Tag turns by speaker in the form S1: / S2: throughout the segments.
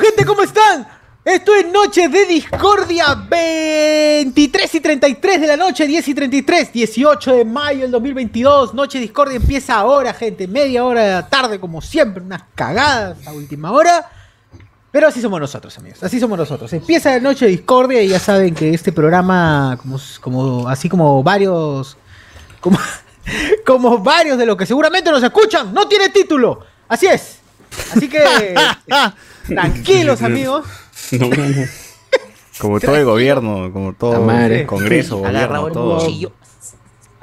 S1: gente, ¿cómo están? Esto es Noche de Discordia, 23 y 33 de la noche, 10 y 33, 18 de mayo del 2022. Noche de Discordia empieza ahora, gente, media hora de la tarde, como siempre, unas cagadas a última hora. Pero así somos nosotros, amigos, así somos nosotros. Empieza la Noche de Discordia y ya saben que este programa, como, como así como varios, como, como varios de los que seguramente nos escuchan, no tiene título. Así es. Así que, tranquilos, amigos.
S2: No, no, no. Como todo el gobierno, como todo
S3: madre.
S2: el congreso, gobierno, todo.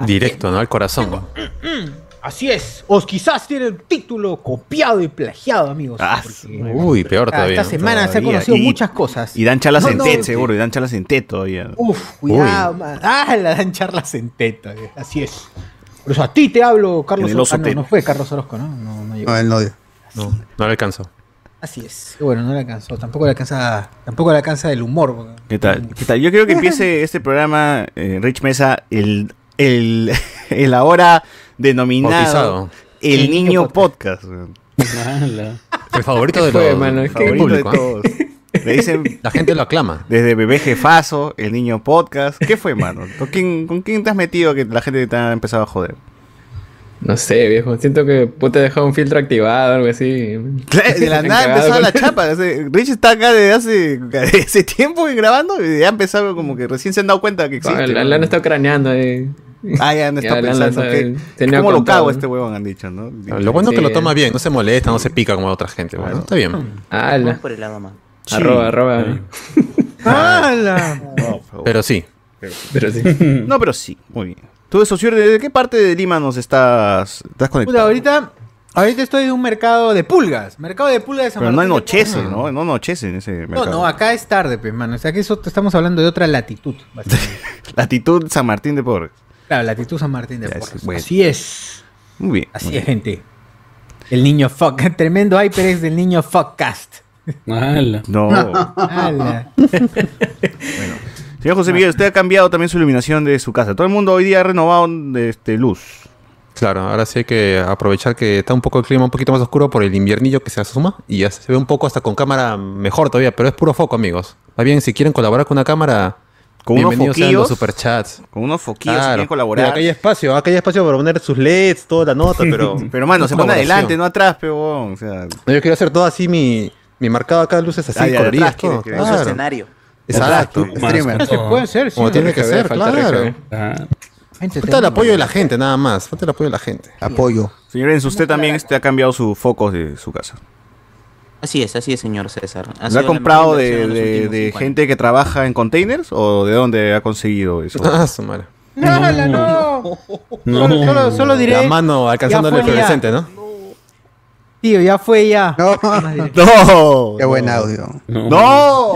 S4: Directo, ¿no? Al corazón. ¿no?
S1: Mm, Así es. O quizás tiene el título copiado y plagiado, amigos.
S2: Ah,
S1: Porque
S4: Uy, peor todavía.
S1: esta semana se han
S2: todavía.
S1: conocido
S2: Y-
S1: muchas cosas.
S2: Y dan charlas
S1: No,
S2: en
S1: no,
S2: TED,
S1: sí.
S2: seguro, y dan charlas en TED todavía.
S1: Uf, cuidado, man. Ah, la dan charlas en teta. eh. Así es. Por eso a ti te hablo, Carlos
S2: En el oso
S1: Orozco. Ah, no,
S2: teta. Ah.
S1: no fue Carlos Orozco, ¿no? No, no llegó.
S3: No, él no dio.
S4: No, no le alcanzó.
S1: Así es. Bueno, no le alcanzó. Tampoco le alcanza, tampoco le alcanza el humor. porque-
S2: ¿Qué tal? ¿Qué tal? Yo creo que empiece este programa, eh, Rich Mesa, el, el, el ahora denominado
S4: Bautizado.
S2: El,
S1: El Niño
S2: Niño Podcast.
S4: El favorito de
S3: fue,
S4: los
S3: mano?
S4: del
S3: ¿Qué
S2: Favorito de
S4: público. ¿ah?
S2: todos. ¿eh? Le dicen
S4: La gente lo aclama.
S2: desde Bebé Jefazo, El Niño Podcast. ¿Qué fue, mano? ¿Con quién, ¿Con quién te has metido que la gente te ha empezado a joder?
S3: No sé, viejo. Siento que puta he dejado un filtro activado o algo así.
S2: Claro, de
S3: Se
S2: la
S3: han
S2: nada
S3: cagado
S2: empezó
S3: con-
S2: la chapa. O sea, Rich está acá desde hace, desde hace tiempo y grabando y ya ha empezado como que recién se han dado cuenta que existe.
S3: Ah, la- la han estado craneando ahí.
S2: Ah, ya no
S3: Ya,
S2: está
S3: la han
S2: pensando.
S3: lanzado,
S2: ¿qué-
S3: tenía
S2: ¿Cómo lo
S3: contado,
S2: cago
S3: ¿no?
S2: este huevón? Han dicho, ¿no?
S4: Lo bueno es que
S3: Sí,
S4: lo toma
S3: eh.
S4: bien, no se molesta, no se pica como otra gente. Bueno, está bien.
S3: Ala.
S5: por el lado más.
S3: Arroba, arroba.
S2: Ah.
S1: ¡Hala!
S2: No, pero,
S4: Pero sí.
S3: ah, Pero sí.
S2: no, pero sí. Muy bien. Tú, socio, ¿de qué parte de Lima nos estás, estás conectado?
S1: Puta, ahorita, ahorita estoy en un mercado de pulgas. Mercado de pulgas de San
S2: pero no
S1: Martín de
S2: anochece,
S1: Porres.
S2: ¿no? No anochece en ese
S1: No,
S2: mercado.
S1: no, acá es tarde, pues, mano. O sea, que eso estamos hablando de otra latitud. básicamente.
S2: Latitud San Martín de Porres.
S1: claro, latitud San Martín de
S2: Ya,
S1: Porres.
S2: sí, bueno.
S1: Así es.
S2: Muy bien.
S1: Así es, gente. El niño fuck. Tremendo HyperX del niño fuckcast.
S2: No.
S1: Ala.
S2: Señor José Miguel, usted ha cambiado también su iluminación de su casa. Todo el mundo hoy día ha renovado este, luz.
S4: Claro, ahora sí hay que aprovechar que está un poco el clima un poquito más oscuro por el inviernillo que se asuma y ya se ve un poco hasta con cámara mejor todavía, pero es puro foco, amigos. Más bien, si quieren colaborar con una cámara,
S2: Con unos
S4: bienvenidos sean los
S2: foquillos.
S4: superchats.
S2: Con unos foquillos si quieren
S4: Mira,
S2: colaborar.
S4: Acá hay espacio, acá hay espacio para poner sus LEDs, toda la nota, pero.
S2: Pero mano, se pone
S4: Colaboración.
S2: adelante, no atrás, peón. O sea,
S4: No, yo quiero hacer todo así mi, mi marcado acá, luces así,
S2: Ah, ya,
S4: coloridas,
S2: atrás quieres
S4: todo.
S2: que-
S5: Es
S4: Claro.
S5: un escenario.
S4: Exacto.
S1: Pero
S6: Streamer.
S1: se puede hacer, sí.
S4: Como tiene que
S3: RGB,
S4: ser,
S3: falta
S4: claro.
S3: RGB.
S4: Falta
S1: Gente,
S4: el
S1: tenemos-
S4: apoyo de la gente, nada más. Falta el apoyo de la gente.
S6: Apoyo.
S2: señor Enzo, usted también este, ha cambiado sus focos de su casa.
S5: Así es, así es, señor César. Ha
S2: ¿Lo
S5: sido
S2: ha
S5: la
S2: comprado
S5: mejor
S2: de,
S5: inversión en los
S2: de-
S5: últimos
S2: de
S5: cinco
S2: gente que trabaja en containers o de dónde ha conseguido eso?
S4: Ah, su madre.
S1: ¡Ala, no! Solo, solo, solo diré.
S4: La mano alcanzando
S1: Ya
S4: el
S1: fue, ya.
S4: fluorescente, ¿no?
S1: Tío, ya fue ya.
S6: No.
S2: ¡No!
S6: Qué buen audio.
S2: ¡No!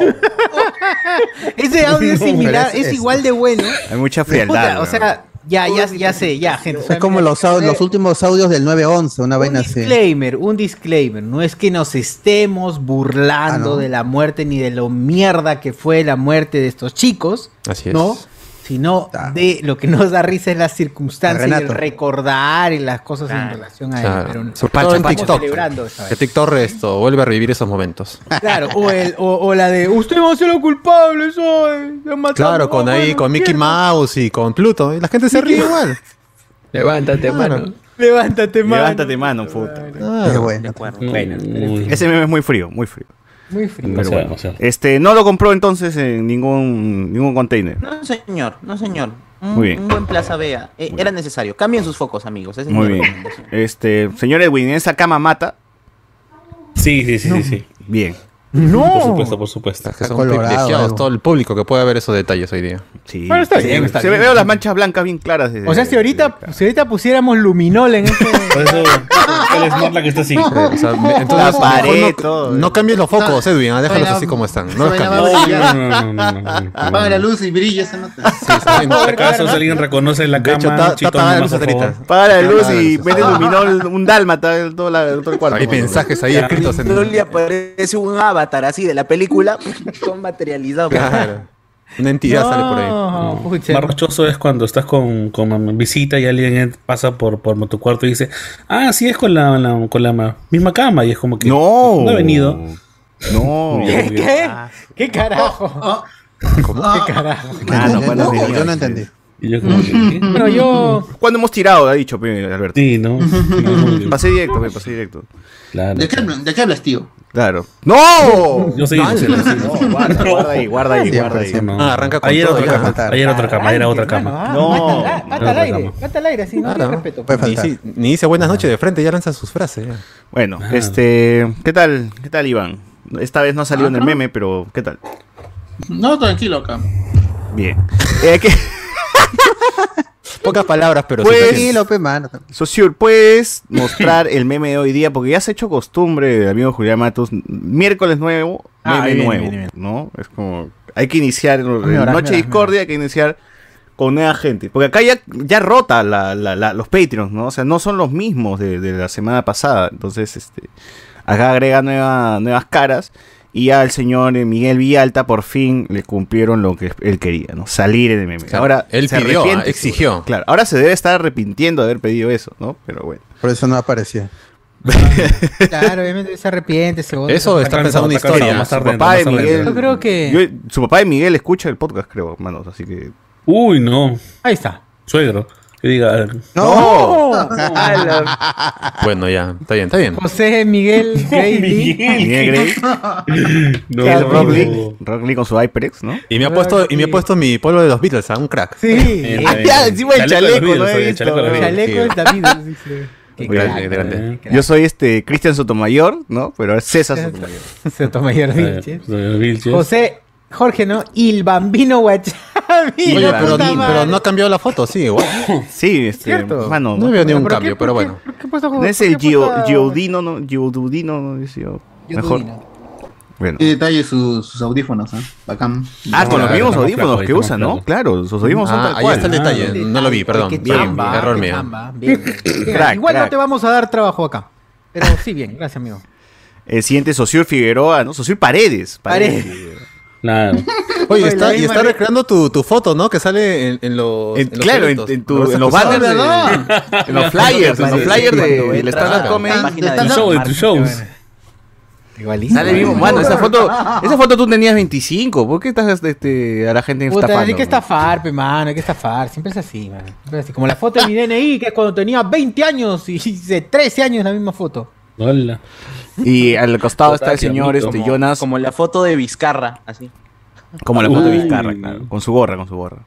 S1: Ese audio es similar,
S6: Pero es-
S1: es
S6: es-
S1: igual de bueno.
S2: Hay mucha
S1: Puta,
S2: frialdad.
S1: o sea, ya, ya, ya sé, ya, gente.
S6: Es como los, au- los últimos audios del 911, una
S1: Un
S6: vaina así.
S1: disclaimer, un disclaimer. No es que nos estemos burlando
S6: Ah, ¿no?
S1: de la muerte ni de lo mierda que fue la muerte de estos chicos.
S4: Así es.
S1: ¿No? Sino
S6: Claro.
S1: de lo que nos da risa es las circunstancias y el
S6: Renato.
S1: recordar y las cosas en
S5: Claro.
S1: relación a
S4: Claro.
S1: ello. Pero
S4: Sobre todo en
S1: estamos
S4: TikTok.
S1: celebrando ¿eh? esa
S4: Que
S1: vez.
S4: TikTok esto, vuelve a revivir esos momentos.
S1: Claro, o, el- o- o la de usted va a ser lo culpable, soy. lo matamos,
S4: Claro, con
S1: ah,
S4: ahí,
S1: bueno,
S4: con Mickey
S1: mierda.
S4: Mouse y con Pluto. Y la gente se ríe igual.
S3: Levántate, mano.
S1: Levántate, mano. Ah,
S2: Levántate, mano, puta.
S6: Qué
S4: Claro.
S5: años. De
S6: bueno.
S5: acuerdo.
S2: Ese meme es muy frío, muy frío.
S1: Muy frío.
S2: Pero bueno. Este, no lo compró entonces en ningún, ningún container.
S5: No, señor, no, señor. Un,
S2: Muy bien.
S5: un buen plaza vea. Eh, era necesario. Cambien sus focos, amigos. Esa es
S2: Muy
S5: mi
S2: bien.
S5: recomendación.
S2: Este, señor Edwin, ¿esa cama mata?
S7: Sí, sí, sí, sí, sí.
S2: Bien.
S7: Por
S1: No.
S7: supuesto, por supuesto.
S4: Que son
S6: colorado,
S4: privilegiados
S6: algo.
S4: todo el público que puede ver esos detalles hoy día.
S2: Sí.
S1: Bueno, está
S2: Sí,
S1: bien, está
S2: se
S1: bien.
S2: Veo las manchas blancas bien claras. de-
S1: O sea, si ahorita, si ahorita pusiéramos luminol en este.
S7: Por eso, el Smart la que está así.
S4: Eh, o sea, me- entonces,
S2: La
S4: mejor
S2: pared,
S4: no-
S2: todo.
S4: no, cambies los focos, Edwin, ah, déjalos
S8: Bueno,
S4: así como están. No
S8: No,
S4: los cambies.
S7: No, no, no, no, no, no,
S8: Apaga la
S7: no.
S8: luz y brilla esa nota.
S4: Sí, está bien.
S7: Si ¿Acaso alguien reconoce la
S4: De hecho,
S7: cama?
S4: está está
S7: Chito,
S4: apagada la
S7: nomás,
S4: luz
S7: por favor.
S4: ahorita.
S2: Apaga la luz
S4: Apaga la
S2: y
S4: luz.
S2: vete luminol un dálmata todo, la, todo el cuarto.
S4: Hay
S2: mano.
S4: mensajes ahí escritos
S5: No le
S4: en.
S5: aparece
S2: Ah,
S5: un avatar así de la película con materializado.
S4: Claro. Una entidad sale por ahí.
S1: No, pucha.
S7: Más rochoso es cuando estás con, con una visita y alguien en- pasa por, por tu cuarto y dice, ah, sí, es con la, la- con la ma- misma cama. Y es como que
S2: No.
S7: no he venido.
S2: No.
S9: ¿Qué? ¿Qué? ¿Qué carajo? ¿Cómo? ¿Qué carajo?
S2: Ah, no, bueno,
S6: No,
S2: sí,
S6: yo no entendí.
S7: Y yo como que, ¿qué?
S9: Bueno, yo.
S2: ¿Cuándo hemos tirado? Ha dicho, pe, Alberto.
S7: Sí, ¿no?
S2: Pasé directo, pe, pasé directo.
S7: Claro.
S8: ¿De qué, hablan- ¿De qué hablas, tío?
S2: Claro. ¡No!
S7: Yo seguí, yo seguí, yo seguí.
S2: No, guarda, guarda ahí, guarda ahí,
S6: Siempre,
S2: guarda ahí.
S6: siempre.
S7: No.
S4: Ah, arranca con
S7: Ayer
S4: todo
S7: otra
S4: ya.
S7: cama, ayer otra cama, ayer otra cama.
S1: ah,
S2: No.
S9: No. Mata al
S7: Otra
S9: aire,
S7: cama.
S9: mata al aire, así, no
S4: Claro.
S9: tiene respeto.
S1: pues.
S6: Puede
S4: Y
S6: faltar.
S4: sí, ni dice buenas noches de frente, ya lanza sus frases. ya.
S2: Bueno,
S7: Ah.
S2: este, ¿qué tal? ¿Qué tal, Iván? Esta vez no ha salido en el meme, pero ¿qué tal?
S8: No, tranquilo acá.
S2: Bien. Eh, ¿qué?
S4: Pocas palabras, pero
S2: Pues-
S4: suficientes.
S6: Tranquilo, pe, mano.
S2: Sosur, ¿puedes mostrar el meme de hoy día? Porque ya se ha hecho costumbre, amigo Julián Matos, miércoles nuevo,
S9: Ah,
S2: meme
S9: bien,
S2: nuevo,
S9: bien, bien.
S2: ¿no? Es como, hay que iniciar, en
S9: mejorando,
S2: Noche
S9: mejorando.
S2: Discordia hay que iniciar con nueva gente. Porque acá ya, ya rota la- la- la- los Patreons, ¿no? O sea, no son los mismos de, de la semana pasada. Entonces, este, acá agrega nueva- nuevas caras. Y al señor eh, Miguel Villalta por fin le cumplieron lo que él quería, ¿no? Salir en el meme.
S4: Claro,
S2: ahora
S4: él
S2: se
S4: pidió,
S2: arrepiente,
S4: ah, exigió.
S2: seguro. Claro, ahora se debe estar arrepintiendo de haber pedido eso, ¿no? Pero bueno.
S6: Por eso no aparecía.
S1: Claro, obviamente se arrepiente, se bota.
S4: Eso está pensando
S7: cansado,
S4: una
S7: está cansado,
S4: historia.
S7: más tarde.
S2: Su papá de
S7: entra, más tarde
S2: Miguel.
S1: Yo creo que.
S2: yo- su papá de Miguel escucha el podcast, creo, hermanos, así que.
S7: Uy, no.
S9: Ahí está.
S7: Suegro. Que diga,
S6: ¡No!
S4: Bueno, ya, está bien, está bien.
S1: José Miguel Grady.
S2: Miguel Grey,
S7: no,
S2: que es Rock
S7: no.
S2: Lee, Rock Lee con su HyperX, ¿no?
S4: Y me ha puesto, y me ha
S1: sí.
S4: puesto mi polvo de los Beatles, a un crack.
S1: Sí.
S7: Eh,
S2: Ah, ya, encima el
S7: de los
S2: chaleco,
S7: Beatles,
S2: no he
S7: oye,
S2: visto.
S7: chaleco de los Beatles.
S1: Chaleco de David. dice. Qué
S2: Grande,
S1: crack,
S4: grande.
S1: ¿no?
S2: Yo soy este Cristian Sotomayor, ¿no? Pero es César Sotomayor.
S1: Se toma ayer
S7: Eh, los Vilches.
S1: José, Jorge, ¿no? Y el bambino Guachami.
S4: Oye,
S1: la
S4: pero,
S1: puta
S4: pero
S1: madre.
S4: no ha cambiado la foto, sí, igual.
S2: Sí, este,
S9: Cierto.
S2: mano.
S4: No
S2: No,
S4: veo ni un cambio, pero bueno.
S2: es el Gio, Giodino, ¿no? Giodudino, ¿no? Dice yo. Mejor. Bueno.
S8: Qué detalle sus, sus audífonos, ¿eh? Bacán.
S2: Ah, con los mismos
S7: Claro, estamos
S2: audífonos
S7: flacos,
S2: que
S7: estamos
S2: usan, ¿no?
S7: flacos.
S2: Claro, sus audífonos son
S4: Ah,
S2: tal
S4: ahí está
S2: cual.
S4: el detalle, no lo vi, perdón.
S1: Qué
S4: Bien,
S1: chamba,
S4: error
S1: qué
S4: mío.
S1: chamba, bien.
S2: Crack,
S1: Igual
S2: crack.
S1: no te vamos a dar trabajo acá. Pero sí, bien, gracias, amigo.
S2: El siguiente Sosur Figueroa, ¿no? Sosur Paredes. Paredes.
S7: Claro.
S4: Oye,
S1: Oye,
S4: está,
S1: la
S4: y
S1: misma
S4: está
S1: re-
S4: recreando tu, tu foto, ¿no? Que sale en, en los.
S2: En-
S4: en los
S2: claro, en,
S4: eventos.
S2: en tu- en los
S4: Profesor,
S2: banners, de- en los flyers, en los flyers
S5: Cuando
S2: del
S5: entras a
S2: Startup
S5: la
S2: Comedy.
S5: página de
S7: Tu
S5: la
S7: show, de
S5: marca,
S7: tus shows.
S1: Igualísimo.
S2: Sale vivo, mano, esa foto, esa foto tú tenías 25, ¿por qué estás este, a la gente
S1: Puta, hay
S2: estafando?
S1: que estafar, pe, mano, hay que estafar. Siempre es así, mano. Siempre es así. Como la foto de mi DNI, que es cuando tenía 20 años y hice 13 años la misma foto.
S7: Hola.
S2: Y al costado
S7: Puta,
S2: está el
S7: qué
S2: señor
S7: bonito,
S2: este,
S7: mo.
S2: Jonas, como,
S5: Como la foto de Vizcarra, así.
S2: la foto de
S7: Uy.
S2: Vizcarra, claro, con su gorra, con su gorra.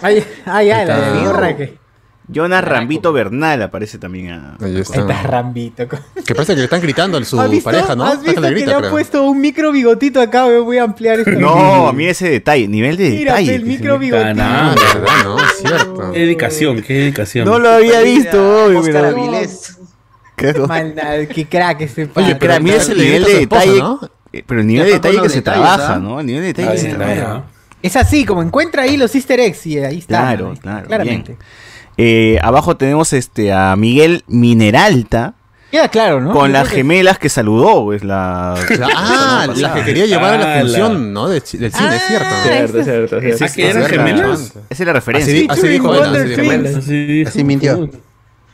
S1: Ay, ay, ay, la de
S4: Está-
S1: gorra que.
S2: Jonas Rambito Bernal aparece también a...
S4: Ahí
S1: Está
S4: está.
S1: rambito. co-
S4: Que parece que le están gritando a su
S1: ¿Has visto?
S4: pareja, ¿no?
S1: ¿Has
S4: Hasta
S1: visto que,
S4: grita,
S1: le han
S4: creo.
S1: puesto un micro bigotito acá? Me voy a ampliar este esto.
S2: No, a mí ese detalle, nivel de
S1: Mira,
S2: detalle.
S1: pe, el
S2: que se
S1: micro
S2: ve.
S1: bigotito.
S4: Ah,
S7: Nada.
S4: verdad, no, es cierto.
S7: Qué dedicación, qué dedicación.
S2: No lo había visto, obvio,
S5: Oscar
S2: mira.
S5: Avilés.
S1: Mal, na- qué crack ese pan.
S4: Oye,
S2: Pero
S4: pero
S2: a mí
S4: mira
S2: es
S4: ese
S2: el
S4: le
S2: nivel
S4: grita a
S2: de
S4: su esposa,
S2: detalle,
S4: ¿no?
S2: eh, pero el nivel de
S8: Ya está
S2: detalle
S8: con
S2: que
S8: los
S2: se
S8: detalles,
S2: trabaja,
S8: ¿ah?
S2: ¿no? El nivel de detalle
S7: Ahí
S2: que se
S7: está,
S2: trabaja.
S7: ¿no?
S1: Es así, como encuentra ahí los easter eggs y ahí está.
S2: Claro,
S1: ¿no?
S2: claro,
S1: Claramente.
S2: Eh, abajo tenemos este a Miguel Mineralta
S1: Queda claro, ¿no?
S2: con
S1: Yo
S2: las
S1: creo que-
S2: gemelas que saludó, pues la
S4: La- ah, la que quería llevar a la
S7: Ah,
S4: función, ¿no? De chi- del cine, es cierto.
S1: Ah, esa-
S3: cierto.
S7: ¿Ah, que eran
S4: cierto.
S7: gemelas?
S2: Esa es la referencia.
S4: Así di- así dijo él, así dijo él.
S7: Así,
S6: Así mintió.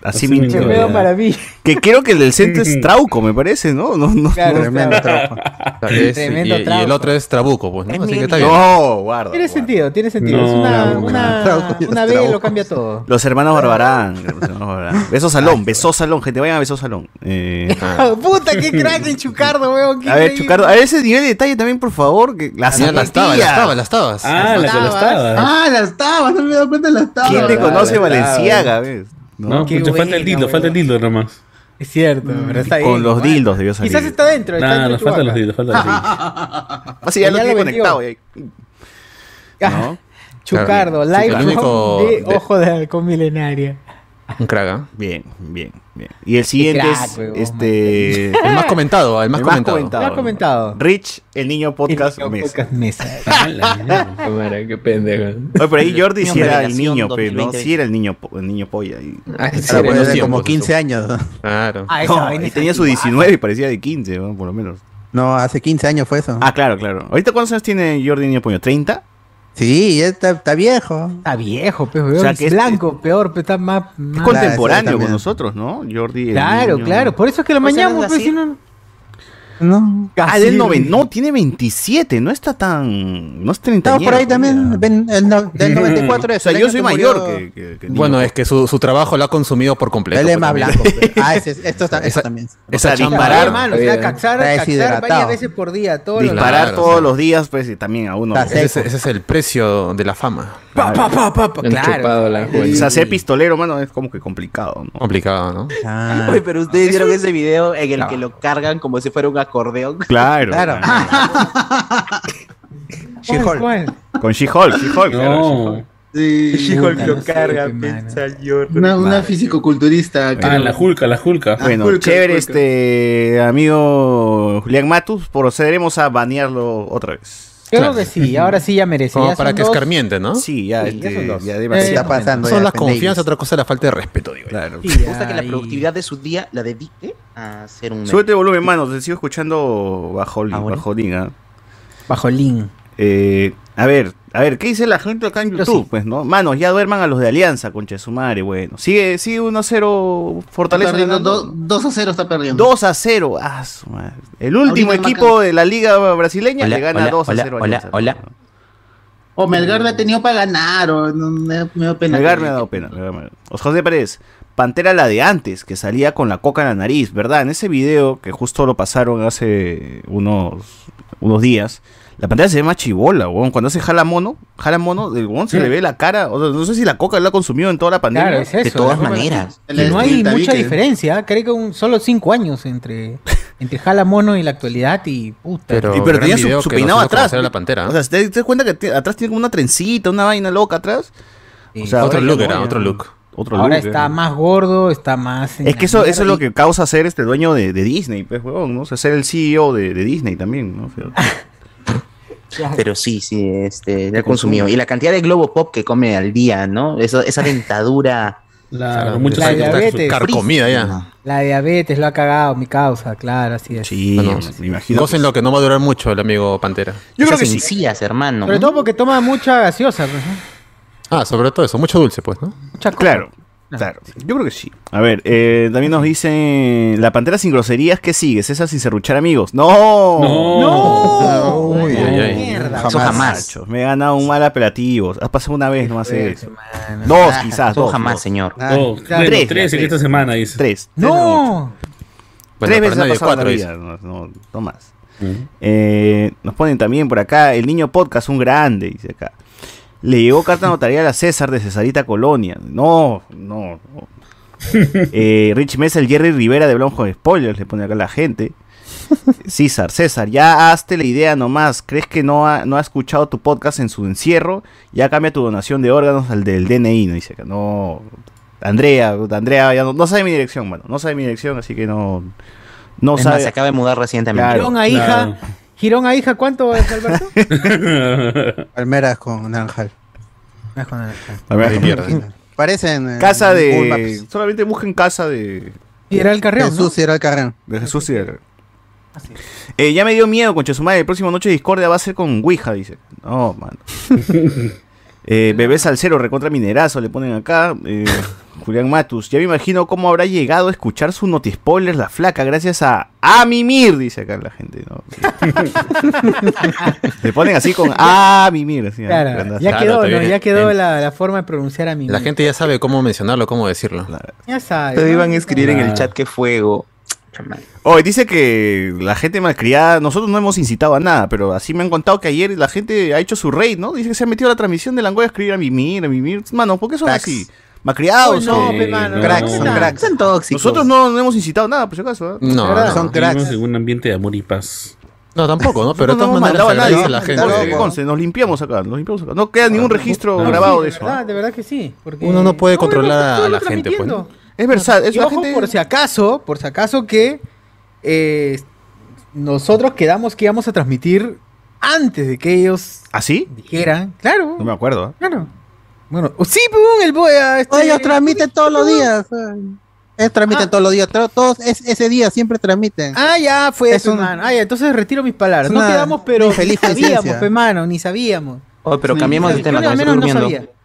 S2: Así
S1: Qué
S2: mintió.
S1: veo
S7: ya.
S1: maravilla.
S2: Que creo que el del centro es Trauco, me parece, ¿no? No, no.
S1: Claro,
S6: Tremendo
S1: claro.
S6: trabajo.
S4: Es- y,
S1: Tremendo
S4: y el
S1: trabajo.
S4: otro es Trabuco, pues, ¿no? Así que está bien.
S2: No, guarda.
S1: Tiene
S2: guarda.
S1: sentido, tiene sentido. es
S7: No,
S1: una,
S7: no,
S1: una,
S6: no.
S1: una B lo cambia todo.
S2: Los hermanos Barbarán. Los hermanos Barbarán. Beso Salón, Beso Salón, gente, vayan a Beso Salón. Eh,
S1: Ah, Puta, qué crack en Chucardo, weón. qué
S2: a ver,
S1: increíble.
S2: Chucardo, a ver ese nivel de detalle también, por favor. Que la
S4: Ah, Ya las tabas,
S2: zapatillas.
S4: las tabas, las tabas.
S7: Ah, la que lo estaba.
S8: Ah, las tabas, no me he dado cuenta de las tabas.
S2: ¿Quién te
S7: Claro,
S2: conoce
S7: claro.
S2: Valenciaga? ves?
S7: No,
S1: Qué
S7: pucha, falta el
S1: buena,
S7: dildo, falta el dildo nomás.
S1: Es cierto, pero está ahí.
S2: Mm, Con los dildos debió salir.
S1: Quizás está dentro, está
S7: Nah,
S1: dentro
S7: nos
S1: de
S7: faltan los
S1: Chewbacca.
S7: dildos, falta el dildo.
S2: Así Ah, ya
S1: Ya
S2: lo
S1: lo
S2: tiene
S1: metió.
S2: conectado. eh, ya.
S1: Ah, Chucardo,
S4: Claro. Sí,
S1: live
S4: el único-
S1: from de
S4: de-
S1: Ojo de Halcón Milenaria.
S4: Un craga.
S2: Bien, bien, bien. Y el siguiente
S1: crack,
S2: es
S1: huevón,
S2: este
S4: El más comentado, el más
S2: el
S4: comentado.
S1: Lo has comentado.
S2: Rich, el niño podcast
S1: El
S2: Mesa.
S1: Podcast Mesa.
S7: Ah, la mierda.
S3: Cámara, qué pendejo.
S2: Oye, por ahí Jordi si
S5: Niño
S2: era el
S5: revelación
S2: niño, pero no,
S5: 2020.
S2: si era el niño, po- el niño polla. Y,
S4: Ah,
S3: Ay, sí,
S6: Ahora
S3: en
S6: puede
S3: los tiempos,
S6: ser Ah, como 15 años.
S4: Claro.
S1: Ah, esa
S2: No,
S1: vaina
S2: ahí
S1: es
S2: tenía su
S1: antigua.
S2: 19 y parecía de 15, ¿no? por lo menos.
S6: No, hace 15 años fue eso.
S2: Ah, claro, claro. ¿Ahorita cuántos años tiene Jordi Niño Puño? ¿30?
S6: Sí, ya está, está viejo.
S1: Está viejo, pe, weón.
S2: O sea,
S1: es
S2: que es-
S1: blanco, peor, pero está más.
S2: Es
S1: más-
S6: con-
S2: contemporáneo
S6: también.
S2: con nosotros, ¿no? Jordi. el
S1: Claro,
S2: niño.
S1: claro. Por eso es que lo
S5: O sea,
S1: mañamos,
S5: es
S1: pero
S5: así.
S1: si no.
S6: No.
S2: Ah, del noven- No, tiene 27, no está tan. No es 30.
S6: Estamos por ahí también. ven, el no- del 94
S2: Mm.
S6: Este
S2: O
S6: es.
S2: sea,
S6: el
S2: yo
S6: año
S2: soy
S6: que
S2: mayor
S6: murió-
S2: que. que- que niño.
S4: Bueno, es que su, su trabajo lo ha consumido por completo.
S6: Él es
S4: pues,
S6: más
S4: también.
S6: blanco. pero- Ah, ese, es- esto, está, esto
S4: Esa-
S6: también.
S2: O sea,
S4: Esa
S9: Disparar,
S4: chamba.
S9: hermano, o sea,
S3: Está
S9: caxar, caxar
S6: bien.
S9: varias
S6: Deshidratado.
S9: veces por día, todos los
S2: disparar
S4: Claro,
S2: todos
S4: sí.
S2: los días, pues, y también a uno.
S6: Está
S2: pues.
S4: Ese es, ese es el precio de la fama.
S9: Pa, pa, pa, pa, pa,
S3: Han
S9: claro.
S3: chupado la
S2: O sea,
S3: juventud.
S2: ser pistolero, mano, es como que complicado, ¿no?
S4: Complicado, ¿no?
S6: Ah,
S5: Oye, pero ustedes vieron ese video en el que lo cargan como si fuera un acordeón.
S2: Claro.
S6: claro.
S1: ¿Cuál,
S6: She-Hulk.
S1: cuál?
S2: Con She-Hulk, She-Hulk. claro, She-Hulk.
S7: No.
S8: Sí.
S1: Hulk lo carga, piensa
S5: yo.
S8: Una, una fisicoculturista.
S7: Ah,
S8: creo.
S7: la Julca, la Julca.
S8: Ah,
S2: Bueno,
S8: Hulk,
S2: chévere,
S8: Hulk.
S2: este amigo Julián Matus, procederemos a banearlo otra vez.
S1: Yo creo que sí, ahora sí ya merece.
S4: Como
S1: ya
S4: para
S1: son
S4: que
S1: dos.
S4: escarmiente, ¿no?
S2: Sí, ya,
S1: Sí,
S2: este,
S1: ya son dos.
S2: ya
S6: ¿Qué Eh, está
S2: demasiado.
S6: pasando?
S4: Son
S6: ya,
S4: las
S6: pendejo?
S4: confianzas, otra cosa es la falta de respeto, digo. yo.
S2: Claro.
S1: Sí,
S5: Me gusta que la
S1: ahí.
S5: productividad de su día la dedique a hacer un.
S2: Súbete el volumen, mano, te sigo escuchando bajo li-
S5: ¿Ahora?
S2: bajo liga.
S1: Bajo Lin.
S2: Eh, a ver, a ver, ¿qué dice la gente acá en
S1: Pero
S2: YouTube?
S1: sí.
S2: Pues, ¿no? Manos, ya duerman a los de Alianza, concha de su madre, bueno. Sigue, sigue 1-0
S8: Está
S2: Fortaleza.
S8: perdiendo
S2: ganando.
S8: do- 2 a 0 está perdiendo.
S2: 2 a 0. Ah, su madre. El último
S8: Ahorita
S2: equipo de la liga brasileña
S5: Hola,
S2: le gana
S5: hola,
S2: 2 a
S5: hola,
S2: 0 a
S5: hola,
S2: Alianza.
S5: hola.
S6: Oh,
S8: O Melgar la ha tenido para ganar. O no, me, me da pena.
S2: Melgar me ha dado pena. Melgar me ha dado- Os- José Pérez, Pantera la de antes, que salía con la coca en la nariz, ¿verdad? En ese video que justo lo pasaron hace unos, unos días, la pantera se ve más chibola, weón. Cuando hace jala mono, jala mono, el weón se
S7: Sí.
S2: le ve la cara. O sea, no sé si la coca la ha consumido en toda la pandemia.
S1: Claro, es eso.
S5: De todas
S1: la-
S5: maneras.
S1: Que no hay
S8: Tabique.
S1: mucha diferencia, creo que un, solo cinco años entre, entre Jala Mono y la actualidad y puta.
S4: Pero,
S2: Y- pero
S4: gran
S2: tenía su-
S4: video
S2: su
S4: que nos
S2: peinado
S4: hizo
S2: atrás.
S4: conocer a la pantera.
S2: O sea, si te, te das cuenta que te- atrás tiene como una trencita, una vaina loca atrás.
S1: Sí.
S2: o sea,
S4: otro
S2: ahora
S4: look
S2: ya
S4: era,
S2: no, ya
S4: otro
S2: no.
S4: look.
S2: Otro
S1: ahora
S2: look,
S1: está
S2: eh.
S1: más gordo, está más... en
S2: Es
S1: la
S2: que eso, eso es lo
S1: mierda
S2: que causa ser este dueño de, de Disney, pues, weón, ¿no? O sea, ser el CEO de, de Disney también, ¿no? O sea,
S5: Pero sí, sí, este, la ha
S2: Te consume.
S5: consumido. Y la cantidad de globo pop que come al día, ¿no? Eso- esa dentadura.
S7: La,
S4: Claro,
S7: muchos
S1: la
S4: está- está
S1: diabetes.
S4: Carcomida ya.
S1: y- La diabetes lo ha cagado, mi causa, claro, así es.
S2: Sí,
S4: Bueno,
S2: me imagino.
S4: Gocen lo que no va a durar mucho el amigo Pantera.
S2: Yo creo
S5: esas
S2: que sí.
S5: encías,
S2: Ah,
S5: hermano.
S1: Sobre todo porque toma mucha gaseosa, pues, ¿no?
S4: Ah, sobre todo eso, mucho dulce, pues, ¿no?
S1: mucha cosa.
S2: Claro, claro. Yo creo que sí. A ver, eh, también nos dice la pantera sin groserías, ¿qué sigue? César sin serruchar amigos. ¡No!
S7: No.
S1: ¡No!
S4: Uy, ay, ay.
S1: Mierda.
S5: Eso jamás.
S2: Machos, me he ganado un mal apelativo. Has pasado una vez nomás eso.
S1: Mano.
S2: Dos, quizás,
S5: Eso
S2: dos.
S5: jamás,
S2: dos.
S5: señor.
S6: Ah,
S7: Oh,
S1: claro.
S7: bueno,
S2: Tres,
S7: tres en
S2: tres.
S7: esta semana, dice.
S2: Tres. Tres mucho.
S1: ¡No!
S4: Bueno,
S2: Tres
S4: para
S2: veces ha
S4: nadie,
S2: pasado
S4: cuatro
S2: la
S4: dice.
S2: vida. No, no, no más.
S7: Ujú.
S2: Eh, nos ponen también por acá, el niño podcast, un grande, dice acá. Le llegó carta notarial a César de Cesarita Colonia. No, no, no. Eh, Rich Mesa, el Jerry Rivera de Blanco de Spoilers, le pone acá la gente. César, César, ya hazte la idea nomás. ¿Crees que no ha, no ha escuchado tu podcast en su encierro? Ya cambia tu donación de órganos al del DNI, no dice acá. No, Andrea, Andrea, ya no, no sabe mi dirección, mano. No sabe mi dirección, así que no. No
S5: Es
S2: sabe.
S5: más, se acaba de mudar recientemente.
S2: Claro.
S1: Girón a hija. Girón a hija, ¿cuánto es, Alberto?
S6: Palmeras con naranjal.
S1: No es con naranja.
S2: A ver,
S4: Ahí pierde.
S6: Parecen. eh,
S2: Casa
S6: Google
S2: de.
S6: Maps.
S2: Solamente busquen casa de,
S1: Y era el carreo, ¿no?
S6: Jesús era el carrón.
S2: de Jesús y de. Eh, ya me dio miedo, concha su madre. El próximo noche de discordia va a ser con Ouija, dice. No, mano. eh, bebé Salcero, recontra minerazo, le ponen acá. Eh, Julián Matus. Ya me imagino cómo habrá llegado a escuchar su notispoiler la flaca, gracias a. A mimir, dice acá la gente. ¿no? le ponen así con. A mimir. Así,
S1: Claro,
S2: grandazo.
S1: ya
S4: Claro,
S1: quedó,
S4: te
S1: ¿no?
S4: viene-
S1: Ya quedó
S4: en-
S1: la, la forma de pronunciar a mi
S4: La gente ya sabe cómo mencionarlo, cómo decirlo.
S1: Ya sabe.
S5: Te
S1: ¿no?
S5: iban a escribir en
S7: Ah.
S5: el chat que fuego. Chama.
S2: Hoy dice que la gente malcriada, nosotros no hemos incitado a nada, pero así me han contado que ayer la gente ha hecho su rey, ¿no? Dice que se ha metido a la transmisión de Langoy a escribir a mimir, a mimir. Mano, ¿por qué son
S6: Cracks.
S2: así?
S1: Uy,
S2: Malcriados,
S1: no,
S2: son.
S7: Sí,
S1: pe, mano,
S7: no.
S6: Cracks, son
S1: no.
S6: cracks.
S5: Son tóxicos.
S2: Nosotros no, no hemos incitado nada, por si acaso. ¿eh?
S4: No,
S1: verdad.
S4: no,
S6: Son cracks.
S7: Vivimos en un ambiente de amor y paz.
S4: no, tampoco, ¿no? Pero de todas
S2: Nosotros no hemos
S4: maneras
S2: mandado a nadie.
S4: agradece a la gente.
S2: Conce,
S6: Tampoco.
S2: Conce, nos limpiamos acá, nos limpiamos acá. No queda ningún registro
S4: no,
S2: grabado
S1: sí,
S2: de
S1: de
S2: eso.
S1: verdad,
S2: ¿eh?
S1: de verdad que sí. porque-
S4: Uno no puede controlar
S1: está
S4: a la
S1: todo
S4: gente, pues, ¿no?
S1: transmitiendo.
S2: Es verdad, es
S1: Y
S2: la
S1: ojo,
S2: gente-
S1: por si acaso, por si acaso que eh, nosotros quedamos que íbamos a transmitir antes de que ellos
S2: ¿Así?
S1: dijeran. Claro,
S2: ¿Ah, No me acuerdo. ¿eh?
S1: claro. Bueno, oh, sí,
S2: pues,
S1: pum, el boy. ah, este-
S6: Oye, ellos transmiten todos los días. ay. Ellos transmiten
S1: Ah.
S6: todos los días. Tro- Todos, es- ese día siempre transmiten.
S1: Ah, ya, fue
S6: Es
S1: eso,
S6: un-
S1: mano. Ah, ya, entonces retiro mis palabras.
S6: es
S1: No
S6: una
S1: quedamos, pero ni
S6: infeliz
S1: sabíamos,
S6: conciencia.
S1: pe, mano, ni sabíamos.
S5: Oh, pero
S8: Sí.
S5: cambiamos de
S1: Yo
S5: tema. que me
S1: al
S5: estoy
S1: menos no
S5: durmiendo.
S1: sabía.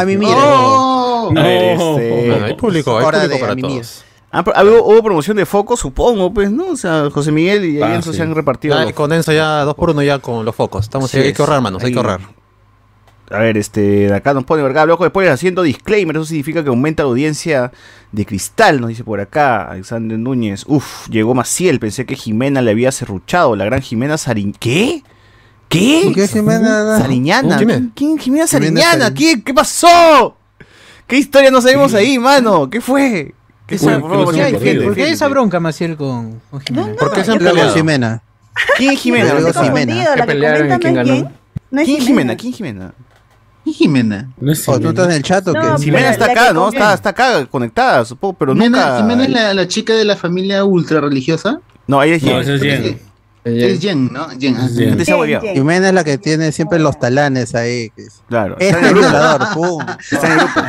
S6: A mí, mira.
S8: ¡Oh!
S2: A ver,
S7: No.
S2: este,
S4: Bueno, Oh. hay público, hay
S6: este, Hora
S4: público
S6: de
S4: para
S6: mimir.
S4: todos.
S2: Ah, pero hubo, hubo promoción de foco, supongo, pues, ¿no? O sea, José Miguel y
S7: Ah,
S2: Enzo
S7: sí.
S2: se han repartido.
S4: Ya,
S2: los-
S4: con Enzo ya dos por uno ya con los focos. Estamos,
S2: Así
S4: hay
S2: es.
S4: que ahorrar, manos, hay que
S2: Ahí-
S4: ahorrar.
S2: A ver, este, de acá nos pone Vergado Loco después haciendo disclaimer. Eso significa que aumenta la audiencia de cristal, nos dice por acá Alexander Núñez. Uf, llegó Maciel. Pensé que Jimena le había serruchado. La gran Jimena Sarin. ¿Qué? ¿Qué?
S6: ¿Por qué Jimena?
S2: Sariñana.
S4: Jimena.
S2: ¿Quién?
S6: Jimena
S2: Jimena Sariñana.
S6: Sariñ-
S2: ¿Qué? ¿Qué pasó? ¿Qué historia no sabemos ahí, mano? ¿Qué fue? ¿Qué
S7: Uy,
S2: fue?
S7: ¿qué nos
S2: Por favor,
S7: hemos
S2: defiende,
S7: perdido?
S1: ¿Por qué
S2: defiende.
S1: esa bronca, Maciel, con, con Jimena?
S4: ¿Por qué se han
S6: Luego
S4: peleado?
S6: Jimena.
S2: ¿Quién es Jimena?
S6: Yo
S2: ¿Quién
S6: creo
S2: es
S6: que Jimena.
S10: Jimena. La
S3: Que
S10: que
S3: pelearon y
S10: comentan
S3: quién
S10: no es
S3: ganó.
S10: quién. No es
S2: Jimena? ¿Quién es Jimena?
S8: ¿Y Jimena?
S7: No es
S6: ¿O Oh, tú estás en el chat o
S10: No,
S6: qué?
S10: pero-
S2: Jimena está
S10: la que
S2: acá, ¿no?
S10: conviene.
S2: Está, está acá conectada, supongo, pero
S8: Jimena,
S2: nunca.
S8: Jimena es la, la chica de la familia ultra religiosa.
S2: No, ella es
S7: No,
S2: Jen.
S7: eso es Jen.
S8: Es Jen, ¿no? Jen. ah,
S7: Es Jen.
S2: Antes se ha
S10: Jen,
S2: hueveado.
S10: Jen.
S6: Jimena es la que tiene siempre los talanes ahí. que es-
S2: Claro.
S6: Este
S2: Está
S6: es
S2: en el grupo.
S6: violador, pum.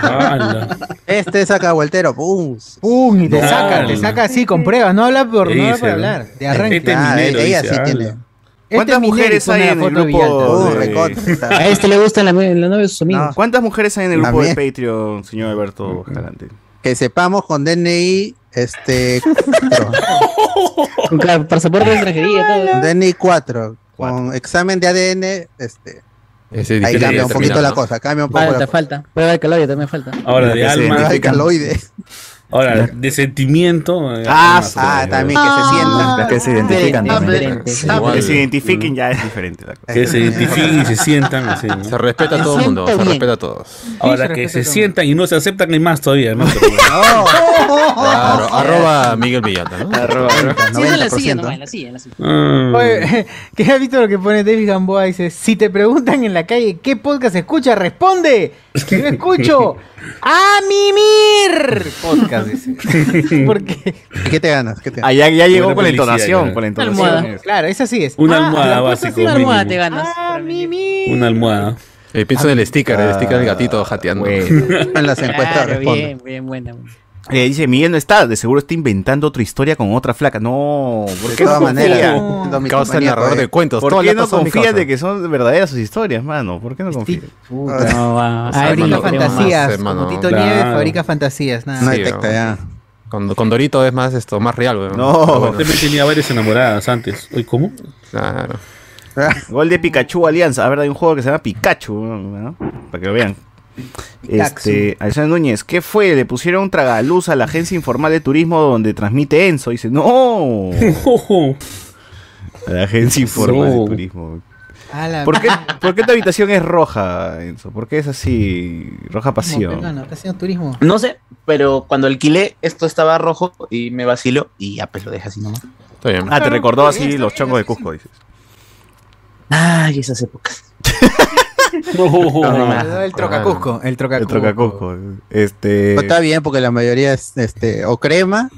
S7: ¡Hala!
S6: Este es sacavueltero, pum.
S1: ¡Pum! Y te
S7: No.
S1: saca, te saca así, con pruebas. No habla por,
S7: Sí,
S1: no habla
S7: se
S1: por
S7: ve.
S1: hablar. De arranque.
S7: Este
S6: Ah,
S7: minero,
S6: ella
S7: dice,
S6: sí
S7: hala.
S6: tiene.
S1: Este
S2: ¿Cuántas mujeres hay en el grupo?
S6: Uh,
S2: de-
S6: recota.
S5: este le gusta la, la novia de sus
S6: amigos.
S2: ¿Cuántas mujeres hay en el
S6: La
S2: grupo
S6: mía.
S2: de Patreon, señor
S4: Ah,
S2: Alberto Jalante?
S6: Que sepamos con DNI, este. cuatro.
S5: Con claro, pasaporte de extranjería, todo.
S6: Con DNI 4. Con examen de ADN, este.
S4: Ese
S6: Ahí
S4: difícil de
S6: cambia un poquito
S4: determinar,
S6: la
S4: ¿no?
S6: cosa, cambia un poco la
S5: Falta,
S6: cosa.
S5: falta. Prueba de caloria también falta.
S7: Ahora, de
S2: Ya sé,
S7: alma,
S6: Hay caloides.
S7: ahora, de sentimiento. eh,
S2: Ah,
S7: alma,
S6: Ah,
S2: Ay,
S6: también que se sientan.
S2: Las que se identifican
S8: Ah, pero-
S2: también.
S5: diferente.
S8: ah,
S2: Que
S4: Igual.
S2: se identifiquen ya es diferente la cosa.
S7: Que se identifiquen y se sientan así. ¿no?
S4: Se respeta a todo el
S5: siento
S4: mundo, se
S5: bien.
S4: respeta a todos.
S7: Ahora
S1: se
S7: que
S1: respeta
S7: se
S1: todo.
S7: sientan y no se aceptan ni más todavía, ¿no? Pero bueno.
S4: Claro, arroba Miguel Villalta, ¿no?
S5: Sí, en la
S6: 90%.
S5: silla, nomás, en la silla, en la silla.
S7: Mm.
S1: Oye, ¿qué has visto lo que pone David Gamboa? Dice, si te preguntan en la calle qué podcast escucha, responde. Yo escucho a mimir podcast, dice. Porque,
S6: ¿Qué te ganas? ¿Qué te ganas?
S2: Ah, ya, ya llegó
S7: Buena
S2: con la
S7: publicidad,
S2: entonación,
S7: ya.
S2: con la entonación.
S5: Almohada.
S1: claro, esa sí es.
S7: Una
S1: Ah,
S7: almohada
S1: la cosa
S7: básico.
S1: sí,
S5: Una
S7: mínimo.
S5: almohada te ganas.
S1: A mimir.
S7: Una almohada.
S4: Eh, pienso en el sticker,
S2: Ah,
S4: el sticker del gatito jateando.
S2: Bueno.
S6: En las encuestas
S5: Claro,
S6: responde.
S5: bien, bien, buena.
S2: Eh, dice, Miguel no está, de seguro está inventando otra historia con otra flaca. No, ¿por
S6: De
S2: qué no
S6: todas maneras.
S2: confía?
S6: siendo mi
S4: Causa el
S6: compañía,
S4: narrador de
S6: pues.
S4: cuentos.
S2: ¿Por
S4: todo
S2: qué
S4: el
S2: no
S4: dato son mi
S2: confía
S4: causa.
S2: de que son verdaderas sus historias, mano? ¿Por
S6: Este
S2: qué no confía?
S1: Puta.
S5: No, va.
S4: sea,
S5: Abril,
S1: Ah, Fabrica
S4: hermano,
S5: queremos más.
S1: fantasías,
S4: hermano,
S1: como Tito
S7: claro.
S1: Nieves fabrica fantasías, nada.
S6: No
S4: Sí,
S6: detecta
S5: eh.
S4: o-
S6: ya.
S4: Con, con Dorito es más esto, más real, weón.
S2: No.
S4: Pero bueno,
S7: También tenía varias enamoradas antes. Oye, ¿Cómo?
S4: claro.
S2: Gol de Pikachu Alianza. A ver, hay un juego que se llama Pikachu, ¿no? Para que lo vean. Este, Alexander Núñez, ¿qué fue? Le pusieron un tragaluz a la agencia informal de turismo donde transmite Enzo. Dice, no.
S7: Ojo.
S2: A la agencia informal
S7: No.
S2: de turismo.
S1: A la
S2: ¿Por qué, por qué tu habitación es roja, Enzo? ¿Por qué es así? Roja
S1: como
S2: pasión.
S1: peruano, está haciendo turismo.
S5: No sé.
S10: Pero cuando alquilé, esto estaba rojo y me vaciló y ya pues lo deja así nomás.
S4: Está bien.
S2: Ah, te recordó así los chongos de Cusco, dices.
S5: Ay, esas épocas.
S6: Ah,
S1: Me da el trocacusco, el
S2: El
S1: trocacusco.
S2: Trocacusco. Este.
S6: Pero Pues está bien porque la mayoría es este o crema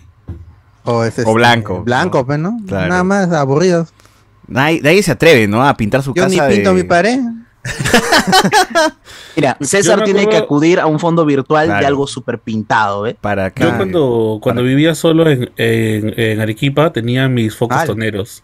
S6: o es, este,
S2: blanco.
S6: Blanco, pues, ¿no?
S2: Claro.
S6: Nada más aburridos.
S2: Nadie, nadie se atreve, ¿no? A pintar su
S6: Yo ni
S2: casa.
S6: pinto
S2: de-
S6: mi pared.
S10: Mira, César
S7: Pues, me
S10: tiene que
S7: acuerdo-
S10: acudir a un fondo virtual
S2: Claro.
S10: de algo súper pintado, ¿eh?
S2: Para acá.
S7: Yo cuando, cuando vivía solo en, en- en Arequipa tenía mis focos
S6: Al.
S7: toneros.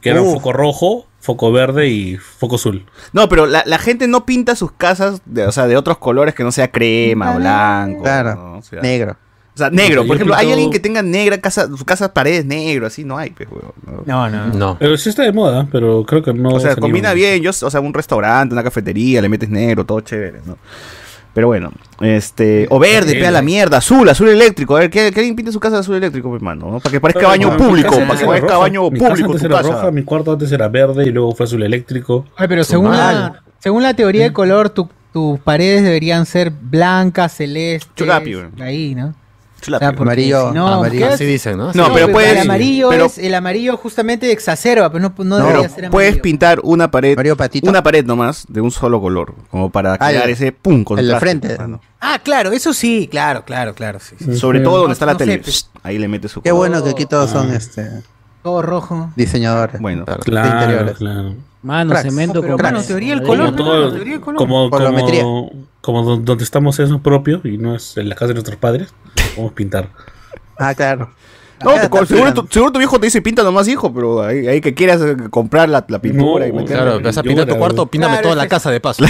S7: Que eran
S6: Uf.
S7: foco rojo, foco verde y foco azul.
S2: No, pero la, la gente no pinta sus casas, de, o sea, de otros colores que no sea crema o blanco.
S6: Claro.
S2: ¿no? O, sea,
S6: Negro.
S2: o sea, negro.
S7: Yo
S2: Por ejemplo, hay
S7: pinto-
S2: alguien que tenga negra casa, su casa paredes negro, así no hay, pues, huevón, ¿no?
S1: No, no.
S4: No.
S7: Pero sí está de moda, pero creo que no.
S2: O sea,
S7: se
S2: combina
S7: animan.
S2: bien, yo, o sea, un restaurante, una cafetería, le metes negro, todo chévere, ¿no? Pero bueno, este, o verde,
S7: Sí,
S2: pega
S7: sí.
S2: la mierda, azul, azul eléctrico, a ver, ¿qué, qué alguien pinta su casa de azul eléctrico, mi hermano? ¿no? Para que parezca
S7: Pero,
S2: baño
S7: mi
S2: público,
S7: casa
S2: para que
S7: era
S2: parezca
S7: roja.
S2: baño
S7: Mi
S2: público
S7: Casa antes
S2: tu
S7: era
S2: casa.
S7: roja, mi cuarto antes era verde y luego fue azul eléctrico.
S1: Ay, pero según
S6: madre.
S1: la, según la teoría de color, tu- tus paredes deberían ser blancas, celestes,
S2: Chulapi, güey.
S1: ahí, ¿no?
S2: Chula,
S1: O sea,
S2: pe.
S1: porque
S6: Amarillo,
S1: si no,
S6: amarillo.
S1: ¿qué
S4: Así dicen, ¿no?
S2: No,
S1: No,
S2: pero
S1: pero
S2: puedes-
S1: el amarillo
S2: pero-
S1: es el amarillo justamente exacerba, pero no, no,
S6: No,
S1: debería
S2: Pero
S1: ser amarillo.
S2: puedes pintar una pared
S6: Mario Patito.
S2: una pared nomás de un solo color, como para
S6: Ah,
S2: crear
S6: ya.
S2: ese pum con
S6: En la frente.
S1: Ah, claro, eso sí, claro, claro, claro, sí, sí.
S2: Sobre
S7: Sí.
S2: todo donde
S1: No,
S2: está la
S1: no
S2: tele.
S1: sé, pues. Ah.
S2: Ahí le mete su
S6: Qué
S2: color.
S6: bueno que aquí todos son este
S1: Todo rojo.
S6: diseñadores.
S2: Bueno,
S7: Claro,
S6: Interiores.
S7: claro.
S5: Mano,
S6: Cracks.
S5: cemento
S1: No, pero
S5: con
S1: bueno, teoría del
S5: con
S1: color,
S7: Como,
S5: ladrillo.
S1: pero-
S7: todo-
S1: teoría de color.
S7: como,
S6: Colorimetría.
S7: como, como don- donde estamos es propio y no es en la casa de nuestros padres, vamos a pintar.
S6: Ah, claro.
S2: No,
S6: Acá
S2: con-
S6: está
S2: seguro,
S6: pegando.
S2: tu, seguro tu viejo te dice pinta nomás, hijo, pero ahí, ahí que quieras eh, comprar la, la pintura
S7: No,
S2: y meter.
S4: Claro, vas a pintar tu cuarto, píntame
S1: Claro,
S4: toda la
S1: ese-
S4: casa de paso.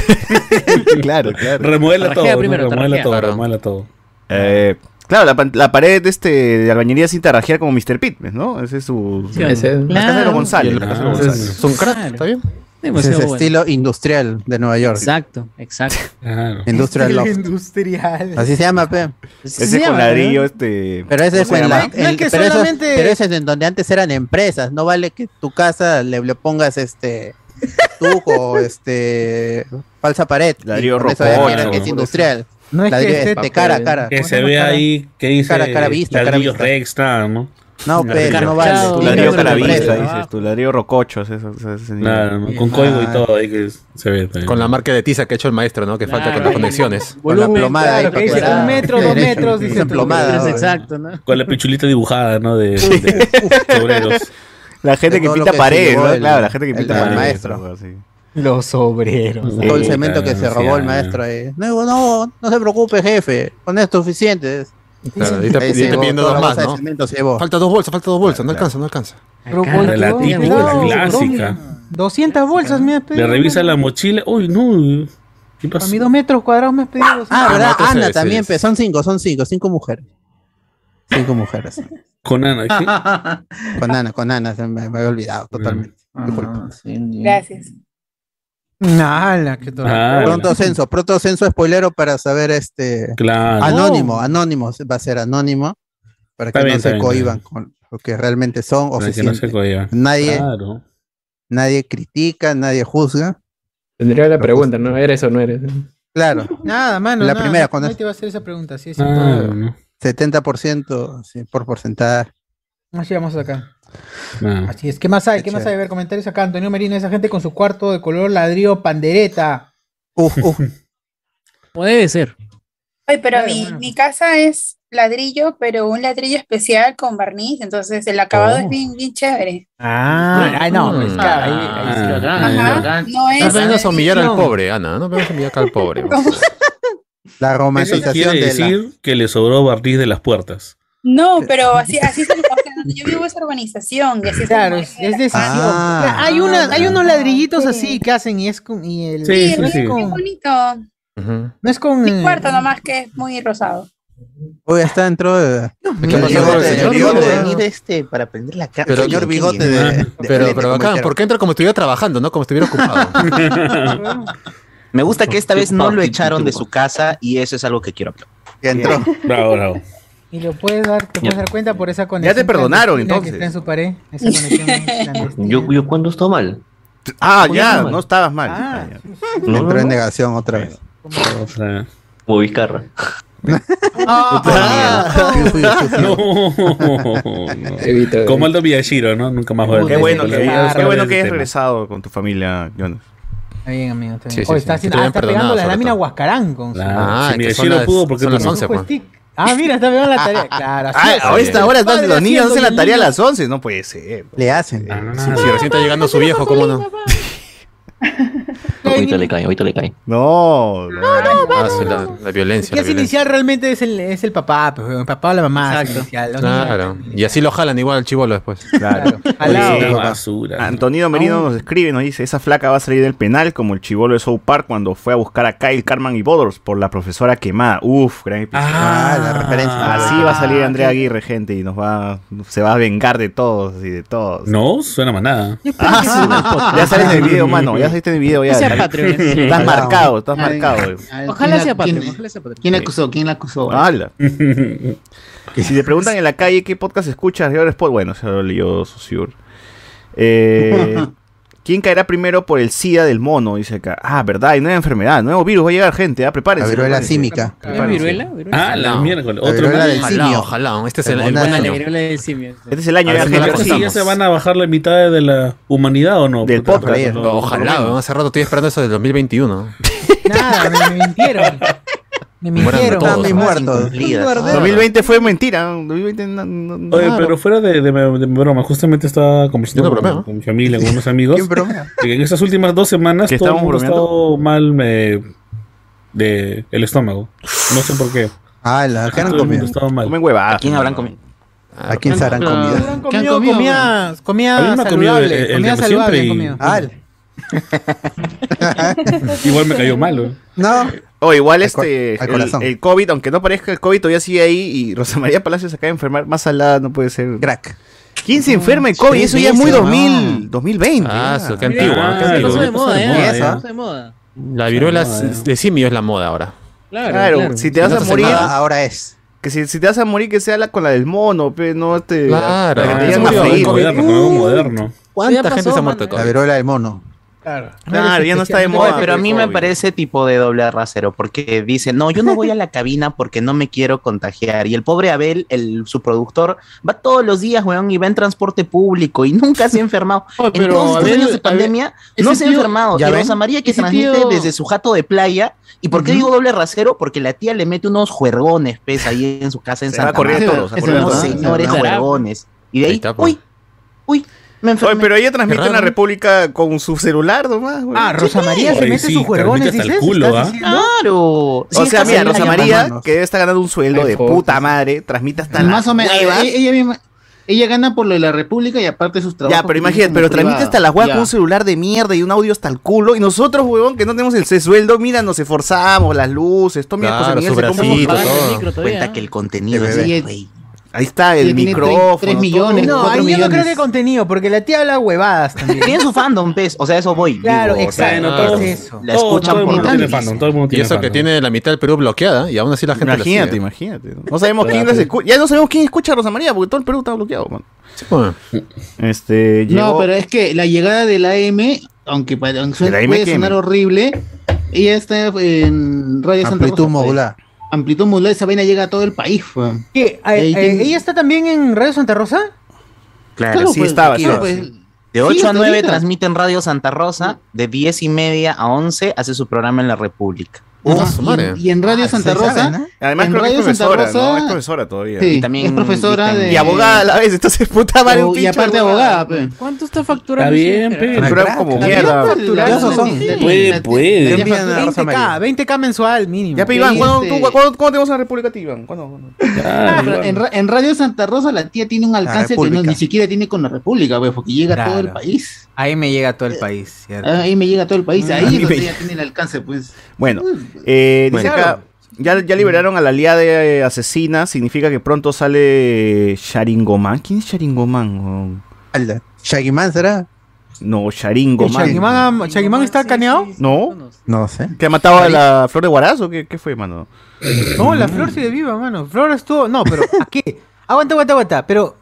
S2: claro, claro.
S7: Remodela
S10: Tarjea
S7: todo, ¿no?
S10: primero,
S7: remodela
S10: tarjea.
S7: todo,
S4: Claro.
S7: remodela todo.
S2: Eh, Claro, la, pan- la pared de este, de albañería sin tarrajear como Mr. Pitt, pues, ¿no? Ese es su...
S3: Sí, ese es.
S2: La casa de los
S11: Claro.
S2: González.
S3: Y el-
S2: la casa de los
S3: ese es
S2: González.
S3: su- Un crack, ¿está bien?
S6: Ese
S11: Demasiado
S6: es
S11: bueno.
S6: estilo industrial de Nueva York.
S11: Exacto, exacto.
S6: Industrial
S1: El
S6: Loft.
S1: industrial.
S6: Así se llama, pe.
S11: Así se
S2: Ese con
S11: llama,
S2: ladrillo,
S11: ¿no?
S2: este...
S6: Pero ese
S2: ¿cómo
S6: es
S2: se
S6: en
S2: llama?
S6: la-
S1: No es
S6: el-
S1: que
S6: pero eso-
S1: solamente-
S6: pero eso es en donde antes eran empresas. No vale que tu casa le, le pongas este tuco, este falsa pared. y
S2: Ladrillo
S6: con eso
S2: rococo,
S6: ya miran que
S2: ¿no?
S6: es industrial.
S1: No es que
S6: Ladrillo
S1: esté-
S6: este, cara, cara.
S7: Que
S6: ¿Cómo
S7: se
S6: llama?
S7: ve
S6: Cara.
S7: ahí que dice
S6: Cara, cara vista, cara
S7: ladrillos
S6: vista.
S7: Rex, nada, ¿no?
S6: No, pe,
S7: Ladrillo.
S6: no vale.
S11: Chao.
S2: Tu
S6: Tú
S2: ladrillo
S6: miras
S11: Ladrillo
S6: una
S2: calavista,
S6: empresa.
S2: dices, tu ladrillo rococho, ese- ese- ese-
S7: Nada, ¿no? Con código y todo ahí que se ve también.
S4: Con la marca de tiza que ha hecho el maestro, ¿no? Que falta con las conexiones.
S6: Con la plomada ahí
S1: claro, que dice
S6: para
S1: un
S6: cuadrar.
S1: metro, dos
S6: Derecho.
S1: metros, dice
S6: Una
S1: tú.
S6: plomada,
S11: Es
S6: ¿no?
S11: exacto, ¿no?
S7: Con la pichulita dibujada, ¿no? De, de obreros.
S2: La gente
S6: De
S2: que
S6: todo lo
S2: pinta
S6: que
S2: paredes,
S6: sirvió
S2: ¿no?
S6: el-
S2: Claro, la gente que
S6: el-
S2: pinta
S6: el
S2: paredes.
S6: maestro.
S2: algo así.
S1: Los obreros.
S6: Todo el
S7: Sí,
S6: cemento que
S7: claro,
S6: se
S7: sí,
S6: robó el
S7: ah.
S6: maestro ahí. No, no, no se preocupe, jefe. Con esto es suficiente.
S4: Claro, y te,
S6: Ahí
S4: y
S6: se
S4: te
S6: llevó
S4: pidiendo
S6: toda
S4: dos
S6: la
S4: más,
S6: bolsa de
S4: ¿no?
S6: cemento, se llevó.
S4: Falta dos bolsas, falta dos bolsas, no alcanza, no alcanza.
S1: Pero
S11: Acá,
S1: volteó,
S7: la típica,
S1: cuidado,
S7: la clásica.
S1: bro, mira, 200 bolsas me has pedido.
S7: Le revisa la mochila. Uy, no. ¿Qué
S1: A
S7: pasó?
S1: mí dos metros cuadrados me has pedido. 200.
S6: Ah, ¿verdad?
S4: Ah,
S6: Ana
S4: sí,
S6: también,
S4: sí.
S6: pe. son cinco, son cinco, cinco mujeres. Cinco mujeres.
S7: Con Ana. Ah. ¿qué?
S6: Con Ana, con Ana, se me, me había olvidado totalmente. Disculpa.
S12: Gracias.
S1: Ah, Nala, qué dolor.
S7: Ah,
S6: Pronto censo, pronto censo spoilero para saber este.
S7: claro.
S6: Anónimo, anónimo, va a ser anónimo. Para que
S7: Está bien,
S6: no
S7: está
S6: se
S7: bien,
S6: cohiban con lo que realmente son o
S7: Para
S6: se
S7: que no se
S6: sienten.
S7: cohiba.
S6: Nadie,
S7: Claro.
S6: nadie critica, nadie juzga. pues
S3: Tendría la pregunta, ¿no? ¿Eres o no eres?
S6: Claro,
S1: Nada, mano.
S6: La
S1: nada,
S6: primera,
S1: no-
S6: con
S1: no
S6: eso.
S1: te iba a hacer esa pregunta. Sí,
S7: Ah.
S1: sí.
S7: Claro, ¿no?
S6: 70% sí, por porcentaje.
S1: Nos llevamos acá.
S7: Claro.
S1: Así es. ¿Qué más hay?
S6: Qué
S1: ¿Qué más hay? A
S6: chévere.
S1: ver, comentarios acá. Antonio Merino, esa gente con su cuarto de color ladrillo pandereta.
S6: Uf, uf.
S11: Como debe ser.
S12: Ay, pero
S1: Claro,
S12: mi,
S1: bueno.
S12: mi casa es ladrillo, pero un ladrillo especial con barniz, entonces el acabado
S1: Oh.
S12: es bien, bien chévere.
S1: Ah, ay, no. pues, claro, ahí-
S7: Ah.
S1: ahí sí lo-
S12: Ajá, no
S4: No
S12: es...
S4: vengas a humillar al
S1: no.
S4: pobre, Ana. No vengas a humillar acá al pobre.
S6: La
S7: Eso
S6: romantización
S7: quiere
S6: de la-
S7: decir que le sobró barniz de las puertas.
S12: No, pero así, así se lo o sea, donde yo vivo es urbanización. Y así
S1: Claro,
S12: el
S1: es,
S12: modelo
S1: es
S12: de la
S1: decisión.
S6: Ah.
S1: Claro, hay, unas- hay unos
S12: Ah,
S1: ladrillitos
S12: sí.
S1: así que hacen y es con. Y el,
S7: Sí, sí,
S1: no, Es
S7: sí.
S12: casa. Qué
S1: con,
S12: bonito.
S4: Ujú.
S1: no es con.
S12: Mi cuarto nomás que es muy rosado.
S6: Hoy está dentro de.
S4: ¿Qué pasó
S6: Bigote,
S4: con el señor?
S6: bigote.
S4: Bigote?
S5: venir este para aprender la cara.
S4: Pero-
S6: Señor bigote de.
S4: Pero,
S6: de frente,
S4: pero
S6: como
S4: bacán,
S6: dijeron.
S4: porque entra como si estuviera trabajando, ¿no? Como si estuviera ocupado.
S5: Me gusta que esta vez no lo echaron de su casa y eso es algo que quiero aplaudir.
S6: Que entró.
S7: Bravo, bravo.
S1: Y lo puedes dar, te puedes dar cuenta por esa conexión.
S2: te perdonaron,
S1: clandestina
S2: entonces.
S1: Que está en su pared. Esa conexión clandestina.
S11: Yo, yo cuando estoy mal.
S2: Ah, ya,
S11: Oye,
S2: no estabas mal.
S1: Ah,
S2: Ah, ya.
S6: Entró en negación otra
S2: Pues,
S6: vez.
S7: Otra.
S11: Como Vizcarra.
S6: Ah.
S7: No, no.
S3: Evita.
S7: Como Aldo Miyashiro, ¿no? Nunca más voy a
S2: Qué bueno que,
S1: Claro.
S2: qué bueno que hayas
S7: Este.
S2: regresado
S4: pues.
S2: con tu familia, Jonas.
S1: Está bien, amigo. Está bien.
S4: Sí, sí,
S1: Oh,
S4: sí.
S1: está, haciendo-
S4: Te
S1: ah,
S4: habían
S1: está
S4: perdonado,
S1: pegando la
S4: sobre
S1: lámina
S4: todo.
S1: Huascarán con su.
S7: Claro.
S4: Ah,
S7: si
S4: que
S7: Miyashiro
S4: son las-
S7: pudo, ¿por qué
S4: son
S7: tú
S4: las
S7: no?
S1: Su
S4: 11, pues.
S1: stick. Ah, mira, está pegando la tarea. Claro, así
S2: Ah,
S1: es.
S2: a esta hora están-
S1: Padre
S2: los niños hacen la
S1: haciendo
S2: tarea a
S1: niños.
S2: las 11. No puede ser. pues.
S6: Le hacen.
S7: Ah,
S4: Si recién está llegando su viejo, ¿cómo no?
S11: Ahorita le cae, ahorita le cae.
S2: No, no.
S4: Ah, sí, la, la violencia. La
S1: El que es
S4: violencia.
S1: inicial realmente es el, es el papá, pues, el papá o la mamá. es
S5: Exacto.
S1: inicial, los niños-
S4: Claro. Y así lo jalan igual al chivolo después.
S2: Claro.
S7: Oye,
S1: Alao.
S7: una basura.
S2: ah, Antonio Merino nos escribe, nos dice, esa flaca va a salir del penal como el chivolo de South Park cuando fue a buscar a Kyle, Carman y Bodors por la profesora quemada. Uf, gran episodio.
S6: Ah, la referencia.
S2: Así va a salir Andrea Aguirre, gente, y nos va, se va a vengar de todos y de todos.
S7: No, suena más nada.
S2: Ya sales del video, mano, ya saliste del video, ya.
S11: No sea
S2: Estás
S11: Patreon.
S2: estás marcado, estás
S8: Ay,
S2: marcado.
S8: ay,
S11: Ojalá
S8: ¿quién
S11: sea
S8: la-
S11: Patreon.
S8: quién-
S11: Ojalá sea Patreon.
S8: ¿Quién la acusó? ¿Quién la acusó?
S2: Hala. Que si te preguntan en la calle qué podcast escuchas, yo respondo, bueno, se lo leyó Susur. Eh, ¿Quién caerá primero por el SIDA del mono? Dice acá. Ah, verdad, hay nueva enfermedad, nuevo virus, va a llegar gente, ah,
S6: La
S2: prepárense.
S6: viruela
S2: prepárense.
S6: símica.
S11: ¿Es viruela? ¿Viruela?
S7: Ah, la
S4: No.
S7: miércoles.
S6: La
S7: Otro
S6: viruela
S7: más.
S6: del
S4: Ojalá,
S6: simio.
S4: ojalá. Este es el,
S6: El
S4: el buen
S6: monazo.
S11: La
S4: año.
S11: viruela de simio.
S2: Este es el año
S4: A
S2: de
S4: ver,
S2: la
S4: no la
S7: ¿Pero
S2: gente.
S7: que sí ya
S4: Estamos.
S7: se van a bajar la mitad de la humanidad o no?
S2: Del
S7: Puta,
S2: podcast.
S7: pero no,
S4: Ojalá, weón, hace rato estoy esperando eso del 2021.
S1: Nada, me, me mintieron. Me
S4: Mueran
S1: mintieron.
S4: todos,
S1: Están
S6: Están
S4: ¿no?
S6: muertos.
S1: muertos.
S2: 2020 fue mentira. 2020 no- no- no-
S7: Oye,
S2: nada.
S7: pero fuera de, de- de mi broma, justamente estaba conversando
S4: Yo no
S7: con-
S4: bromeo.
S7: con, mi familia, con unos amigos.
S6: ¿Quién bromea?
S7: y que en estas últimas dos semanas
S2: ¿Que
S7: todo el
S2: estábamos
S7: mundo ha estado mal eh, de el estómago. No sé por qué.
S2: Ah,
S6: Hala, ¿qué han
S7: Todo el mundo ha
S6: comido?
S7: estado mal.
S2: Comen huevadas.
S5: ¿A quién habrán comido?
S6: ¿A quién se habrán
S3: Ah,
S6: comido?
S1: comido,
S3: ¿Qué han comido?
S1: Comía, comía
S7: A mí me ha comido
S1: saludable.
S7: el- el
S1: comía
S7: de
S1: saludable.
S7: siempre y-
S1: han comido.
S6: Al.
S7: Igual me cayó mal. ¿no?
S6: No,
S2: O igual
S6: co-
S2: este,
S6: al
S2: el,
S6: corazón.
S2: el COVID, aunque no parezca, el COVID todavía sigue ahí y Rosa María Palacios acaba de enfermar, más salada no puede ser.
S6: Crack.
S2: ¿Quién se enferma
S4: Mm,
S2: de COVID?
S13: tres
S2: Eso ya es muy
S13: veces,
S2: 2000, 2020.
S4: Ah,
S2: ya.
S4: eso, qué antiguo. ah, qué antiguo.
S13: pasó de moda,
S4: de
S13: ya.
S4: moda,
S13: ya
S4: ya.
S13: pasó de moda.
S4: La viruela es- de simio es la moda ahora.
S13: Claro,
S2: Claro,
S13: claro.
S2: si te vas
S4: no
S2: a
S4: te
S2: morir.
S4: hace nada,
S6: ahora es.
S2: Que si, si te vas a morir, que sea la con la del mono, pe, no te.
S4: Claro.
S2: la que te
S4: Ah,
S2: digan
S4: se murió,
S2: afeído.
S4: el COVID,
S8: Uh,
S2: Uy,
S7: moderno.
S4: ¿Cuánta gente se ha muerto de
S6: La
S4: COVID?
S6: viruela del mono.
S1: Claro.
S2: Claro, ya no está de
S5: Oye,
S2: moda. pues,
S5: pero a mí me
S2: parece
S5: parece tipo de doble rasero, porque dice, no, yo no voy a la cabina porque no me quiero contagiar. Y el pobre Abel, el, su productor, va todos los días, weón, y va en transporte público y nunca se ha enfermado.
S13: Oye, pero
S5: en todos estos
S13: Abel-
S5: años de pandemia
S13: ese
S5: no se ha
S13: tío-
S5: enfermado. Y
S13: ¿Ya ven?
S5: Rosa María que
S13: Ese
S5: transmite
S13: tío-
S5: desde su jato de playa. ¿Y por qué digo doble rasero? Porque la tía le mete unos juergones, pez, ahí en su casa en
S2: Se va
S5: Santa
S2: a correr de
S5: Marta.
S2: toros, a
S5: Esos
S2: correr de
S13: Ah,
S5: unos
S2: toros.
S5: señores
S2: Claro.
S5: juergones. Y de ahí,
S2: pues.
S5: uy, uy, me enfermé.
S2: Oye, pero ella transmite
S5: Qué
S2: en la
S5: raro.
S2: República con su celular nomás, güey.
S1: Ah, Rosa María se
S2: Oye,
S1: mete
S2: sí,
S1: sus juergones,
S2: transmite hasta el
S1: dices.
S2: culo,
S1: ¿Estás
S2: ¿ah?
S1: diciendo?
S5: Claro.
S2: o
S1: Sí,
S2: sea,
S1: está
S2: mira,
S1: bien,
S2: Rosa
S1: la
S2: María,
S1: llamanos.
S2: que debe estar ganando un sueldo de puta madre, transmite hasta
S8: Más
S2: las
S8: o menos.
S2: huevas.
S8: Ella, ella misma- ella gana por lo de la República y aparte sus trabajos.
S2: Ya, pero
S8: que tiene
S2: imagínate,
S8: como
S2: pero
S8: privado.
S2: transmite hasta las huevas
S8: Ya.
S2: con un celular de mierda y un audio hasta el culo. Y nosotros, huevón, que no tenemos el sueldo, mira, nos esforzamos, las luces, Tommy
S4: Claro,
S2: José Miguel
S4: su
S2: se compra
S4: bracito,
S2: un-
S4: todo.
S2: Ay,
S4: Micro
S5: Cuenta que el contenido es
S2: bebé.
S5: el güey.
S2: Ahí
S1: Ah,
S2: está el
S8: Ella tiene tre-
S2: micrófono.
S8: tres millones,
S1: No,
S8: cuatro
S1: ahí yo no creo
S8: millones.
S1: que contenido, porque la tía habla huevadas también.
S5: Tiene su fandom, pez. O sea, eso voy.
S1: Claro,
S5: digo, o sea,
S1: exacto,
S2: Ah,
S5: claro.
S1: es eso.
S5: La escuchan
S7: todo el
S5: por
S7: mundo
S5: lo
S7: tiene
S5: que
S7: fandom,
S5: dice.
S7: todo el mundo
S4: Y
S7: tiene
S4: eso que
S7: fandom.
S4: tiene la mitad del Perú bloqueada y aún así la gente
S2: Imagínate,
S4: la
S2: imagínate. No sabemos quién las escucha. Ya no sabemos quién escucha a Rosa María, porque todo el Perú está bloqueado, man.
S4: imagínate.
S2: pues. Este, llegó-
S8: No, pero es que la llegada del AM, aunque, pa- aunque suene-
S2: ¿Del AM
S8: puede
S2: quién?
S8: sonar horrible, ella está en Radio Santa
S6: Amplitud
S8: Rosa, pues.
S6: modular.
S8: Amplitud modular, esa vaina llega a todo el país. fue.
S1: ¿Qué? ¿A-
S8: Ahí
S1: eh,
S8: tiene-
S1: ¿Ella está también en Radio Santa Rosa?
S5: Claro,
S8: Claro,
S5: sí
S8: pues,
S5: estaba.
S8: claro,
S5: estaba,
S8: pues.
S5: sí. De 8
S8: Sí,
S5: a
S8: hasta
S5: 9
S8: ahorita.
S5: transmite en Radio Santa Rosa, de 10 y media a 11 hace su programa en la República.
S8: Ajá, y- y, en Radio Santa Rosa.
S2: Además,
S8: en
S2: creo que es
S8: Radio Santa
S2: profesora, ¿no?
S8: Rosa-
S2: Es profesora todavía.
S8: Sí,
S2: Y
S5: también
S8: es profesora
S5: dicen-
S8: de. Oh,
S2: Y abogada a la vez, entonces puta madre, un
S8: y
S2: pinche
S8: aparte abogada, pe.
S13: ¿Cuánto está facturando?
S7: Está bien, pe.
S2: Facturan como
S8: Está bien,
S2: mierda.
S8: pues, la-
S1: Esos
S8: la-
S1: son-
S8: la-
S7: Puede,
S8: la-
S7: puede.
S8: la- la-
S6: Te envían a Rosa
S1: 20k,
S6: María.
S1: 20k mensual mínimo.
S2: Ya, pero Iván,
S8: Sí,
S2: ¿cuándo,
S8: este-
S2: tú- cuándo- cuándo tenemos a la República, a ti, Iván? ¿Cuándo? cuándo?
S7: Claro,
S8: Ah, pero en, ra- en Radio Santa Rosa la tía tiene un alcance que no,
S6: República.
S8: ni siquiera tiene con la República, pues, porque llega a todo el
S1: Ah, Claro.
S8: país. Eh,
S1: Ahí me llega a todo el país, ¿cierto?
S8: Ahí me llega a todo el
S6: Mm.
S8: país, ahí
S2: mí
S8: es donde
S2: me-
S8: ella tiene el alcance, pues.
S2: Bueno, eh, dice
S1: Bueno.
S2: acá, ya, ya liberaron a la aliada de eh, asesina, significa que pronto sale Sharingoman. ¿Quién es Sharingoman? weón?
S6: Alda. Shaggy Man será.
S2: No,
S1: ¿El
S2: Sharingoman.
S1: Shagimán- Shagimán está caneado?
S2: ¿No?
S6: No sé.
S2: ¿Te ha matado a la flor de guaraz o qué, qué fue, mano?
S1: No, la flor sigue viva, mano. Flor estuvo. No, pero ¿a qué? Aguanta, aguanta, aguanta. Pero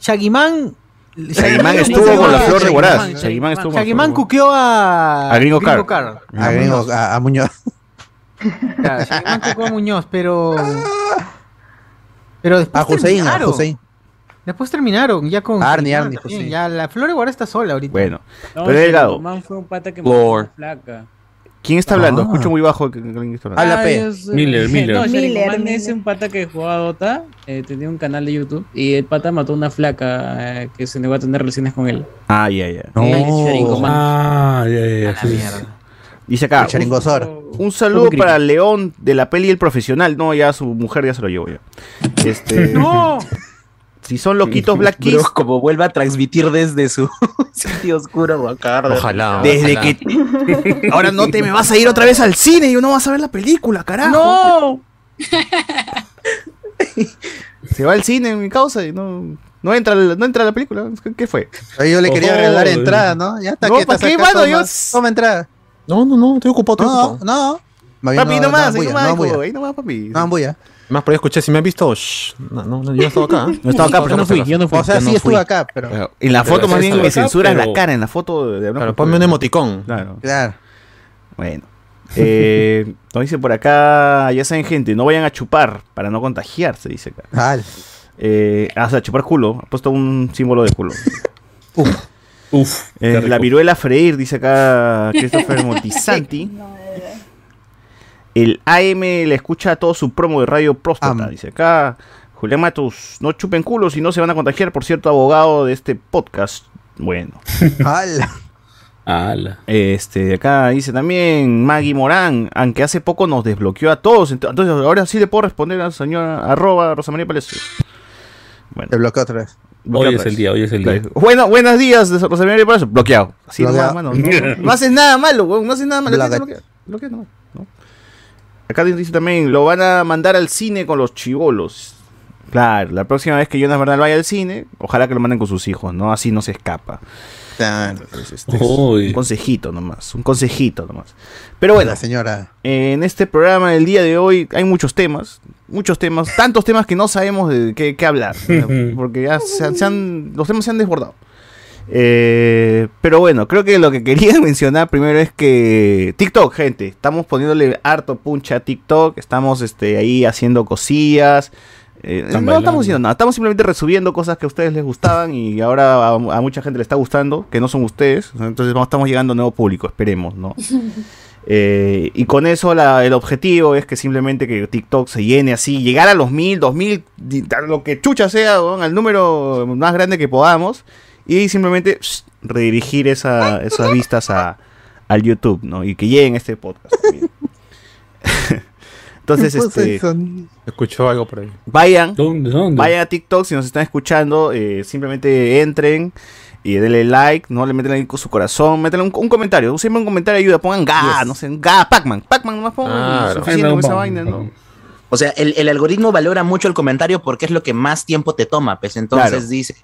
S1: Shagimán.
S2: Shagimán estuvo con la flor de guaraz. Shagimán estuvo con la
S1: Shagimán
S2: flor de
S1: cuqueó a.
S2: A Gringo Carr.
S1: Carr.
S6: A, Gringo- a- a Muñoz.
S1: Claro, Shagimán cuqueó a Muñoz, pero. Pero después.
S6: A Hussein, a
S1: terminaron.
S6: Hussein.
S1: Después terminaron ya con.
S6: Arnie,
S1: Shagimán
S6: Arnie,
S1: también.
S6: Hussein.
S1: Ya la flor de guaraz está sola ahorita.
S2: Bueno,
S13: No,
S2: pero
S13: si
S2: Delgado,
S13: el man fue un pata que mató a
S4: Lord.
S13: una flaca.
S2: ¿quién está hablando?
S6: Ah.
S2: Escucho muy bajo que que alguien está hablando.
S6: Habla,
S13: Ah,
S6: pe.
S13: yo soy-
S7: Miller, Miller.
S13: No, Sheriff
S12: Miller,
S13: Man es
S12: Miller.
S13: un pata que jugaba a Dota, eh, tenía un canal de YouTube y el pata mató a una flaca eh, que se negó a tener relaciones con él.
S2: Ah, ya, ya.
S6: No.
S13: Ay, Sheriff Man.
S7: Ah, ya, ya, ya. sí, sí.
S2: Dice acá,
S6: El charingozor.
S2: Un saludo para León de la peli El Profesional. No, ya su mujer ya se lo llevó ya. Este,
S1: ¡No!
S2: Si son loquitos Black Keys,
S5: Bro, como vuelva a transmitir desde su sitio oscuro, Guacardo.
S4: Ojalá.
S2: desde
S4: ojalá.
S2: que. Ahora no te me vas a ir otra vez al cine y no vas a ver la película, carajo.
S13: ¡No!
S2: Se va al cine en mi causa y no, no, entra, la- no entra la película. ¿Qué- ¿Qué fue?
S6: Yo le quería
S7: Oh,
S6: regalar
S7: eh.
S6: entrada, ¿no? Ya está
S2: No,
S6: que
S2: ¿pa'
S6: estás
S2: qué,
S6: acá,
S2: mano?
S6: toma,
S2: Yo-
S6: toma entrada.
S4: No, no, no, estoy ocupado, estoy
S6: No,
S4: ocupado.
S6: no. Más bien
S2: Papi,
S6: no,
S2: nomás, ahí
S6: no,
S2: nomás,
S6: no, no,
S2: hijo,
S6: no,
S2: ahí nomás, papi.
S6: no, no,
S4: Más por ahí escuché, si me han visto, shh. No, no, no, yo no estaba acá. ¿eh?
S2: No estaba acá,
S4: por
S2: pero
S4: no
S2: fui,
S4: yo no
S6: O sea, sí estuve acá, pero.
S2: Claro, En la
S4: Pero
S2: foto
S4: es
S2: más
S4: esto,
S2: bien me
S7: acá,
S2: censuran
S7: pero-
S2: la cara, en la foto de
S4: Claro, ponme un emoticón.
S2: Claro.
S6: Claro.
S2: Bueno. Eh, nos dice por acá, ya saben gente, no vayan a chupar para no contagiarse, dice acá.
S6: Al.
S2: Eh, ah, o sea, chupar culo. Ha puesto un símbolo de culo.
S7: Uf,
S2: Eh,
S7: qué rico.
S2: la viruela freír, dice acá Christopher Montizanti.
S12: No, de verdad.
S2: El AM le escucha todo su promo de radio próstata,
S6: Am.
S2: dice acá. Julián Matus, no chupen culo, si no se van a contagiar, por cierto, abogado de este podcast. Bueno,
S6: Al.
S7: Ala.
S2: este, acá dice también Maggie Morán, aunque hace poco nos desbloqueó a todos, ent- entonces ahora sí le puedo responder a la señora arroba Rosa María Palacios. Bueno,
S6: Te bloqueó otra vez.
S7: Hoy
S2: bloqueado
S7: es el
S2: es.
S7: día, hoy es el día.
S2: Claro. Bueno, buenos días, Rosa María Palacios, bloqueado. Así nomás,
S6: Bloqueado.
S2: mano, no, no haces nada malo, weón, no haces nada malo.
S6: Bloqueado.
S2: bloquea- bloquea nomás, ¿no? acá dice también, lo van a mandar al cine con los chivolos. Claro, la próxima vez que Jonas Bernal vaya al cine, ojalá que lo manden con sus hijos, ¿no? Así no se escapa. Entonces, este es un consejito nomás, un consejito nomás. Pero bueno,
S6: señora.
S2: en este programa del día de hoy hay muchos temas, muchos temas, tantos temas que no sabemos de eh, qué, qué hablar, ¿no? porque ya se han- se han- los temas se han desbordado. Eh, pero bueno, creo que lo que quería mencionar primero es que TikTok, gente, estamos poniéndole harto puncha a TikTok, estamos este, ahí haciendo cosillas. eh, no
S7: bailando.
S2: estamos haciendo nada, estamos simplemente resubiendo cosas que a ustedes les gustaban y ahora a, a mucha gente le está gustando, que no son ustedes, entonces vamos, estamos llegando a nuevo público, esperemos, ¿no? Eh, y con eso la- el objetivo es que simplemente que TikTok se llene así, llegar a los mil, dos mil, di- a lo que chucha sea, weón, al número más grande que podamos. Y simplemente pss, redirigir esa- esas vistas a, al YouTube, ¿no? Y que lleguen a este podcast. también. Entonces, este,
S4: Escuchó algo por ahí.
S2: vayan,
S7: dónde?
S2: vayan a TikTok si nos están escuchando, eh, simplemente entren. Y denle like, no le meten ahí con su corazón, métanle un, un comentario, siempre un comentario ayuda, pongan ga, no sé, ga, Pac-Man, Pac-Man nomás pongan suficiente con esa vaina, ¿no?
S5: O sea, el, el algoritmo valora mucho el comentario porque es lo que más tiempo te toma, pues entonces
S2: Claro.
S5: dice...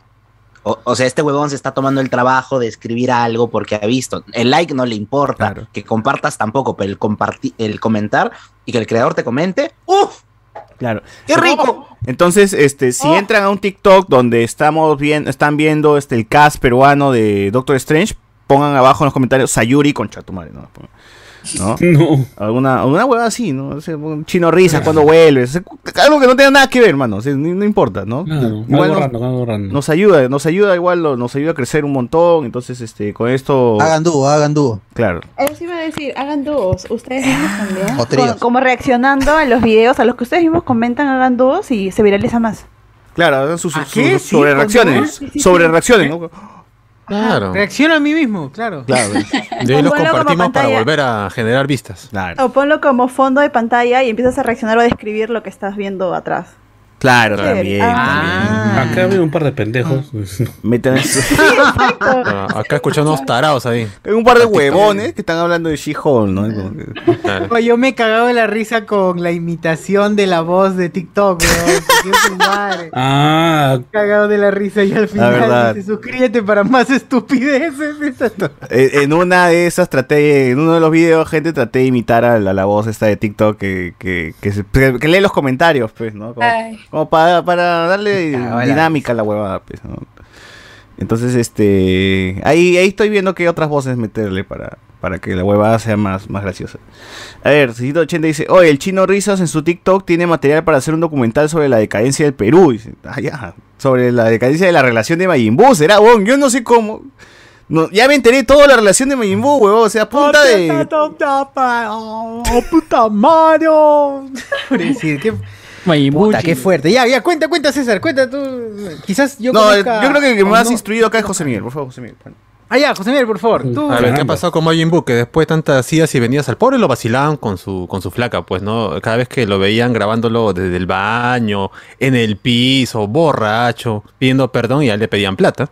S5: O, o sea, este huevón se está tomando el trabajo de escribir algo porque ha visto. El like no le importa, que compartas tampoco, pero el, comparti- el comentar y que el creador te comente, ¡uf!
S2: Claro.
S5: ¡Qué rico!
S2: Entonces, este, si
S14: Oh.
S2: entran a un TikTok donde estamos bien, están viendo este el cast peruano de Doctor Strange, pongan abajo en los comentarios Sayuri con Chatumare, ¿no? ¿No? Alguna, alguna hueva así, ¿no? O sea, un chino risa cuando vuelves. Algo que no tenga nada que ver, hermano. o sea, ni- no, importa, ¿no?
S7: algo
S2: nos-
S7: random, algo random.
S2: nos ayuda, nos ayuda igual, lo- nos ayuda a crecer un montón. Entonces, este, con esto.
S6: Hagan dúo, hagan dúo.
S2: Claro.
S14: Eso iba a decir, hagan dúos, ustedes mismos también.
S2: O Ah, tríos.
S14: Co- como reaccionando a los videos, a los que ustedes mismos comentan, hagan dúos y se viraliza más.
S2: Claro, hagan sus, sus-
S14: qué?
S2: sus
S14: Sí,
S2: sobre
S14: con-
S2: reacciones.
S14: sí, sí, sí.
S2: Sobre reacciones, ¿no?
S4: Claro.
S1: Reacciono a mí mismo, claro.
S2: Claro.
S4: De ahí
S14: Ponlo
S4: los
S14: como
S4: compartimos para
S14: pantalla.
S4: volver a generar vistas.
S2: Claro.
S14: O ponlo como fondo de pantalla y empiezas a reaccionar o a describir lo que estás viendo atrás.
S2: Claro,
S14: Chévere.
S2: también. Ah.
S7: Acá había un par de pendejos.
S2: Métanle su-
S4: Ah, acá escuchando unos tarados ahí.
S2: Hay un par de huevones que están hablando de She-Hulk, ¿no? Como que-
S1: Oh, yo me he cagado de la risa con la imitación de la voz de TikTok, weón. Que es su madre.
S7: Ah,
S1: Cagado de la risa y al
S2: verdad.
S1: final dice, suscríbete para más estupideces. Esa es toda-
S2: Eh, en una de esas traté, en uno de los videos, gente, traté de imitar a la, la voz esta de TikTok que, que, que se- que lee los comentarios, pues, ¿no? Como,
S9: Ay.
S2: como para, para darle
S9: Cagó la
S2: dinámica a la huevada, pues, ¿no? Entonces, este, ahí, ahí estoy viendo qué otras voces meterle para, para que la huevada sea más, más graciosa. A ver, 680 dice, oye, el chino Risas en su TikTok tiene material para hacer un documental sobre la decadencia del Perú. Y dice, ah, ya, sobre la decadencia de la relación de Majin Buu, será, huevón, yo no sé cómo. No, ya me enteré toda la relación de Majin Buu, huevón, o sea,
S1: Ah,
S2: punta de...
S1: Oh, puta Mario. Decir, qué, puta, qué fuerte. Ya, ya, cuenta, cuenta, César, cuenta tú. Quizás yo
S2: no,
S1: conozca-
S2: yo creo que el que
S1: o
S2: más
S1: no.
S2: instruido acá es José Miguel, por favor, José Miguel.
S1: Ah, ya, José Miguel, por favor. Tú,
S4: A ver, ¿qué ha pasado con Majin Buu? Que después de tantas idas y venidas al pobre lo vacilaban con su, con su flaca, pues, ¿no? Cada vez que lo veían grabándolo desde el baño, en el piso, borracho, pidiendo perdón y a él le pedían plata.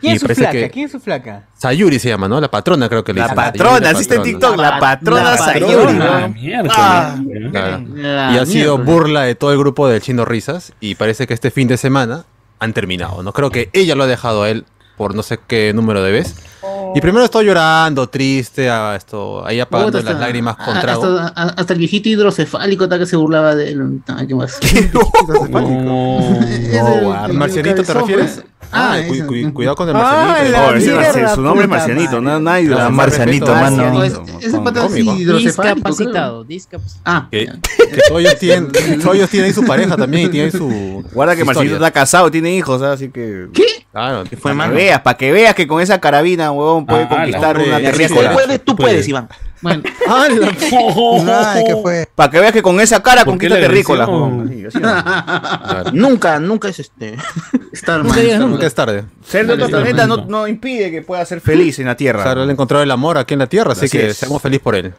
S1: ¿Quién
S4: y
S1: es su
S4: parece
S1: flaca?
S4: que-
S1: ¿Quién es su flaca?
S4: Sayuri se llama, ¿no? La patrona creo que le
S2: La
S4: dicen.
S2: patrona,
S4: Sayuri,
S2: así está en TikTok, la
S1: Ah,
S2: patrona Sayuri, ¿no? Ah,
S4: Claro.
S2: La
S4: Y ha sido
S2: mierda.
S4: burla de todo el grupo del Chino Risas y parece que este fin de semana han terminado, ¿no? Creo que ella lo ha dejado a él por no sé qué número de veces. Y primero estoy llorando, triste, ah, esto, ahí apagando
S8: Oh. Puta,
S4: las
S8: hasta-
S4: lágrimas con
S8: a-
S4: trago.
S8: Hasta, a- hasta el viejito hidrocefálico está que se burlaba de él. Ay, ¿Qué más?
S4: No, guarda. ¿Marcianito te
S8: cabezón,
S4: refieres? Ah,
S8: Ah,
S4: cu-
S8: ese.
S4: cu- cuidado con el
S8: Ah,
S4: marcianito.
S8: la mierda,
S2: su nombre es Marcianito, no, nadie
S4: No,
S2: da
S4: más
S2: Marcianito,
S4: respeto,
S2: mano.
S4: Marcianito.
S8: Ese pata es
S4: Cómico.
S8: hidrocefálico.
S13: Discapacitado,
S8: discapacitado. Ah,
S4: Que, que todos ellos tienen, todos ellos tienen ahí su pareja también y tienen su.
S2: Guarda que
S4: su
S2: Marcianito
S4: historia.
S2: está casado, tiene hijos, ¿ah? así que...
S4: Claro,
S2: Para que veas, para que veas que con esa carabina, huevón, puede
S4: Ah,
S2: conquistar
S4: la-
S2: una
S4: la-
S2: terrícola.
S4: si puedes, tú puedes,
S5: Iván.
S8: Bueno.
S2: Ay, ¿qué fue? Para que veas que con esa
S5: ¿Por
S2: cara
S5: qué
S2: conquista
S5: la
S2: terrícola,
S5: agresión?
S2: huevón. Así, así.
S5: Nunca, nunca es este.
S4: Nunca digas nunca es tarde.
S2: Ser de otro
S4: Claro.
S2: planeta no, no impide que pueda ser feliz en la Tierra.
S4: Claro, él encontró el amor aquí en la tierra, así,
S2: Así
S4: que
S2: es.
S4: seamos felices por él.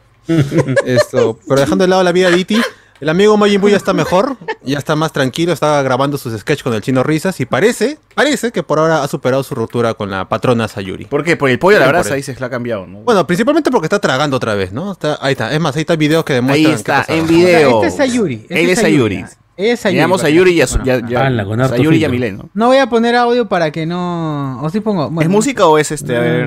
S4: Esto, pero dejando de lado la vida de Iti, El amigo Majin Buu ya está mejor, ya está más tranquilo, está grabando sus sketches con el chino Risas y parece, parece que por ahora ha superado su ruptura con la patrona Sayuri.
S2: ¿Por qué? Por el pollo a la brasa dices la ha cambiado, ¿no?
S4: Bueno, principalmente porque está tragando otra vez, ¿no? Está, ahí está, es más, ahí está videos que demuestran
S2: Ahí está,
S4: qué pasaba.
S2: en video.
S4: O
S9: Este
S4: sea,
S9: es Sayuri. este
S2: Él es Sayuri.
S9: Ella es Sayuri.
S2: Le llamamos Sayuri y a,
S9: Bueno,
S2: ya, ya-
S7: Ala, con harto
S2: Sayuri y a
S7: filtro.
S2: Mileno.
S9: No voy a poner audio para que no. O sí pongo.
S2: ¿Es música o es este? A ver.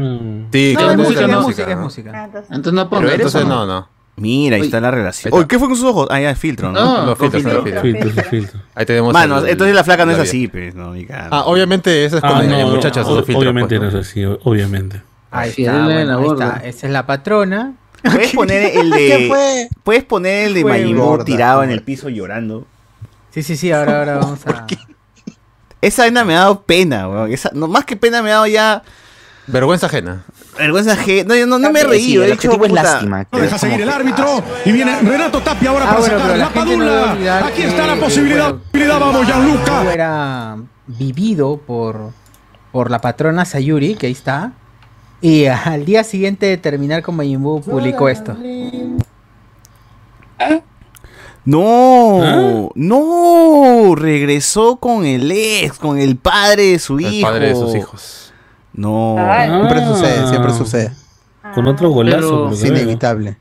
S4: Sí,
S9: No,
S4: claro,
S9: es
S4: no,
S9: música,
S4: no,
S9: es
S4: no.
S9: música, es
S4: ¿no?
S9: música.
S8: Entonces no
S4: Pero
S8: pongo eso.
S4: entonces no, no.
S2: Mira, ahí está la relación. Oye, ¿qué fue con sus ojos? Ah, ya, el filtro, ¿no?
S4: No, Los filtros, filtro, los filtros. filtro, filtro, filtro. Ahí tenemos
S2: Mano,
S4: el-
S2: entonces la flaca no es
S4: la
S2: así, pues, no, ni cagando.
S4: Ah, obviamente esa es con
S7: Ah,
S4: el
S7: no, no,
S4: muchacho,
S7: o-
S4: esos filtros,
S7: obviamente
S4: pues,
S7: no es así, o- obviamente.
S9: Ahí
S8: Sí,
S9: está,
S8: dale
S9: bueno,
S8: la
S9: ahí
S8: borda.
S9: está. Esa es la patrona.
S2: Puedes poner el
S9: ¿Qué
S2: de.
S9: fue?
S2: Puedes poner el de
S9: Fue
S2: Majin Buu
S9: gorda,
S2: tirado en
S9: pobre.
S2: el piso llorando.
S9: Sí, sí, sí, ahora, ahora vamos a.
S2: Esa vaina me ha dado pena, weón. Esa, no, más que pena me ha dado ya
S4: Vergüenza ajena.
S2: vergüenza ajena. No, yo no, no me he
S10: Sí,
S2: reído.
S10: el
S2: he dicho,
S10: objetivo es
S2: puta,
S10: lástima,
S15: No deja seguir el árbitro. Y viene Renato Tapia ahora
S9: Ah,
S15: para
S9: bueno,
S15: sacar
S9: pero la
S15: la
S9: gente no debe
S15: padula.
S9: olvidar
S15: Aquí
S9: que-
S15: está la
S9: que,
S15: posibilidad.
S9: bueno,
S15: posibilidad, vamos,
S9: Hugo
S15: Gianluca.
S9: Era vivido por, por la patrona Sayuri, que ahí está. Y al día siguiente de terminar con Majin Buu, publicó esto.
S4: ¿Ah?
S2: No, no, regresó con el ex, con el padre de su
S4: El
S2: hijo.
S4: padre de sus hijos. Ah.
S2: No.
S6: Ay. Siempre sucede, siempre sucede.
S7: Con otro golazo.
S6: es
S7: creo.
S6: inevitable.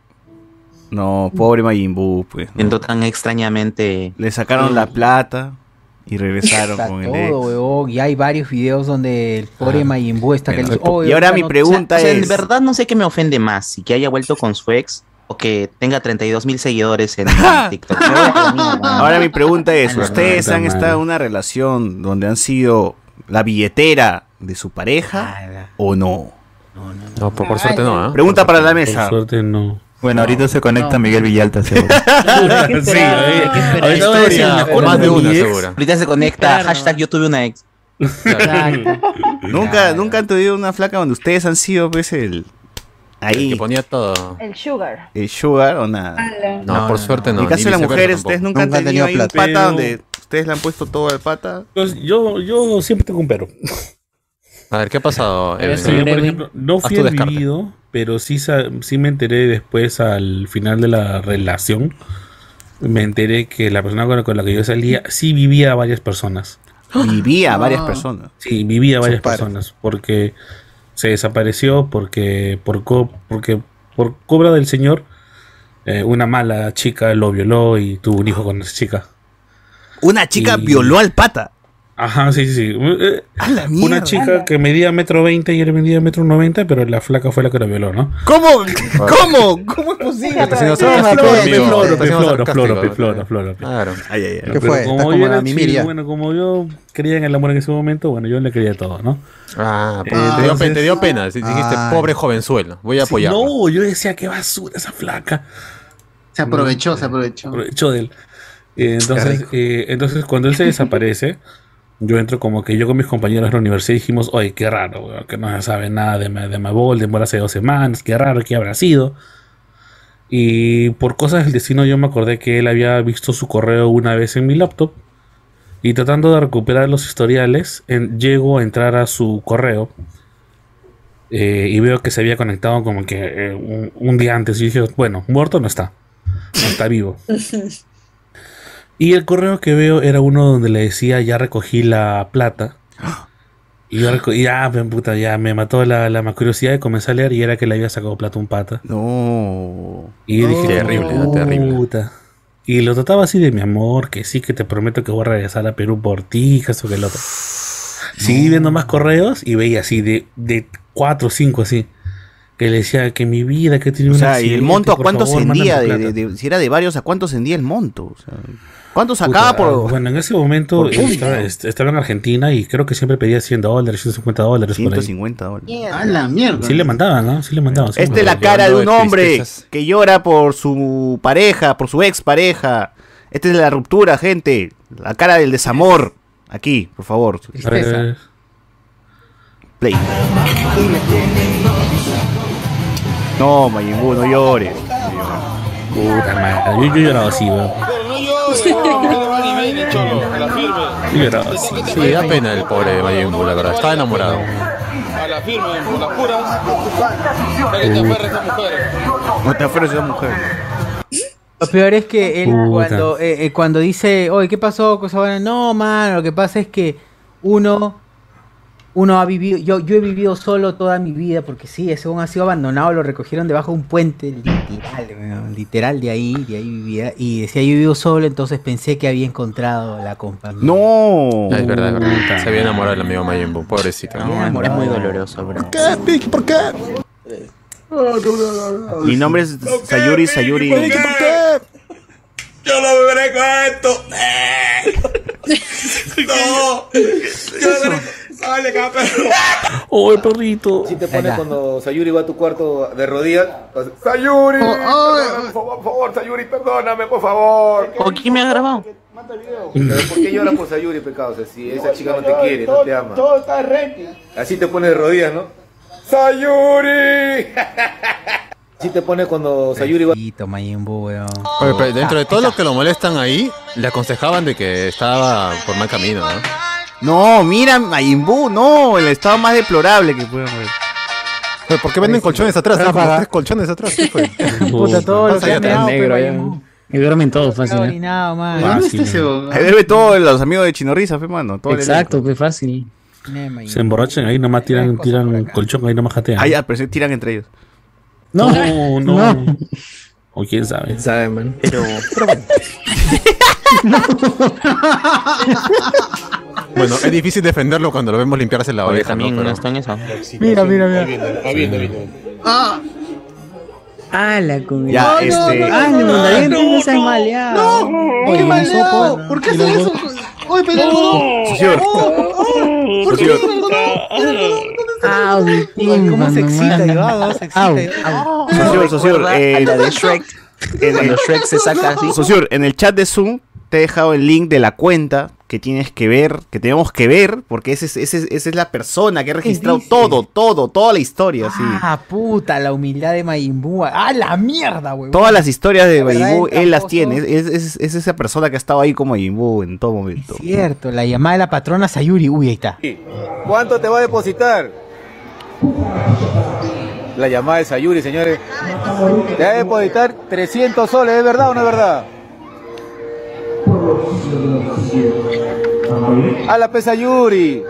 S2: No, pobre Majin Buu, pues. ¿no?
S10: Siento tan extrañamente.
S2: Le sacaron la plata y regresaron
S9: Está
S2: con el ex.
S9: todo, weón. Y hay varios videos donde el pobre
S2: Ah.
S9: Majin Buu está que le dice, "Oh,
S10: y ahora
S9: ahorita
S10: mi
S9: no-
S10: pregunta
S9: o sea, o sea,
S10: es.
S9: en verdad-
S10: verdad no sé qué me ofende más, si que haya vuelto con su ex o que tenga 32 mil seguidores en en TikTok. Me voy por la mía,
S2: Ahora mi pregunta es, ¿ustedes
S10: puta
S2: han
S10: madre.
S2: estado en una relación donde han sido la billetera de su pareja o no?
S4: Ah, No, por, por suerte no, ¿ah?
S2: Pregunta para la
S7: Por
S2: mesa.
S7: suerte no.
S16: Bueno, ahorita se conecta
S7: No.
S16: Miguel Villalta, seguro.
S7: sí, ahorita-
S10: Espera,
S7: ahorita voy a decir una cosa.
S16: más de una,
S10: mi ex.
S16: segura.
S10: Ahorita se conecta hashtag yo tuve una ex.
S2: ¿Nunca, nunca han tenido una flaca donde ustedes han sido pues el ahí
S4: Que ponía todo.
S14: El sugar.
S2: el sugar o nada?
S4: No, por suerte no.
S2: En el caso de
S4: ni
S2: las
S4: viceversa
S2: mujeres,
S4: tampoco.
S2: ustedes nunca, han tenido, ahí un pata donde ustedes le han puesto todo al pata.
S7: Pues Yo, yo siempre tengo un pero.
S4: A ver, ¿qué ha pasado?
S7: O
S4: Evelyn?
S7: sea, yo, por ejemplo, no
S4: Haz
S7: fui
S4: tu
S7: el
S4: descarte.
S7: vivido, pero sí, sa- sí me enteré después al final de la relación. Me enteré que la persona con la, con la que yo salía sí vivía a varias personas.
S2: Vivía a
S5: Ah.
S2: varias personas.
S7: Sí, vivía a varias
S2: pares.
S7: personas. Porque se desapareció, porque por, co- porque por cobra del señor, eh, una mala chica lo violó y tuvo un hijo con esa chica.
S2: Una chica
S7: Y-
S2: violó al pata.
S7: Ajá, sí, sí, sí. Eh,
S2: mierda.
S7: Una chica que medía metro veinte y él medía metro noventa, pero la flaca fue la que lo violó, ¿no?
S2: ¿Cómo? ¿Cómo? ¿Cómo es posible?
S4: Está haciendo
S7: Floro,
S4: sarcástico, amigo.
S7: floro,
S4: Está haciendo
S7: floro,
S4: sarcástico.
S7: floro, floro, floro.
S4: Claro.
S2: Ay, ay, ay.
S7: Pero
S6: fue? Está
S7: Como
S6: como
S7: yo
S6: la
S7: era
S6: Mimir
S7: chico,
S6: ya.
S7: bueno, como yo creía en el amor en ese momento, bueno, yo le creía todo, ¿no?
S4: Ah, pues,
S7: Ah,
S4: te, dio,
S7: entonces-
S4: pe- te dio pena. si- Dijiste,
S7: Ay.
S4: pobre jovenzuelo. Voy a
S7: Sí,
S4: apoyar.
S7: no, yo decía, qué basura esa flaca. Mm,
S8: Se aprovechó, se aprovechó.
S7: Aprovechó de él. Eh, entonces, eh, entonces, cuando él se desaparece, yo entro como que yo con mis compañeros de la universidad dijimos, oye, qué raro, weón, que no se sabe nada de, Ma- de Mabol, de Mora hace dos semanas, qué raro, qué habrá sido. Y por cosas del destino yo me acordé que él había visto su correo una vez en mi laptop. Y tratando de recuperar los historiales, en- llego a entrar a su correo. eh, y veo que se había conectado como que eh, un, un día antes. Y dije, bueno, muerto no está. No está vivo. Y el correo que veo era uno donde le decía, ya recogí la plata. Y yo reco- y ya, me, puta, ya me mató la, la curiosidad y comencé a leer y era que le había sacado plata a un pata.
S2: No.
S7: Y yo dije,
S4: Terrible, ¿no? Terrible.
S7: Puta. Y lo trataba así de mi amor, que sí, que te prometo que voy a regresar a Perú por ti, que eso que el otro. Seguí viendo más correos y veía así de, de cuatro o cinco así. Que le decía que mi vida, que tiene
S2: O
S7: un
S2: sea, y el
S7: accidente,
S2: monto a
S7: por
S2: cuánto
S7: favor, mándame
S2: ascendía,
S7: tu
S2: de-
S7: plata.
S2: de- de- si era de varios, a cuánto ascendía el monto. O sea, ¿Cuánto
S7: Puta,
S2: sacaba
S7: ah,
S2: por
S7: Bueno, en ese momento
S2: por público?
S7: estaba, est- estaba en Argentina y creo que siempre pedía 100 dólares, 150 dólares. por ahí.
S2: 150 dólares?
S8: A la mierda.
S7: Sí le mandaban, ¿no? Sí le mandaban. sí le
S2: Esta Este es la
S7: mandaban.
S2: cara de un hombre que llora por su pareja, por su ex pareja. Esta es la ruptura, gente. La cara del desamor. Aquí, por favor.
S7: A ver, a ver.
S2: Play. No, Majin Buu, no llores.
S7: Puta madre. Yo, yo lloraba así, weón. Yo lloraba así.
S4: Sí, da pena el pobre de Majin Buu, la verdad. Estaba enamorado.
S15: A la firme, por las puras.
S2: No te aferres a esa mujer.
S1: Lo peor es que él
S17: Puta.
S1: cuando, eh, eh, cuando dice, oye, ¿qué pasó? Cosa buena. No, mano, lo que pasa es que uno, uno ha vivido, yo, yo he vivido solo toda mi vida, porque sí, ese huevón ha sido abandonado, lo recogieron debajo de un puente, literal, weón, literal, de ahí, de ahí vivía. Y decía, yo vivo solo, entonces pensé que había encontrado la compañía.
S2: No.
S4: Es verdad, es verdad. Se había enamorado el amigo Mayimbo, pobrecito.
S1: enamorado.
S5: muy doloroso, bro.
S18: ¿Por qué?
S2: Mi nombre es Sayuri Sayuri.
S18: Yo lo veré con esto. Eh. no. Yo lo Sale,
S7: Oh, el perrito.
S15: Si te pones cuando Sayuri va a tu cuarto de rodillas. Sayuri,
S2: Oh,
S15: por favor, por favor, Sayuri, perdóname, por favor.
S5: ¿Por qué me ha grabado?
S15: Pero, ¿Por qué lloras por Sayuri, pecado? O sea, si esa chica no te quiere, no te ama.
S6: Todo está rente.
S15: Así te pones de rodillas, ¿no? ¡Sayuri! Así te pones cuando Sayuri va.
S4: Oye, pero dentro de todos los que lo molestan ahí, le aconsejaban de que estaba por mal camino, ¿no?
S2: No, mira, Mayimbu, no, el estado más deplorable que puede haber.
S4: ¿Pero por qué venden colchones atrás? Están como tres colchones atrás. ¿Qué fue?
S1: Puta, todo lo que ha meado,
S19: negro,
S1: pero
S19: ya. Y duermen todos fácil.
S1: no
S19: ¿eh?
S1: orinado, man.
S2: Fácil,
S5: este
S2: Ahí debe todos los amigos de Chinorrisa, fe mano. todo el
S19: Exacto, pues fácil.
S7: Se emborrachan ahí nomás tiran, tiran colchón, ahí nomás jatean.
S2: elenco. Ah, ya, pero se tiran entre ellos.
S19: No,
S7: no, no. O quién sabe.
S20: sabe, man.
S5: Pero,
S4: Bueno, es difícil defenderlo cuando lo vemos limpiarse la
S5: oye,
S4: oreja, ¿no?
S5: también no
S4: Pero-
S5: está en esa.
S1: Mira, mira, mira.
S18: Ah, bien, bien.
S6: Ah,
S19: Ah, la comida.
S2: Ya,
S6: no, no,
S2: este.
S6: no,
S19: Ah,
S6: no,
S19: no,
S6: no,
S19: no,
S6: no,
S19: no seas
S6: no.
S19: maleado.
S6: No,
S19: Oye,
S6: qué
S19: un
S6: mal
S19: sopa,
S1: pues.
S6: leado.
S19: ¿no?
S6: ¿Por qué
S19: Y
S6: haces
S19: luego-
S6: eso? Oye, pero el algodón.
S2: Señor.
S6: Oh, oh, ¿Por qué
S2: Señor.
S6: haces el algodón? El algodón.
S19: Ah, mi
S1: Ay, ¿Cómo se
S19: timba,
S1: excita,
S19: nomás.
S1: Iván? Se excita.
S19: Au,
S1: Iván.
S19: au.
S2: Socio, socio,
S5: Recuerda a
S2: eh,
S5: la de Shrek.
S2: en el,
S5: Cuando Shrek se saca así.
S2: socio, en el chat de Zoom te he dejado el link de la cuenta que tienes que ver, que tenemos que ver, porque ese, es- ese es- esa es la persona que ha registrado
S1: dices?
S2: todo, todo, toda la historia, sí.
S1: Ah, puta, la humildad de Mayimbúa. Ah, la mierda, weón.
S2: Todas las historias de
S1: ¿Verdad,
S2: Mayimbu,
S1: el
S2: él las
S1: tramposo?
S2: tiene. Es, es- es esa persona que ha estado ahí como Mayimbu en todo momento.
S1: Cierto, la llamada de la patrona Sayuri. Uy, ahí está.
S15: ¿Cuánto te va a depositar? La llamada de Sayuri, señores. Te va a depositar 300 soles, ¿es verdad o no es verdad? A la pesa Sayuri.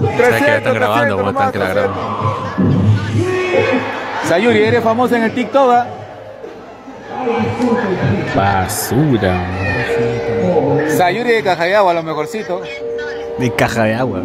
S4: Sabe que la están
S15: 300,
S4: grabando,
S15: 300
S4: weón, están
S15: nomás,
S4: que la graban.
S15: Sayuri, eres famosa en el TikTok, ¿ah?
S7: Basura.
S15: Sayuri de Cajayagua, lo mejorcito.
S2: De caja de agua.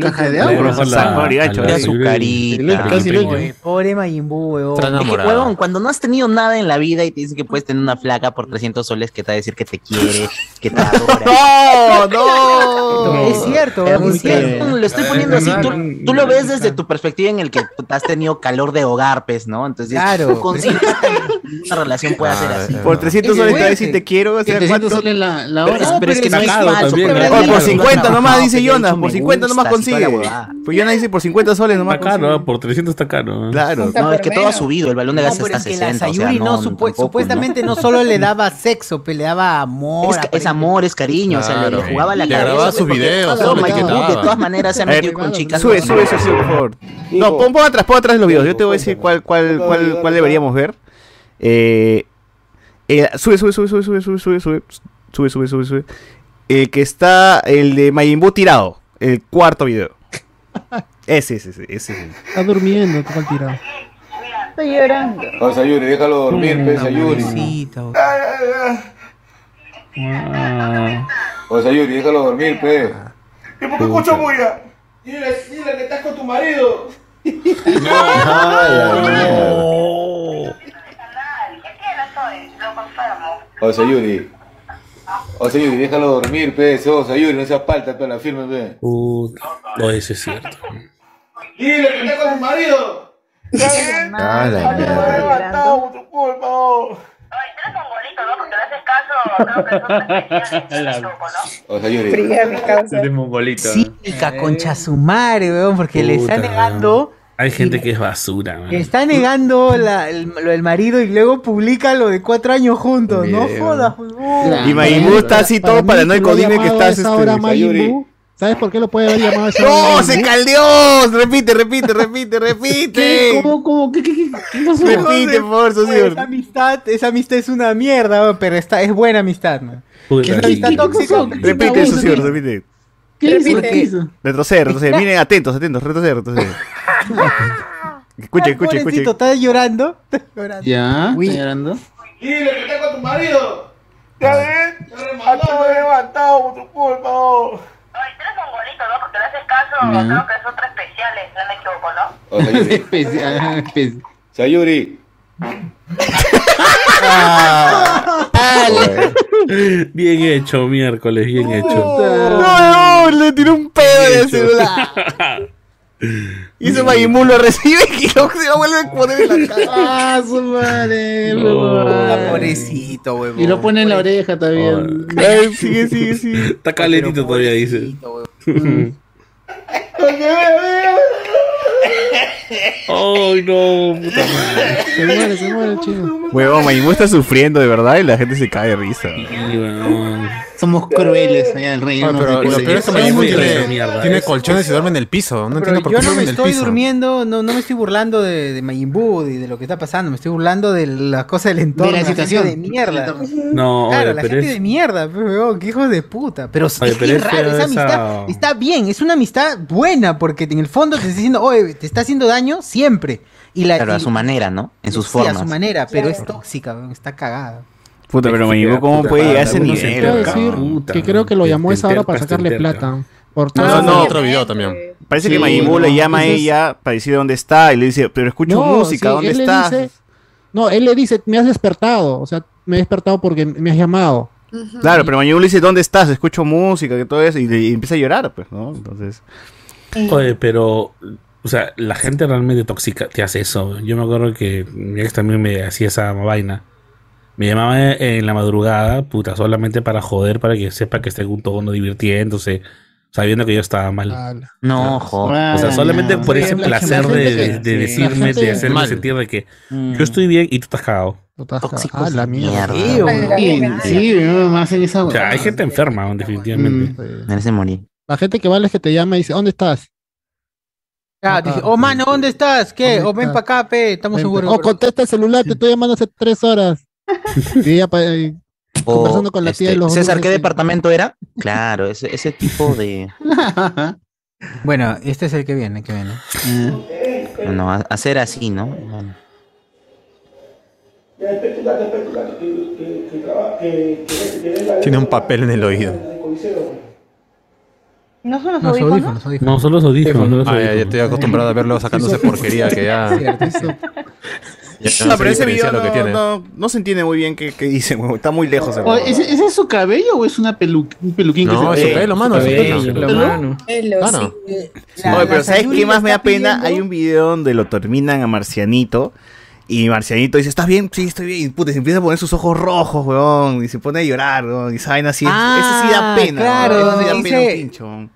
S6: Caja de
S7: Le
S6: agua.
S7: roban la-
S2: San Marigacho,
S7: a la
S2: su
S7: Sayuri-
S5: carita.
S7: Casi le-
S1: Oye, eh, Pobre Mayimbu,
S4: Está
S1: weón.
S5: Es que,
S4: enamorado.
S5: huevón, cuando no has tenido nada en la vida y te dicen que puedes tener una flaca por 300 soles que te va a decir que te quiere, que te adora.
S2: ¡No! ¡No!
S1: Es cierto,
S5: Es
S1: weón,
S5: muy
S1: es cierto.
S5: cierto, Lo estoy
S7: Es
S5: poniendo así.
S7: verdad,
S5: Tú,
S7: no,
S5: tú
S7: no,
S5: lo ves
S7: no,
S5: desde
S7: no.
S5: tu perspectiva en el que has tenido calor de hogar, pues, ¿no? Entonces,
S1: Claro.
S5: concíliate que una relación puede ser así.
S2: Ah, Por 300
S6: Y
S2: soles te va a
S6: devuelve.
S2: decir te quiero. o sea,
S6: Que te siento
S2: ¿cuánto?
S6: solo en la, la
S5: Pero,
S6: hora.
S5: es, pero es que no es
S7: sacado
S5: falso.
S7: también,
S5: pero
S7: ¿no?
S5: la
S2: Oh,
S5: vida
S2: por
S5: lo-
S2: 50 nomás,
S5: no,
S2: dice
S5: que le he
S2: Jonas.
S5: dicho
S2: Por
S5: me
S2: 50 nomás
S5: gustas y toda la
S2: consigue.
S5: huevada.
S2: Pues Jonas dice por 50 soles nomás
S7: Está caro, ¿eh?
S2: consigue.
S7: por 300 está caro. ¿eh?
S2: Claro.
S5: No, es que todo ha
S21: Supermenos.
S5: subido. El balón de
S1: No,
S5: gas
S1: pero
S5: está a
S1: es que la
S5: 60. o sea,
S1: Sayuri no,
S5: no,
S1: supu-
S5: tampoco,
S1: supuestamente no solo le daba sexo, pero le daba amor.
S5: Es, que- es
S1: aparentemente.
S5: amor, es cariño, o sea, le- le,
S4: Claro.
S5: jugaba la
S4: Le
S5: cabeza.
S4: grababa
S5: pues,
S4: sus
S5: porque
S4: videos,
S5: todo
S4: todo lo
S5: Mayimbu,
S4: etiquetaba.
S5: de todas maneras se ha
S2: A ver,
S5: metido con chicas.
S2: Sube,
S5: ¿no?
S2: sube, socio, por favor. No, pon, pon atrás, pon atrás los videos. Yo te voy a decir cuál, cuál, cuál, cuál deberíamos ver. Eh, eh, sube, sube, sube, sube, sube, sube, sube, sube, sube, sube, sube, sube. El que está, el de Mayimbu tirado. El cuarto video. Ese, ese, ese. ese. ese.
S1: Está durmiendo, toca el tirado.
S14: Estoy llorando.
S15: No, Sayuri, déjalo
S4: Mm,
S15: dormir, pe, Sayuri.
S1: Pobrecita, weón.
S7: Ah,
S15: O Sayuri, déjalo dormir, pe.
S18: ¿Y por qué escucho bulla? Dile, dile que estás con tu marido.
S15: O Sayuri. O Sayuri, déjalo dormir, pe. O Sayuri, no seas palta, pe, la firme, pe.
S7: uh, no, eso es cierto.
S18: Dile que estás con tu marido.
S2: Ah, la mierda.
S18: por tu culpa.
S15: O Sayuri.
S21: Fría mi causa.
S20: Ese es mongolito.
S6: Eh.
S1: Cínica, concha su madre, weón, porque le está
S7: Puta.
S1: negando.
S7: Hay gente que es basura. man.
S1: le Está negando la- el- lo del marido y luego publica lo de cuatro años juntos. No
S20: Video.
S1: jodas, weón.
S2: Y Mayimbu está así todo paranoico. Dime que estás. este,
S15: Sayuri.
S6: ¿Sabes por qué lo puede haber llamado esa
S2: ¡No!
S6: vaina?
S2: ¡Se caldeó! Repite, repite, repite, repite.
S6: ¿Qué? ¿Cómo, cómo? ¿Qué, qué, qué, qué pasó?
S2: Repite, por favor, señor.
S1: Esa amistad, esa amistad es una mierda, weón, pero está, es buena amistad, man.
S2: ¿Qué
S1: ¿Qué está tóxico?
S2: Repite eso, señor, repite.
S6: ¿Qué hizo?
S1: Repite.
S6: ¿Qué hizo?
S2: Retroceder, retroceder. Miren, atentos, atentos, retroceder, retroceder. Escuche,
S1: Ay,
S2: escuche, escuche.
S1: pobrecito, está llorando. Está llorando.
S6: Ya,
S1: Uy.
S6: está llorando.
S22: Dile que está con tu marido.
S15: ¿Ya ves? Hasta lo he levantado por tu culpa.
S6: Ya.
S15: Oh, Sayuri.
S4: Pues,
S6: Espe- ajá, espe-
S15: Sayuri.
S2: Ah,
S7: Bien hecho, miércoles, bien hecho.
S2: No, no, le tiró un pedo en el celular. Y ese Majimú lo recibe y lo, se lo vuelve a poner en la cara.
S6: Ah, su madre.
S7: No.
S6: huevón.
S1: Pobrecito, weón.
S6: Y lo pone en la oreja también.
S2: Ay, sigue, sigue, sigue.
S7: Está calentito todavía, dice. Ay, no, puta madre.
S6: Se muere, se muere, chico.
S2: Huevón, Majimú está sufriendo de verdad y la gente se cae de risa.
S6: Somos crueles allá el rey.
S4: Oye, Ah, pero lo peor es que Majin Buu tiene, tiene colchones y duerme en el piso. No
S1: Pero
S4: entiendo por qué
S1: yo no
S4: duerme
S1: me
S4: en el
S1: estoy
S4: piso.
S1: durmiendo, no, no me estoy burlando de, de Majin Buu y de lo que está pasando, me estoy burlando de las cosas del entorno.
S6: De la
S1: gente
S6: situación.
S1: De mierda.
S7: No,
S1: claro,
S7: oye,
S1: la
S7: pero
S1: gente
S7: es-
S1: de mierda, pues, weón, qué hijos de puta. Pero sí,
S7: Oye,
S1: es,
S7: pero
S1: que
S7: es
S1: es raro,
S7: feo
S1: esa
S7: esa-
S1: amistad está bien, es una amistad buena, porque en el fondo te está diciendo, oye, te está haciendo daño siempre. Y la,
S5: Claro,
S1: y-
S5: a su manera, ¿no? En sus
S1: sí,
S5: formas.
S1: a su manera, pero
S5: Claro.
S1: es tóxica, weón, está cagada.
S2: Puta, pero Majimú, ¿cómo puede llegar a ese nivel?
S6: Quiero
S2: cabrón?
S6: decir que creo que lo llamó esa hora para sacarle plata. Por
S2: No,
S6: todo
S2: no,
S6: eso.
S2: no,
S4: otro video también.
S2: Parece
S6: Ah, Sí,
S2: que Majimú le
S6: no,
S2: llama a
S6: entonces-
S2: ella para decir dónde está y le dice, pero escucho música,
S6: sí,
S2: ¿dónde
S6: él le
S2: estás?
S6: dice- no, él le dice, me has despertado. O sea, me he despertado porque me has llamado. "Mm".
S2: Claro, pero Majimú le dice, ¿dónde estás? Escucho música, que todo eso, y, le- y empieza a llorar, pues, ¿no? Entonces,
S7: Oye, pero, o sea, la gente realmente tóxica te hace eso. Yo me acuerdo que mi ex también me hacía esa vaina. Me llamaba en la madrugada, puta, solamente para joder, para que sepa que esté junto uno divirtiéndose, sabiendo que yo estaba
S6: Ah,
S7: mal.
S5: No, joder.
S7: O sea, solamente por ese
S6: la
S7: placer
S6: gente
S7: de,
S6: que-
S7: de- de
S6: sí. La
S7: decirme,
S6: gente-
S7: de hacerme
S6: Mal.
S7: sentir de que yo estoy bien y tú estás cagado.
S6: Ah, la mierda.
S1: Sí, weón.
S6: Sí, sí, no, más en esa.
S7: O sea, hay gente enferma, ¿no? definitivamente.
S5: Merece morir.
S6: La gente que vale es que te llama y dice, ¿dónde estás? Ah,
S1: Claro, te dice, oh mano, ¿dónde estás? ¿Qué? O ven para acá, pe, estamos
S6: Ven,
S1: seguros.
S6: O contesta el celular, te estoy llamando hace tres horas. Y ella, pa- eh,
S5: O,
S6: conversando con la tía de
S5: este,
S6: los
S5: César,
S6: hombres
S5: ¿qué
S6: de-
S5: departamento era? Claro, ese, ese tipo de. eh,
S1: Bueno, este es el que viene, que viene.
S15: Eh.
S5: Bueno, a- hacer así, ¿no? Bueno.
S4: Tiene un papel en el oído.
S14: ¿No son los
S1: No, son
S14: audífonos?
S1: audífonos, audífonos.
S7: No, solo los audífonos. solo los
S4: Ah, ya, ya
S7: audífonos.
S4: estoy acostumbrado a verlo sacándose porquería que ya.
S6: Ah.
S1: Cierto, es cierto.
S4: ya
S2: no,
S4: sé
S2: pero
S4: diferenciar
S2: ese video
S4: lo que
S2: no,
S4: tiene.
S2: no- no se entiende muy bien qué, qué dice, huevón, está muy lejos. el
S6: O,
S2: huevón.
S6: ¿Ese, ese es su cabello o es una pelu un peluquín que
S4: No, es
S6: se
S4: su
S6: pega?
S4: pelo, mano. es su pelo.
S12: Hello,
S7: Ah,
S4: Claro.
S12: sí.
S2: Oye,
S1: La-
S2: pero
S1: la
S2: ¿sabes
S1: Sayuri
S2: qué más me
S1: está
S2: da pena?
S1: pidiendo-
S2: Hay un video donde lo terminan a Marcianito. Y Marcianito dice, ¿estás bien? Sí, estoy bien. Y puta, se empieza a poner sus ojos rojos, weón. Y se pone a llorar, weón. Y saben así.
S1: Ah,
S2: eso sí da pena.
S1: claro,
S2: weón. Eso sí da
S1: donde
S2: pena
S1: dice-
S2: un pincho, weón.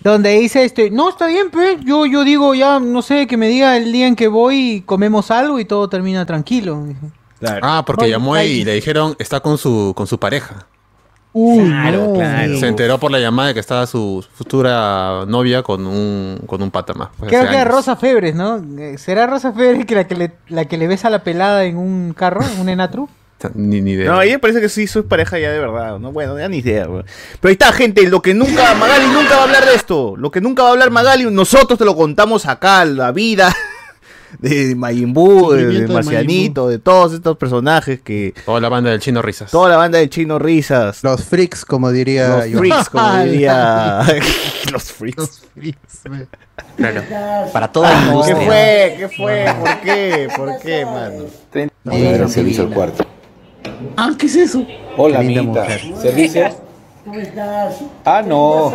S1: Donde dice esto, no, está bien, pe, yo, yo digo ya, no sé, que me diga el día en que voy y comemos algo y todo termina tranquilo. Dije.
S2: Claro.
S4: Ah, porque
S1: Ay,
S4: llamó
S1: ay.
S4: y le dijeron está con su con su pareja.
S6: Uy,
S2: Claro,
S6: no.
S2: claro.
S4: Se enteró por la llamada de que estaba su futura novia con un con un pata más. pues,
S1: Creo
S4: hace
S1: que era
S4: años.
S1: Rosa Febres, ¿no? Eh, ¿Será Rosa Febres que la que le, la que le besa la pelada en un carro, en un enatru?
S4: Ni, ni idea.
S2: No, a ella parece que sí, su pareja ya de verdad. No, bueno, ya ni idea, weón. Pero ahí está, gente. Lo que nunca, Magali nunca va a hablar de esto. Lo que nunca va a hablar Magali, nosotros te lo contamos acá. La vida de Mayimbú, de,
S6: Sufrimiento de
S2: de
S6: Majin
S2: Marcianito, de todos estos personajes que...
S4: Toda la banda del chino risas.
S2: Toda la banda de Chino Risas.
S23: Los freaks, como diría
S2: Los
S23: yo.
S2: freaks, como diría. los
S23: Los
S2: freaks.
S23: freaks, güey.
S5: Para toda la
S2: Ah, ¿Qué
S5: industria.
S2: fue? ¿Qué fue? ¿Por qué? ¿Por qué, mano?
S15: Hola, servicio al cuarto.
S6: Ah, ¿qué es eso?
S15: Hola,
S23: Qué linda
S15: amiguita.
S23: mujer.
S15: ¿Servicio?
S22: ¿Cómo estás?
S15: Ah, no.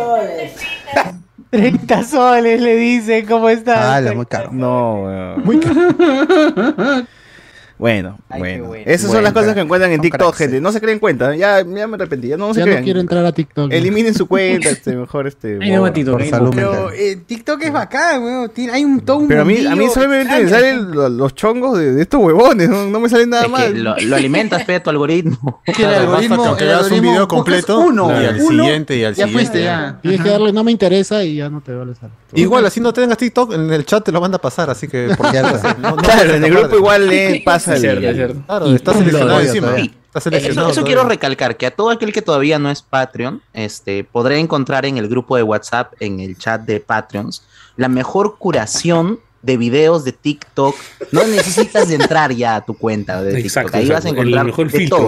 S1: 30 soles le dice, ¿cómo estás?
S23: Ah, la muy caro.
S2: No, weón.
S6: Muy caro.
S2: Bueno,
S1: Ay, qué
S2: bueno.
S10: Pues,
S1: bueno.
S2: Esas son
S1: Buen
S2: las cosas que
S1: crack.
S2: encuentran en
S1: Son
S2: TikTok,
S1: cracks,
S2: gente. No se creen cuenta. ¿eh? Ya, ya me arrepentí. Ya no se
S24: Ya
S2: creen.
S24: no quiero entrar a TikTok.
S2: Eliminen su cuenta, este, mejor este.
S24: Ay, no,
S2: por-
S24: Matito,
S2: por
S24: no.
S2: salud
S24: Pero,
S2: mental.
S1: Pero, eh, TikTok es bacán, weón. Tiene- Hay un todo un
S2: Pero a mí, a mí
S1: mundillo
S2: solamente me
S1: extraño.
S2: salen lo- los chongos de, de estos huevones, no, no me salen nada
S10: Es
S2: más.
S10: que lo, lo alimentas, pe, tu algoritmo.
S24: Que el algoritmo-
S4: Aunque veas un video completo
S24: uno,
S4: y al
S24: uno,
S4: siguiente y al
S24: ya
S4: siguiente.
S24: fuiste,
S4: ya.
S24: Tienes que darle, no me interesa y ya no te vale salir.
S4: Igual, así no tengas TikTok, en el chat te lo manda a pasar, así que por
S24: Claro.
S4: favor, no- no
S2: Claro,
S4: puedes
S2: en el
S4: escapar
S2: grupo
S4: de-
S2: igual leen, pasa el-
S4: Cierto,
S2: el-
S4: cierto. Claro, está
S2: Lo
S4: seleccionado
S2: odio
S4: encima.
S2: todavía.
S4: Está
S10: Eso,
S4: seleccionado.
S10: eso quiero recalcar, que a todo aquel que todavía no es Patreon, este, podré encontrar en el grupo de WhatsApp, en el chat de Patreons, la mejor curación de videos de TikTok. No necesitas de entrar ya a tu cuenta de TikTok.
S7: Exacto,
S10: Ahí vas a
S7: exacto. El
S10: encontrar
S7: mejor
S10: de
S7: filtro.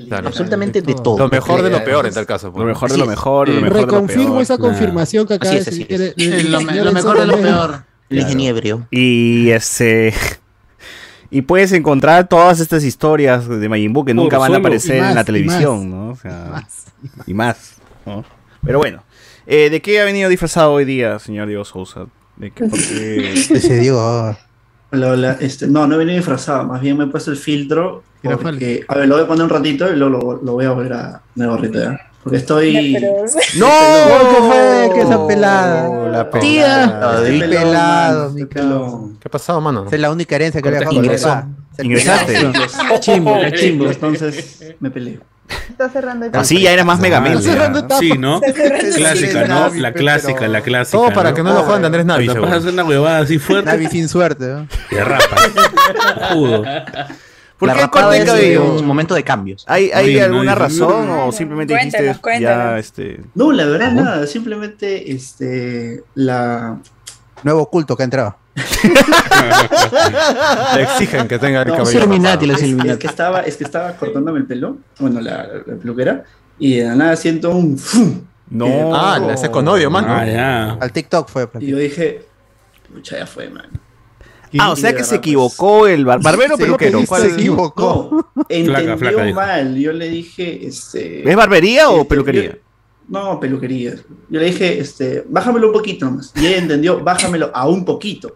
S10: todo. Absolutamente de todo.
S4: Lo mejor de lo peor en tal caso. pues.
S2: Lo mejor de
S10: Así
S2: lo
S10: es.
S2: mejor, lo mejor de lo
S24: Reconfirmo
S2: peor.
S24: esa confirmación que acaba
S10: Así
S24: de
S10: es, así
S24: decir.
S10: es.
S24: el- el-
S8: Es lo
S24: el
S8: me-
S24: señor
S8: lo mejor de lo
S24: González.
S8: peor.
S10: El ingeniebrio.
S2: Y este. Y puedes encontrar todas estas historias de Majin Buu que
S7: Por
S2: nunca van a
S7: solo.
S2: aparecer
S7: Y más,
S2: en la
S7: y
S2: televisión,
S7: más.
S2: ¿no? O sea, y más. ¿no? Pero bueno, eh, ¿de qué ha venido disfrazado hoy día, señor Diego Sousa? ¿De qué? ¿Por qué?
S6: Ese Este, Diego.
S15: Hola, hola. Este, no, no he venido disfrazado, más bien me he puesto el filtro. Porque, a ver, lo voy a poner un ratito y luego lo, lo voy a volver a me gorrito ya. Porque estoy.
S2: ¡No!
S6: ¡Qué fe! ¡Qué esa pelada!
S2: La
S6: Tía.
S2: pelada.
S6: Estoy
S2: Di-
S6: pelado, mi
S4: ¿Qué ha pasado, mano?
S6: Esa es la única herencia que le dejado a mi
S2: Ingresó.
S6: papá. Se
S2: Ingresaste.
S6: peló.
S15: Chimbo,
S6: Los
S15: chimbo.
S6: chimbos.
S15: Entonces me peleé.
S14: Está cerrando el
S2: Así ya eres más Megaman.
S6: Está cerrando etapas.
S7: Sí, ¿no?
S6: Está cerrando
S7: Clásica, ¿no?
S6: etapas.
S7: La clásica, la clásica.
S4: Todo para que no lo juegan de Andrés Navi,
S7: Cuando
S4: seguro.
S7: pasas una huevada así fuerte,
S6: Navi sin suerte, ¿no?
S7: te rapas. Judo.
S2: ¿Por
S10: La
S2: qué el
S10: rapada
S6: Ah,
S2: corte
S10: es
S2: de
S10: eh,
S2: cabello?
S10: un momento de cambios.
S2: ¿Hay, hay
S7: Oye, no
S2: alguna
S7: hay-
S2: razón o simplemente dijiste
S12: Cuéntanos, cuéntanos.
S2: ya este
S15: No, la verdad, nada. Simplemente, este. La.
S6: Nuevo culto que ha entrado.
S4: Le exigen que tenga el
S15: No,
S4: cabello.
S15: sí,
S4: rapado.
S15: Es, es que estaba, es que estaba cortándome el pelo, bueno, la, la peluquera, y de la nada siento un ¡fum!
S2: No.
S4: Ah, la haces con odio, mano.
S7: Ah, ya.
S6: Al TikTok fue.
S15: ¡oh! Y yo dije, pucha, ya fue, man.
S2: Ah, o
S15: Y
S2: sea
S15: de
S2: que
S15: verdad,
S2: se
S15: pues,
S2: equivocó el bar- barbero
S6: Sí,
S2: peluquero.
S6: sí,
S2: ¿Cuál
S6: Se
S2: es?
S6: equivocó.
S15: No, entendió
S7: flaca, dijo. ¿Eh?
S15: mal. Yo le dije, este.
S2: ¿Es barbería o
S15: este,
S2: peluquería?
S15: yo- no, peluquería. Yo le dije, este, bájamelo un poquito más. Y ella entendió, bájamelo a un poquito.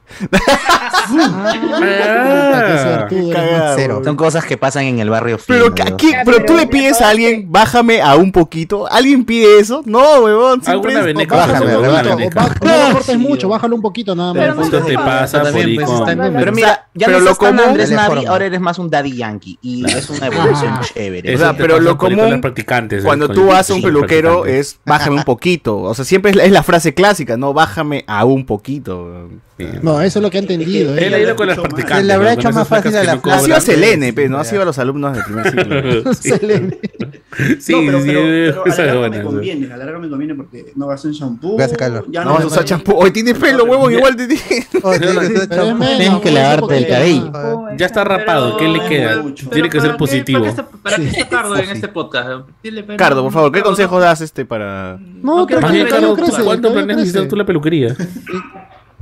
S7: Ah.
S24: Tú eres
S2: Cagado.
S6: Cero.
S10: Son cosas que pasan en el barrio fino.
S2: Pero, que-
S10: ¿no?
S2: ¿qué-
S12: Ya,
S2: pero tú
S12: pero
S2: le
S12: ya
S2: pides a
S12: sabes
S2: alguien, bájame a un poquito. ¿Alguien pide eso? No, huevón. Siempre
S7: Alguna
S2: es-
S7: veneca.
S2: Bájame.
S7: Bájame.
S6: Bájame,
S7: Una
S6: rebato. o
S7: veneca.
S6: ba- No lo cortes mucho, bájalo un poquito nada
S7: El
S6: más.
S7: punto te pasa por
S13: También,
S7: ir
S13: pues,
S7: con-
S13: está en
S7: con-
S10: Pero mira, ya
S2: Pero
S10: no
S2: lo
S10: estás tan
S2: común-
S10: Andrés
S6: Dale
S10: Navi,
S6: forma.
S10: ahora eres más un Daddy Yankee. Y es una evolución chévere.
S2: O
S7: Eso
S2: sea,
S7: te
S2: pero
S7: pasa
S2: lo
S7: por ir con
S2: común
S7: las practicantes,
S2: Cuando
S7: con-
S2: tú
S7: con
S2: haces un
S7: las
S2: peluquero
S7: practicantes.
S2: es bájame un poquito. O sea, siempre es la, es la frase clásica, ¿no? Bájame a un poquito. Ah.
S24: No, eso es lo que ha entendido.
S7: Él ha
S24: ¿eh?
S7: ido con las
S15: Se le
S7: practicantes.
S6: habrá
S7: ¿no?
S6: hecho
S7: Con
S6: más
S7: esas flacas
S6: fácil a
S7: que
S6: la
S7: no
S6: flaca.
S2: Así va
S7: cobran.
S2: el N, pero pues, no así va a los alumnos del primer ciclo.
S7: Sí, sí, eh,
S15: no, pero, pero- pero
S7: esa
S15: a
S7: es
S15: la larga
S7: buena.
S15: me conviene, a la larga me conviene porque no vas en shampoo.
S6: Voy a sacarlo.
S15: ya
S2: No vas a usar champú. Hoy tienes pelo, huevón, igual te dije.
S6: Oh, tiene que ser
S24: Pero es
S6: champú.
S24: menos,
S11: Tienes que
S24: pues,
S11: lavarte el
S24: porque-
S11: cabello.
S7: Ya está rapado, ¿qué le queda? Tiene que ser positivo.
S25: ¿Para qué está Cardo en este podcast? Dile, pero-
S2: Cardo, por favor, ¿qué
S25: Cardo,
S2: consejos das este para...?
S24: No,
S25: quiero
S24: tranquilo,
S7: Más bien,
S24: el cabello
S7: Cardo,
S24: crece. el
S7: ¿cuánto
S24: cabello
S7: planeas
S24: crece.
S7: visitar tú la peluquería?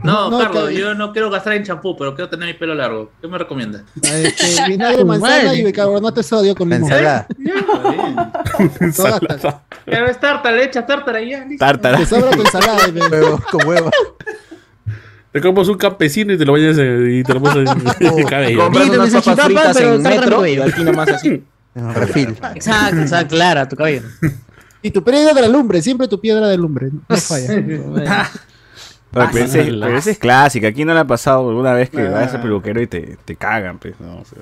S25: No,
S24: No,
S25: Cardo,
S24: que-
S25: yo no quiero gastar en champú, pero quiero tener mi pelo largo. ¿Qué me recomiendas?
S24: Este, vinagre, manzana y bicarbonato de sodio con
S6: La
S24: limón.
S6: ensalada.
S24: Todas-
S25: Pero es tártara, hecha tártara y ya. listo.
S2: Tártara.
S24: Te sobra tu ensalada. y me-
S6: Huevo, con huevo.
S7: Te compras un campesino y te lo vayas eh, y te lo pones en el cabello.
S10: Compras
S24: Sí, te
S10: unas
S24: necesitas
S10: papas
S24: pan,
S10: fritas
S24: pero
S10: en
S24: está
S10: metro y
S24: tranquilo.
S10: aquí nomás así.
S6: Perfil.
S13: Exacto, o sea, clara, tu cabello.
S24: Y tu piedra de la lumbre, siempre tu piedra de lumbre. No falla.
S2: Oye, Pero ese- pero esa es clásica. ¿Quién no le ha pasado alguna vez que
S15: Ah.
S2: vas a peluquero y te, te cagan? Pues, ¿no? O sea,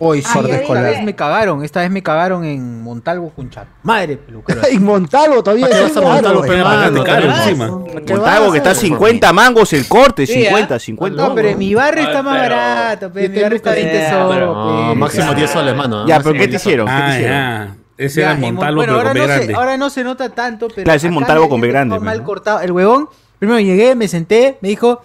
S1: Hoy sí,
S6: Por
S1: esta
S6: descolar.
S1: vez me cagaron, esta vez me cagaron en Montalvo Cunchal. Madre peluquero.
S24: Y Montalvo todavía
S4: ¿Para qué
S24: es
S4: vas a
S24: raro,
S4: Montalvo,
S1: eh.
S24: güey.
S7: Pero
S4: Ah,
S7: te
S4: no,
S7: caen
S4: no,
S7: encima.
S2: Montalvo que está 50 mangos el corte, 50, 50.
S1: ¿eh? No, pero en mi barrio está más
S25: Ay, pero-
S1: barato, pe,
S24: Yo
S1: mi barrio está
S24: tengo
S1: 20
S24: que-
S1: soles.
S4: No,
S1: pe.
S4: Ah, máximo 10 soles, mano. ¿eh?
S2: ya,
S4: Máximo
S2: pero ¿qué te
S4: 10 soles.
S2: hicieron? ¿Qué te
S7: Ah,
S2: hicieron?
S7: ya. Ese
S1: Ya,
S7: era
S1: y Mon-
S7: Montalvo,
S1: bueno,
S7: pero
S1: ahora
S7: con B
S1: no, se,
S7: grande.
S1: ahora no se nota tanto, pero.
S2: Claro, ese es
S1: acá
S2: Montalvo
S1: me-
S2: con B
S1: estaba
S2: grande,
S1: mal
S2: ¿no?
S1: cortado. El huevón, primero llegué, me senté, me dijo,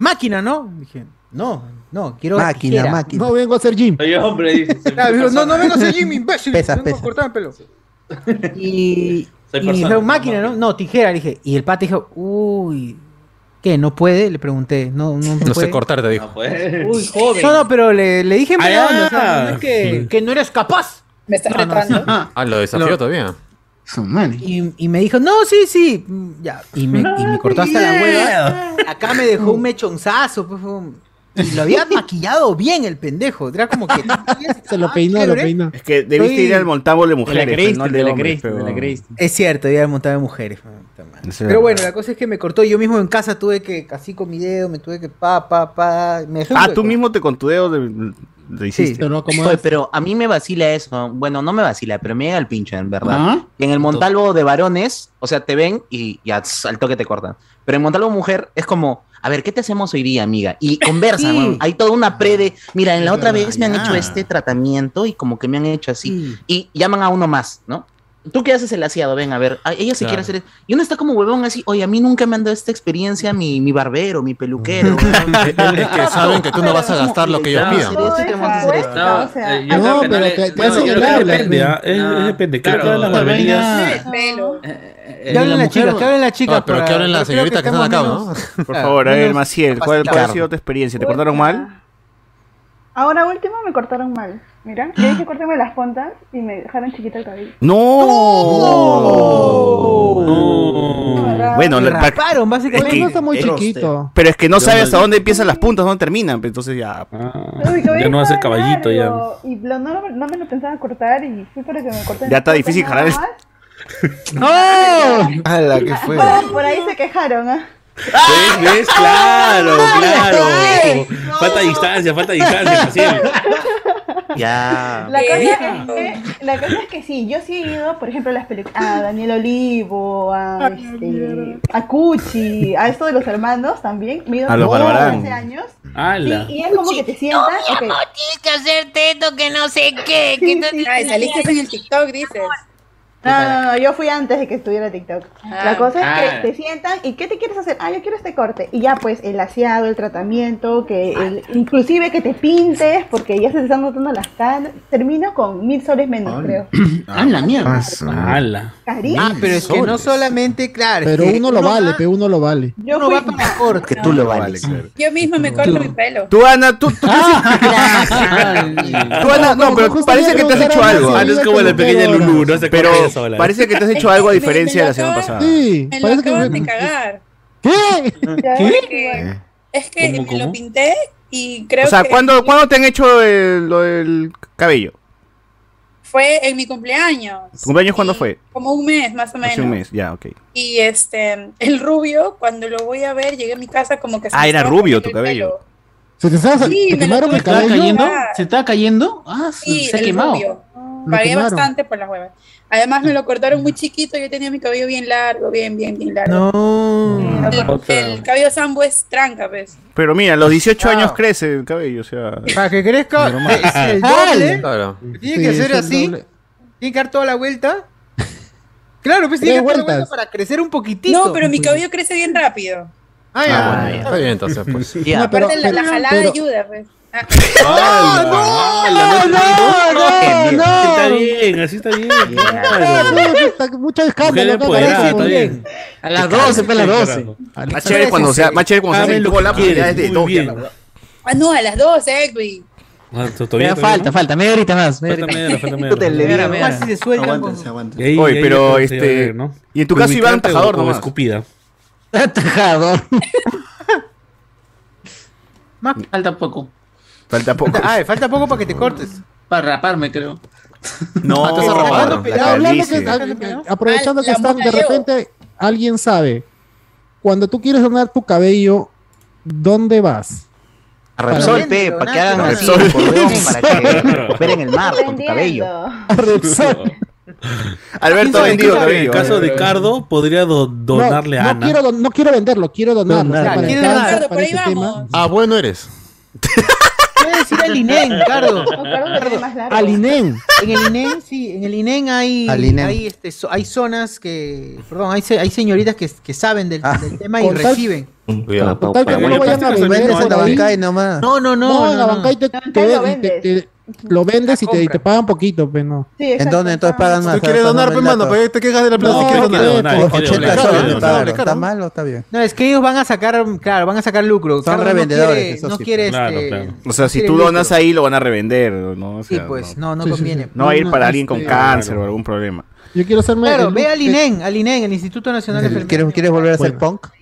S1: máquina, ¿no? Dije, no, no, quiero.
S6: Máquina,
S1: tijera".
S6: máquina.
S24: No vengo a Ah, hacer gym.
S25: Soy hombre, dice. soy
S1: Claro, me dijo, no,
S25: persona.
S1: no vengo a ser Jimmy, imbécil.
S6: Pesas,
S1: vengo a
S6: pesas.
S1: cortarme el pelo. Y,
S25: Soy
S1: y me
S25: persona,
S1: dijeron,
S25: no
S1: máquina, ¿no?
S25: máquina.
S1: No, tijera, le dije. Y el pata dijo, uy, ¿qué? ¿No puede? Le pregunté, no, no,
S4: No
S1: puede.
S4: sé cortar, te dijo.
S25: No, pues.
S13: Uy, joven.
S1: No, no, pero le, le dije en buena
S7: Ah,
S1: onda, o sea, no
S7: ya.
S1: es que, que no eres capaz.
S12: Me estás
S1: No, no,
S12: retando.
S4: Ah, lo desafió todavía.
S8: Su madre.
S1: Y, y me dijo, no, sí, sí, mm, ya. Y me, y me cortó hasta la hueva. Acá me dejó un mechonzazo. pues, fue un- Y lo había maquillado bien el pendejo. Era como que. Ah,
S24: Se lo peinó, lo
S1: chévere.
S24: peinó.
S2: Es que debiste
S1: Estoy- Eh,
S2: ir al montábulo de mujeres,
S1: De la Grace,
S2: no al
S1: de
S2: de
S1: la
S2: hombres,
S1: Grace,
S2: pero-
S1: de la Grace. Es cierto, había montado de mujeres.
S2: Ese-
S1: Pero bueno, la cosa es que me cortó. Yo mismo en casa tuve que, así con mi dedo, me tuve que pa, pa, pa. Me dejé un
S2: Ah,
S1: hueco.
S2: tú mismo te con tu dedo de- lo hiciste.
S5: Oye, pero a mí me vacila eso. Bueno, no me vacila, pero me llega el pinche, en verdad.
S2: Ah.
S5: Y en el Montalvo de varones, o sea, te ven y ya tss, al toque te cortan. Pero en Montalvo mujer es como, a ver, ¿qué te hacemos hoy día, amiga? Y conversan,
S10: Sí.
S5: weón. hay toda una pre de, mira, en la
S10: Es
S5: otra
S10: verdad,
S5: vez me han
S10: ya.
S5: hecho este tratamiento y como que me han hecho así. Y llaman a uno más, ¿no? ¿Tú qué haces el aseado? Ven, a ver, a- ella se quiere
S10: Claro.
S5: hacer... el- Y uno está como huevón así, oye, a mí nunca me han dado esta experiencia mi, mi barbero, mi peluquero.
S4: Es que saben que tú no vas a gastar lo que ellos pidan.
S25: No, eh, yo
S24: No,
S25: creo que
S24: pero
S25: le-
S24: que-
S25: no,
S24: que eso
S25: yo creo
S24: le
S25: que
S24: habla,
S25: depende,
S24: pe.
S25: ¿ah? Es-
S24: No.
S25: es depende. Creo
S24: Claro.
S25: que las
S24: Esta vaina-
S25: barberías-
S1: Que hablen las chicas, que hablen las chicas.
S4: No, pero
S1: para-
S4: que hablen las
S1: yo creo
S4: señoritas que están
S1: estamos
S4: acá,
S1: menos-
S2: Por favor, a
S1: menos
S2: ver, Maciel, ¿cuál, cuál ha
S1: capacitados.
S2: sido tu experiencia? ¿Te cortaron mal?
S14: Ahora último me cortaron mal. Mira, yo dije córtame las puntas y me dejaron chiquita el cabello.
S4: Oh.
S2: ¡No! Bueno,
S1: Me
S2: la- la-
S1: raparon, básicamente.
S2: es que-
S1: No está muy
S2: eh,
S1: chiquito.
S2: Pero es que no
S1: Yo
S2: sabes hasta
S1: maldito.
S2: dónde empiezan las puntas, dónde terminan. pues, Entonces ya.
S14: Pero mi cabello
S2: Ya no va a ser
S14: estaba
S2: caballito, ya.
S14: largo, Y lo- no, lo- no me lo pensaba cortar y fui para que me corten. las
S2: Ya está
S14: puntas
S2: difícil
S14: nada
S2: jalar el.
S14: más.
S2: ¡No!
S24: ¡Ah!
S2: ¡Hala, qué fue!
S14: Por,
S25: Ah,
S7: Pues.
S14: ahí- por ahí se quejaron, ¿ah?
S7: ¿Ves? ¿Ves? Claro, claro. Falta distancia, falta distancia, Maciel.
S5: Ya.
S14: La cosa, es que, la cosa es que sí, yo sí he ido, por ejemplo, a las películas, a Daniel Olivo, a, este, a Cuchi, a esto de los hermanos también. Me he ido
S7: A los
S14: como
S7: Barbarán.
S14: 15 años.
S7: ¡Hala!
S14: Sí, y es como que te sientas.
S12: No, mi
S14: ok.
S12: amor, tienes que hacer teto, que no sé qué. que no sé qué. saliste en el TikTok, dices.
S14: No, no, no, yo fui antes de que estuviera TikTok. la cosa es
S12: Ah.
S14: que te sientan y ¿qué te quieres hacer? Ah, yo quiero este corte. Y ya pues el aseado, el tratamiento, que el- inclusive que te pintes porque ya se te están notando las canas. Termino con mil soles menos, creo.
S25: Ah, la mierda.
S7: ¡Hala!
S14: Carísimo.
S1: Ah, pero es que no solamente, claro.
S24: Pero
S1: es que
S24: uno lo vale, pero uno lo vale.
S14: Yo
S1: uno va para la corte.
S2: Tú lo vales.
S12: Yo misma me corto mi pelo.
S2: Tú, Ana, tú. tú-
S24: Ah,
S2: Tú, Ana, no, pero parece que te has hecho algo.
S7: Ah, no es como la pequeña Lulu, no se
S2: Pero
S7: corta ella sola.
S2: parece que te has hecho algo a diferencia de la semana pasada.
S24: Sí,
S12: Me lo
S24: parece que.
S12: acaban de cagar.
S24: ¿Qué?
S12: ¿Qué? Es que
S2: ¿Cómo,
S12: me lo
S2: cómo?
S12: pinté y creo
S2: O sea,
S12: que
S2: ¿cuándo, ¿cuándo te han hecho el- lo del cabello?
S12: fue en mi cumpleaños,
S2: ¿Tu cumpleaños cuándo fue?
S12: como un mes más o menos.
S2: Hace un mes, ya, ok.
S12: Y este, el rubio, cuando lo voy a ver, llegué a mi casa como que se
S2: Ah,
S12: me
S2: era
S12: estaba
S2: rubio tu
S12: cayendo el
S2: cabello.
S24: ¿Se te estaba
S12: Sí,
S24: ¿Te
S12: me lo
S24: quemaron
S12: tuve
S24: el
S12: que sacar.
S24: cabello?
S12: cayendo?
S8: ¿Se estaba cayendo? Ah, se,
S12: Sí,
S8: se ha
S12: el
S8: quemado.
S12: rubio.
S24: Lo
S12: Pagué
S24: quemaron.
S12: bastante por las huevas. Además me lo cortaron muy chiquito, yo tenía mi cabello bien largo, bien, bien, bien largo.
S1: No.
S12: El, el cabello sambo es tranca, pues. ¿ves?
S2: Pero mira, a los 18 años crece el cabello, o sea.
S1: Para que crezca,
S2: Normal.
S1: es
S24: Este,
S1: el doble.
S2: Claro.
S1: Tiene que
S24: Sí,
S1: ser
S24: es el
S1: así.
S24: doble.
S1: Tiene que dar toda la vuelta. Claro, pues tiene que
S24: Tres
S1: dar toda la vuelta
S24: vueltas.
S1: para crecer un poquitito.
S12: No, pero mi cabello crece bien rápido.
S1: Ah, ya.
S4: Ah, bueno, ya. Está bien, entonces, pues.
S24: No, pero-
S12: Aparte, la, la
S24: pero-
S12: jalada
S24: pero-
S12: ayuda, pues. Ah.
S7: ¡Hala!
S24: no, no.
S7: Así está bien, así está bien.
S24: Ah, No,
S7: claro.
S24: no, está- Mucho escándalo.
S7: Mujer
S2: pues,
S24: acá,
S7: empoderada,
S24: carajo.
S7: está bien.
S24: A las 12, pues a las 12.
S2: Más chévere cuando sea, más chévere cuando sea
S7: Saben
S2: en
S7: lo
S2: cola,
S7: que
S2: porque ya
S7: quieren,
S2: es de
S7: muy
S2: dos, ya,
S7: bien.
S2: la verdad.
S12: Ah, no, a las 12, Edwin.
S7: Ah, to-
S24: Me
S7: todavía-
S24: da
S7: todavía
S24: falta,
S7: no.
S24: falta, media horita más. media
S7: Falta
S24: horita.
S7: media hora, falta media
S24: Tú te
S7: hora.
S24: le
S7: Mira,
S24: digas,
S7: mira.
S24: más
S1: Más si se sueltan.
S15: Aguántense,
S1: con-
S15: aguántense.
S7: Y ahí-
S2: Oye,
S7: y ahí
S2: pero,
S7: ya se va a
S2: este,
S7: ver, ¿no?
S2: y en tu caso, Iván,
S7: Lubricante o-
S2: tajador
S7: o
S2: nomás.
S7: escupida.
S24: Atajador.
S8: Falta poco.
S2: Falta poco.
S1: Ah, falta poco para que te cortes.
S8: Para raparme, creo.
S2: No,
S24: Ah, te has
S1: rapado.
S2: la
S24: Ya hablando que-
S2: calvicie.
S24: ah, aprovechando
S12: Al-
S24: que
S12: la
S24: están,
S12: mona
S24: de
S12: yo.
S24: repente alguien sabe, cuando tú quieres donar tu cabello, ¿dónde vas?
S5: A Repsol, pe,
S1: Para
S5: para que hagan así
S2: Repsol.
S5: un cordón, para que operen el mar con tu cabello.
S2: Alberto ha
S7: ¿Saben qué?
S2: vendido
S7: En el
S2: cabello.
S7: caso de Cardo, podría do- donarle
S24: no,
S7: a
S24: no
S7: Ana.
S24: Quiero don- no quiero venderlo, quiero donarlo.
S4: Donar.
S24: o sea, para
S1: Quiero
S24: el
S1: donar.
S24: cáncer,
S12: Ricardo, por
S24: para
S12: ahí
S24: ese tema.
S12: vamos.
S4: Ah, bueno eres.
S1: Puedes ir al INEN, Cardo.
S24: Al INEN.
S1: En el INEN, sí, en el INEN hay,
S6: Al INEN.
S1: hay, este, so- hay zonas que, perdón, hay, se- hay señoritas que, que saben del, del tema y
S24: Con tal-
S1: reciben.
S4: Cuidado.
S24: Con tal que no
S7: Bueno,
S24: vayan
S7: pero
S24: a
S7: este
S24: vender
S7: caso
S24: ese
S7: no,
S24: cabello.
S6: nomás.
S1: No, no, no.
S24: Ah. No, en la
S1: no, no.
S24: banca y te, te-
S14: Banca lo
S24: te- te-
S14: vendes.
S24: te- lo vendes y te, y te pagan poquito, pero no.
S14: Sí,
S6: ¿En
S14: exacto.
S6: dónde entonces pagan más?
S4: Tú quieres donar, pues, mano, pero te quejas de la plata.
S24: No,
S4: si quieres
S24: que-
S4: donar. Por
S7: donar, que
S6: 80
S4: doble,
S6: soles,
S4: doble,
S6: está,
S4: doble,
S6: ¿está mal o está bien?
S1: No, es que ellos van a sacar, claro, van a sacar lucro.
S6: Son
S1: Cardo
S6: revendedores,
S1: No quiere,
S6: eso
S1: no
S6: sí,
S1: quiere,
S7: claro,
S1: este,
S7: claro.
S2: O sea, si
S1: quiere
S2: tú
S1: lucro.
S2: donas ahí, lo van a revender, ¿no? O
S1: Sí,
S2: sea,
S1: pues, no,
S2: no.
S1: no
S24: Sí, sí,
S1: conviene.
S24: sí.
S2: No va a ir para alguien con
S24: este,
S2: cáncer o algún problema.
S24: Yo quiero hacerme.
S1: Claro,
S24: el
S1: ve
S24: look
S1: al
S24: que-
S1: INEN, al INEN, el Instituto Nacional de
S6: ¿Quieres,
S1: Enfermería.
S6: ¿Quieres volver a ser
S24: Bueno.
S6: punk?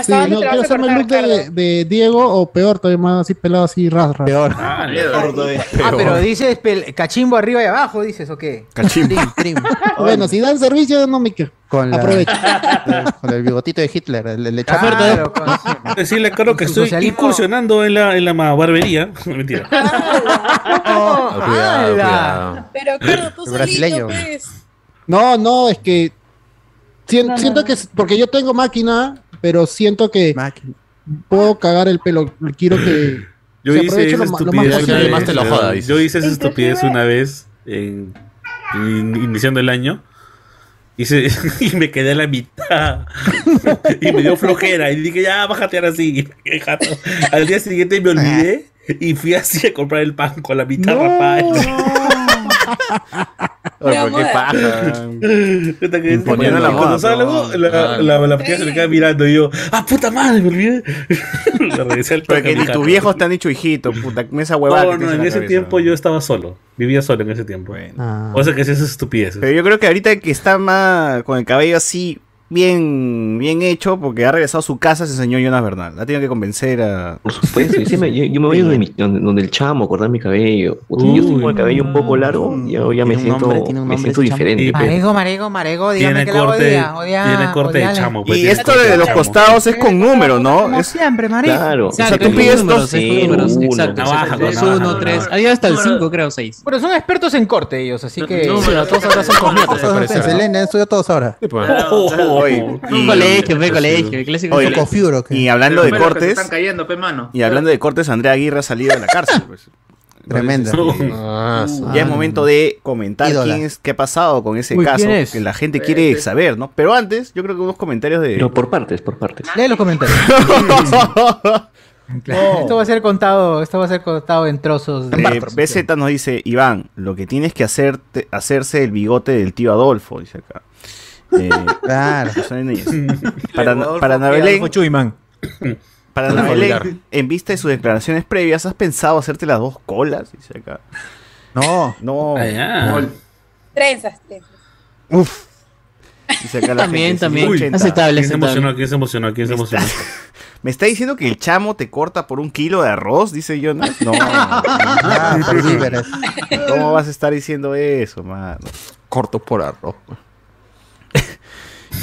S24: Sí, no quiero hacerme el look de, de Diego o peor, todavía más así pelado, así ras, ras. Peor.
S9: Ah,
S11: este,
S9: pero dices pel- cachimbo arriba y abajo, dices, ¿o qué?
S6: Cachimbo.
S24: bueno, si dan servicio, no me quejo.
S6: Con, la-
S24: Aprovecho. Ah,
S6: con el bigotito de Hitler, le, le echaba-
S9: Claro,
S7: Decirle, claro, que estoy
S6: socialismo.
S7: incursionando en la, en la ma- barbería. Mentira.
S4: Ah, cuidado,
S12: Pero claro, tú
S7: El
S12: solito,
S7: brasileño.
S12: pues.
S24: No, no, es que sien-
S12: No, no,
S24: siento
S12: no.
S24: que es- porque yo tengo máquina, pero siento que puedo cagar el pelo. Quiero que
S7: Yo
S24: se
S7: hice
S24: aproveche
S7: esa
S24: lo ma- lo
S7: estupidez.
S24: más
S7: una
S24: posible.
S7: vez, ¿no? Yo hice
S12: Este
S7: esa estupidez una vez en- in- iniciando el año. Hice- y me quedé a la mitad. y me dio flojera. Y dije, ya, bájate ahora sí. Y jato. Al día siguiente me olvidé. Y fui así a comprar el pan con la mitad rapada.
S2: Oye, pero qué paja.
S7: Puta que-
S2: Imponiendo la
S7: y
S2: moda,
S7: cuando salgo,
S2: pero-
S7: la,
S2: Claro.
S7: la, la mujer se me queda mirando y yo, ¡ah, puta madre! Me olvidé. Le regresé al toque
S2: Porque
S7: a mi
S2: ni tus
S7: jato.
S2: viejos te han dicho, hijito, puta, esa huevada.
S7: No,
S2: que te
S7: no,
S2: hice
S7: en
S2: la
S7: ese
S2: cabeza".
S7: tiempo yo estaba solo. Vivía solo en ese tiempo.
S4: Ah.
S7: O sea que es esas estupideces.
S2: Pero yo creo que ahorita que está más con el cabello así bien bien hecho, porque ha regresado a su casa, se enseñó Jonas Bernal. Ha tenido que convencer a...
S11: Por supuesto, yo, siempre- yo, yo pues, me voy donde, mi- donde- donde el chamo, cortar mi cabello. Puta, yo estoy con el cabello un poco largo, ya, ya me
S9: Tiene un
S11: siento,
S9: nombre, tiene un
S11: me
S9: nombre
S11: siento
S9: ese chamo.
S11: diferente. pe.
S9: Marego, marego, marego, dígame
S11: Tiene
S9: que la
S11: corte-
S9: odia, odia.
S11: tiene corte de
S9: odiala.
S11: chamo, pues,
S2: Y
S11: tiene
S2: esto
S11: corte
S2: de
S11: de
S2: los
S11: chamo.
S2: costados es con número, ¿no?
S9: Como
S2: Es,
S9: siempre, marico.
S2: claro. O sea,
S9: Exacto,
S2: tú pides
S9: números,
S2: dos,
S9: es con
S2: cero,
S9: números,
S2: uno.
S9: exacto,
S2: Navaja,
S9: exacto,
S2: con
S9: es uno,
S2: navaja.
S9: tres. Ahí hasta el 5, creo, 6. Pero son expertos en corte ellos, así que.
S24: No, pero todos acá son cosmiatas, al parecer, ¿no?
S6: Selena, estudió todos ahora.
S2: Oye, y-
S13: colegio, ve, colegio, clásico
S2: Oye,
S13: colegio.
S2: Y hablando de cortes,
S25: están cayendo, pe mano.
S2: y hablando de cortes, Andrea Aguirre ha salido de la cárcel. pues.
S6: Tremenda.
S2: Entonces,
S4: Ah,
S2: sí.
S4: su-
S2: ya es momento de comentar
S4: Ídola.
S2: quién es, qué ha pasado con ese
S4: Uy,
S2: caso
S4: ¿quién es?
S2: que la gente quiere saber, ¿no? Pero antes, yo creo que unos comentarios de. No,
S11: por partes, por partes.
S9: Lee los comentarios.
S2: No.
S9: Esto va a ser contado, esto va a ser contado en trozos. de-
S2: Eh, BZ nos dice, Iván, lo que tienes que hacerte, hacerse el bigote del tío Adolfo, dice acá. Eh,
S6: Claro.
S2: Susana Núñez. Para,
S16: Adolfo,
S2: para Ana
S16: eh,
S2: Belén-
S16: Adolfo Chuyman.
S2: Para
S16: Adolfo
S2: Ana Belén,
S16: Aguilar.
S2: en vista de sus declaraciones previas, ¿has pensado hacerte las dos colas? Dice acá.
S6: No.
S2: No.
S12: ya.
S2: No.
S12: Trenzas, trenzas.
S2: Uf. Dice acá la
S13: También,
S2: gente,
S13: también.
S2: 180.
S13: Aceptable,
S7: ¿Quién se emocionó? ¿Quién se emocionó? ¿Quién se emocionó?
S2: Me está diciendo que el chamo te corta por un kilo de arroz, dice Jonas. No. ¿Cómo vas a estar diciendo eso, mano?
S4: Corto por arroz.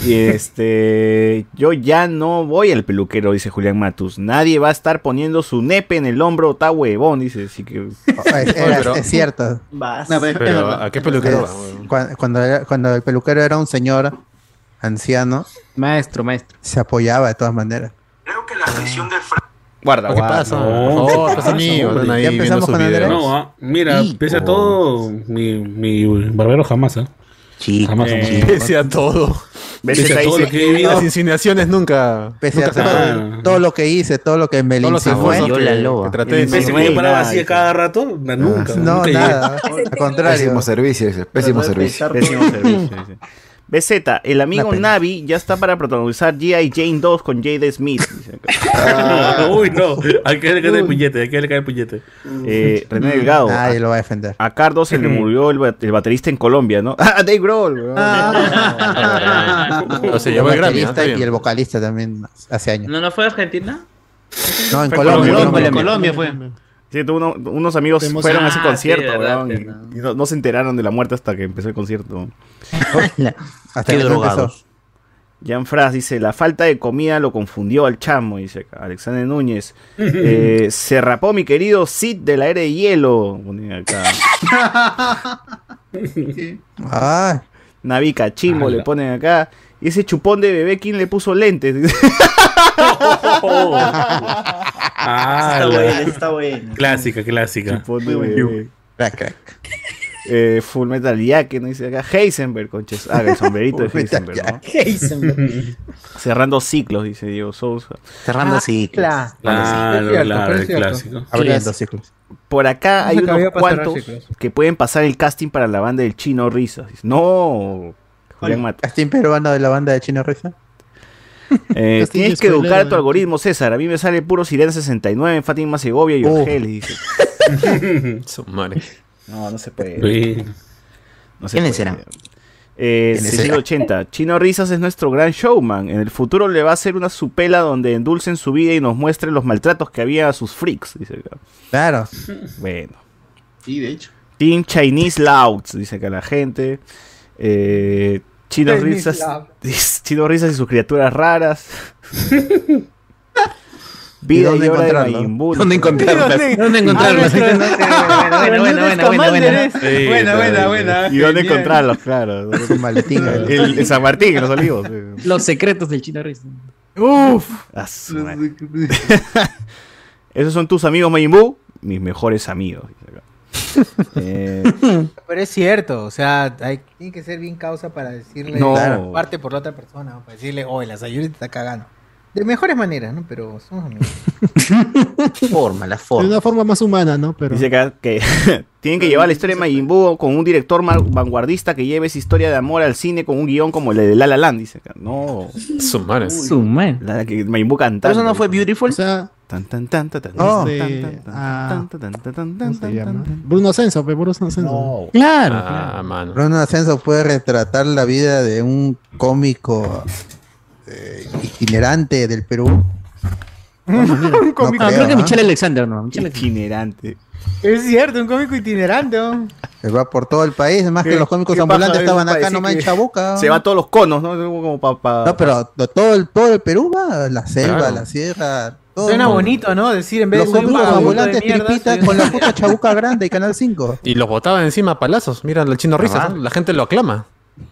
S2: Y este, yo ya no voy al peluquero, dice Julián Matus. Nadie va a estar poniendo su nepe en el hombro, está huevón, dice. Así que.
S6: Es, era- es cierto.
S15: No, pero es- Pero, es verdad.
S4: ¿a qué
S6: Es- cuan- cuando, era- cuando el peluquero era un señor anciano.
S13: Maestro, maestro.
S6: Se apoyaba de todas maneras.
S2: Guarda,
S4: ¿Qué
S6: guarda.
S4: pasa?
S6: No,
S4: Por favor, pues,
S6: ¿qué pasa,
S4: amigos,
S6: hombre?
S4: están ahí
S6: Ya
S4: viendo
S6: empezamos
S4: sus
S6: con Andrés.
S4: videos.
S7: No, ah, mira, pese a todo, mi, mi barbero jamás, ¿ah?
S11: Sí.
S7: Jamás, jamás.
S4: Eh, Pese a todo.
S2: Pese a todo lo que he vivido.
S4: Las insinuaciones nunca.
S6: Pese a
S4: nunca se pagan.
S6: todo, todo lo que hice, todo lo que me
S4: Todos los
S6: insinué.
S4: esfuerzos que- que traté de
S7: Pese a que yo paraba así a cada rato, na- nunca.
S6: No,
S7: nunca
S6: nada.
S7: llegué.
S6: Al contrario.
S16: Pésimo servicio, dice. Pésimo
S2: Tratar de
S16: servicio.
S2: evitar todo. BZ, el amigo Navi ya está para protagonizar G.I. Jane 2 con Jade Smith. dice acá. Ah,
S7: Uy, no. Hay que le cae el puñete, hay que le cae el puñete.
S2: Eh, René Delgado.
S6: Nadie lo va a defender.
S2: A Cardo se le murió el, ba- el baterista en Colombia, ¿no? Ah, Dave Grohl, weón.
S25: Ah.
S4: Pero se llevó el Grammy, ¿no?
S6: baterista
S4: Está
S6: y
S4: bien.
S6: el vocalista también hace años.
S25: ¿No, no fue a Argentina?
S6: No, en
S2: Fue
S6: Colombia.
S2: Colombia,
S6: Colombia.
S25: Colombia fue.
S2: Sí, tuvo uno- unos amigos
S25: Fuimos
S2: fueron
S25: a-
S2: a ese
S25: Ah,
S2: concierto,
S25: sí, verdad,
S2: weón, y, y no, no se enteraron de la muerte hasta que empezó el concierto.
S6: Hasta que no empezó.
S2: Jan Fras dice, la falta de comida lo confundió al chamo, dice acá. Alexander Núñez. eh, se rapó mi querido Sid del aire de hielo. ponía acá.
S6: Ah.
S2: Navica Chimbo
S6: Ala.
S2: le ponen acá. Y ese chupón de bebé, ¿quién le puso lentes?
S7: Ah,
S15: Está
S7: la-
S15: buena, está buena.
S7: Clásica, clásica.
S2: Muy bebé. Eh, Full Metal Jacket, ¿no? dice acá. Heisenberg, conches. Ah, el sombrerito de
S6: Full Metal
S2: Heisenberg, ¿no?
S6: Heisenberg.
S2: Cerrando ciclos, dice Diego Sousa.
S9: Cerrando Ah, ciclos. claro.
S2: Cerrando
S7: Claro,
S2: ciclos.
S7: claro, el clásico.
S6: Abriendo ciclos.
S2: Por acá
S9: No
S2: hay
S9: se acabó
S2: unos
S9: de pasar
S2: cuantos
S9: los ciclos.
S2: que pueden pasar el casting para la banda del Chino Risas. Dice, No, Julián Mata.
S6: ¿Casting peruano de la ¿Este banda de Chino Reza?
S2: Eh,
S6: Casting
S2: tienes que
S6: spoiler
S2: educar a
S6: de-
S2: tu algoritmo, César. A mí me sale puro Sirena 69, Fátima Segovia y
S4: Oh.
S2: Orgeles. dice.
S4: Su madre.
S2: No, no se puede.
S7: Sí.
S2: No se
S11: ¿Quiénes
S2: puede.
S11: serán?
S2: Eh,
S11: ¿Quién es
S2: 680. Chino Risas es nuestro gran showman. En el futuro le va a hacer una supela donde endulcen su vida y nos muestren los maltratos que había a sus freaks. Dice acá.
S6: Claro.
S2: Bueno.
S6: Sí, de hecho.
S2: Team Chinese Louds, dice acá la gente. Eh, Chino
S6: Chinese
S2: Risas.
S6: Loud.
S2: Chino Risas y sus criaturas raras.
S6: ¿Y
S2: Vida y,
S6: dónde
S2: hora de
S6: encontrarlo?
S2: Majin Buu.
S6: ¿Dónde encontrarlas? ¿Dónde-
S2: ¿Dónde encontrarlas?
S15: Ah,
S6: Bueno, bueno, bueno, bueno, ¿eh? bueno.
S2: Sí,
S6: Buena, buena, buena.
S2: ¿Y dónde
S6: Genial.
S2: encontrarlos? Claro.
S6: maletín.
S2: El, el San Martín, en los olivos. sí.
S13: Los secretos del Chino Riz.
S2: Uf. A su madre. Esos son tus amigos Majin Buu, mis mejores amigos. dice acá. Eh,
S1: Pero es cierto, o sea, hay, tiene que ser bien causa para decirle
S2: No.
S1: claro, parte por la otra persona, ¿no? para decirle, oye, la Sayuri te está cagando. De mejores maneras, ¿no? Pero somos amigos.
S5: Forma, la
S24: De
S5: forma.
S24: una forma más humana, ¿no? Pero.
S2: dice acá que tienen que llevar la historia de Majin Buu con un director ma- vanguardista que lleve esa historia de amor al cine con un guión como el de La La Land. Dice acá. No.
S4: Su madre.
S2: Su La que Majin Buu cantando.
S5: ¿Pero eso no fue Beautiful?
S2: Tan, tan, tan, tan, tan,
S24: Oh.
S2: tan,
S24: Este,
S2: tan, tan,
S24: ah,
S2: tan, tan, tan, tan, tan, tan, tan.
S24: Bruno Ascenso, pe, Bruno Ascenso.
S6: Claro.
S4: Ah, mano.
S6: Oh. Bruno Ascenso puede retratar la vida de un cómico eh, itinerante del Perú.
S1: un cómico.
S13: Ah, creo que
S6: ¿ah?
S13: Michelle Alexander, no. Michelle
S2: Itinerante.
S1: Es cierto, un cómico itinerante. ¿no?
S6: Se va por todo el país, más que
S2: ¿Qué-
S6: los cómicos
S2: qué
S6: ambulantes
S2: paja,
S6: estaban
S2: parece
S6: acá no
S2: que
S6: mancha boca.
S2: Se va a todos los conos, ¿no? Como pa- pa-
S6: No, pero to- todo el, todo el Perú va, la selva,
S2: Claro.
S6: la sierra, todo.
S1: Suena bonito, ¿no? Decir en vez
S6: Los
S1: de soy un
S6: cómicos
S1: vagabundo de
S6: ambulantes
S1: mierda,
S6: tripitas
S1: soy un-
S6: con la puta chabuca grande y Canal 5.
S4: Y los botaban encima a palazos. Mira, el chino risas. ¿no? La gente lo aclama.
S1: Uy,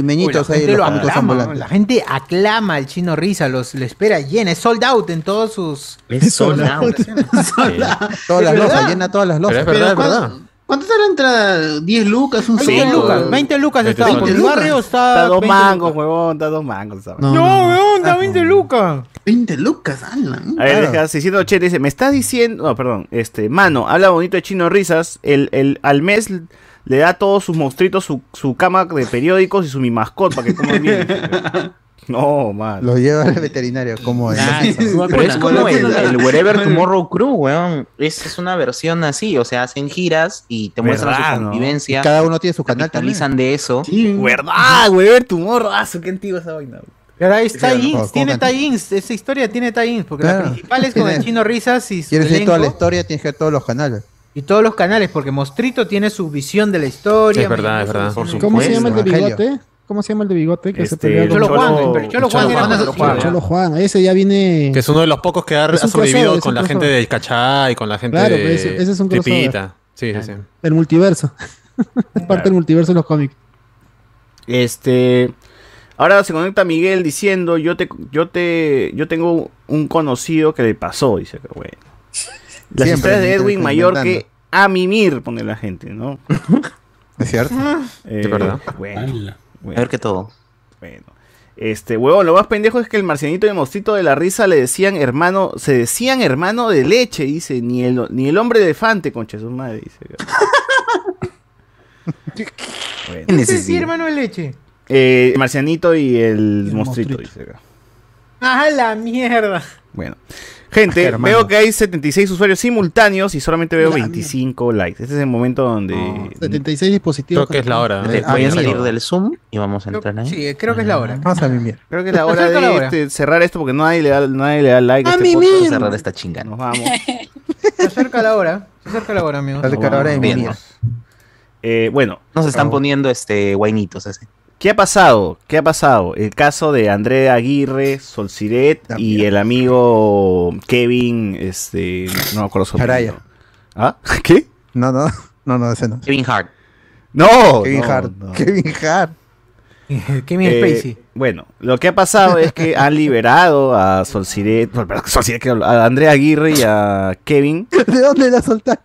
S1: la
S6: Limeñitos ahí,
S1: gente
S6: los
S1: lo
S6: cómicos
S1: aclama, ¿no?
S6: ambulantes.
S1: La gente aclama al chino Risa, los le espera llena, es sold out en todos sus
S6: Es sold out. Todas
S1: ¿Es
S6: las
S1: verdad?
S6: losas, llena todas las losas.
S8: ¿Cuánto está la entrada? ¿10 lucas? ¿Un
S1: 20 lucas, 20 lucas está. Por el barrio está.
S2: Está dos
S1: 20
S2: mangos, huevón, está dos mangos. esa vaina.
S1: No, weón,
S6: Ah,
S1: está 20 lucas.
S8: 20 lucas, ala.
S2: A ver, deja 680 dice, me estás diciendo, no, perdón, este, mano, habla bonito de Chino Risas, el, el, al mes le da a todos sus monstruitos su, su cama de periódicos y su mi mascota para que coman bien. no, man.
S6: Lo lleva al veterinario, como Ah, es.
S5: Pero es como el, el Wherever Tomorrow Crew, weón. Es, es una versión así, o sea, hacen giras y te muestran
S2: ¿Verdad,
S5: su
S2: no?
S5: convivencia.
S6: Y cada uno tiene su canal
S5: Capitalizan de eso.
S2: ¿Verdad, weón? Tu morrazo, qué antigua esa vaina.
S1: Pero ahí está
S6: Sí,
S1: Inks,
S6: no,
S1: tiene
S6: pongan-
S1: tie-ins, esa historia tiene tie-ins, porque
S6: Claro.
S1: la principal es con el chino Risas y su
S6: Quieres ver toda la
S1: elenco
S6: historia, tienes que ver todos los canales.
S1: y todos los canales, porque Mostrito tiene su visión de la historia.
S4: Es verdad, es verdad.
S1: Por
S24: ¿Cómo se llama el de
S6: Evangelio.
S24: bigote? ¿Cómo se llama el de bigote? Que se
S4: Este,
S24: peleó con
S1: Cholo
S4: Cholo-
S1: Juan, pero Cholo Juan
S4: Cholo
S1: era
S4: Juan,
S1: más
S4: Cholo Juan.
S1: oscuro.
S24: Cholo Juan. Ese ya viene.
S4: Que es uno de los pocos que ha,
S24: Es un
S4: ha sobrevivido
S24: crossover, es un
S4: con la gente
S24: crossover.
S4: del Cachá y con la gente
S24: Claro,
S4: de
S24: pero ese- ese es un crossover.
S4: Tripita. Sí, sí, sí.
S24: del multiverso. es parte del multiverso de los cómics.
S2: Este. Ahora se conecta Miguel diciendo: Yo te, yo te, yo tengo un conocido que le pasó. Dice que bueno. Las
S6: Siempre
S2: historias de
S6: me
S2: Edwin
S6: están
S2: Mayor que
S6: comentando.
S2: a mimir, pone la gente, ¿no?
S6: Ah. ¿Es cierto?
S2: Eh,
S4: Sí, ¿verdad?
S2: Bueno, bueno,
S5: A ver que todo.
S2: bueno. Este, huevón, lo más pendejo es que el marcianito de mostrito de la risa le decían hermano, se decían hermano de leche, dice, ni el, ni el hombre elefante, concha de su madre, dice. Bueno.
S1: ¿Qué es decir, hermano de leche?
S2: Eh, el marcianito y el, mostrito,
S24: mostrito.
S2: dice acá.
S1: ¡Ah, la mierda!
S2: Bueno. Gente,
S6: Germano.
S2: veo que hay 76 usuarios simultáneos y solamente veo 25 likes. Este es el momento donde...
S24: 76 dispositivos.
S4: Creo que es la hora.
S5: Entonces,
S4: ¿eh?
S5: voy
S24: ah,
S5: a
S24: sí.
S5: salir del Zoom y vamos a entrar ahí.
S1: Sí, creo que es la hora.
S6: Vamos a mimir.
S2: Creo que es la hora
S1: Acerca
S2: de
S1: Pues la hora.
S2: este, cerrar esto porque nadie le da, nadie le da like a,
S6: ¡A
S2: este
S6: mimir!
S2: podcast.
S5: Vamos a cerrar esta chingada.
S2: Nos vamos.
S1: Se acerca la hora, se acerca la hora, amigos.
S6: Dale cara ahora de
S5: Bien.
S6: mimir.
S2: Eh, bueno,
S5: Nos están poniendo este guainitos así.
S2: ¿qué ha pasado? ¿Qué ha pasado? El caso de André Aguirre, Solciret y el amigo Kevin, este, no me acuerdo su
S6: Araya.
S2: apellido. ¿Ah? ¿Qué?
S6: No, no, no, no, ese no.
S5: Kevin Hart.
S2: No,
S6: Kevin
S2: no,
S6: Hart.
S2: no.
S6: Kevin Hart.
S1: Kevin
S2: Eh,
S1: Spacey.
S2: Bueno, lo que ha pasado es que han liberado a Solciret, perdón, Solciret, que hablo, a André Aguirre y a Kevin
S6: ¿De dónde la soltaste?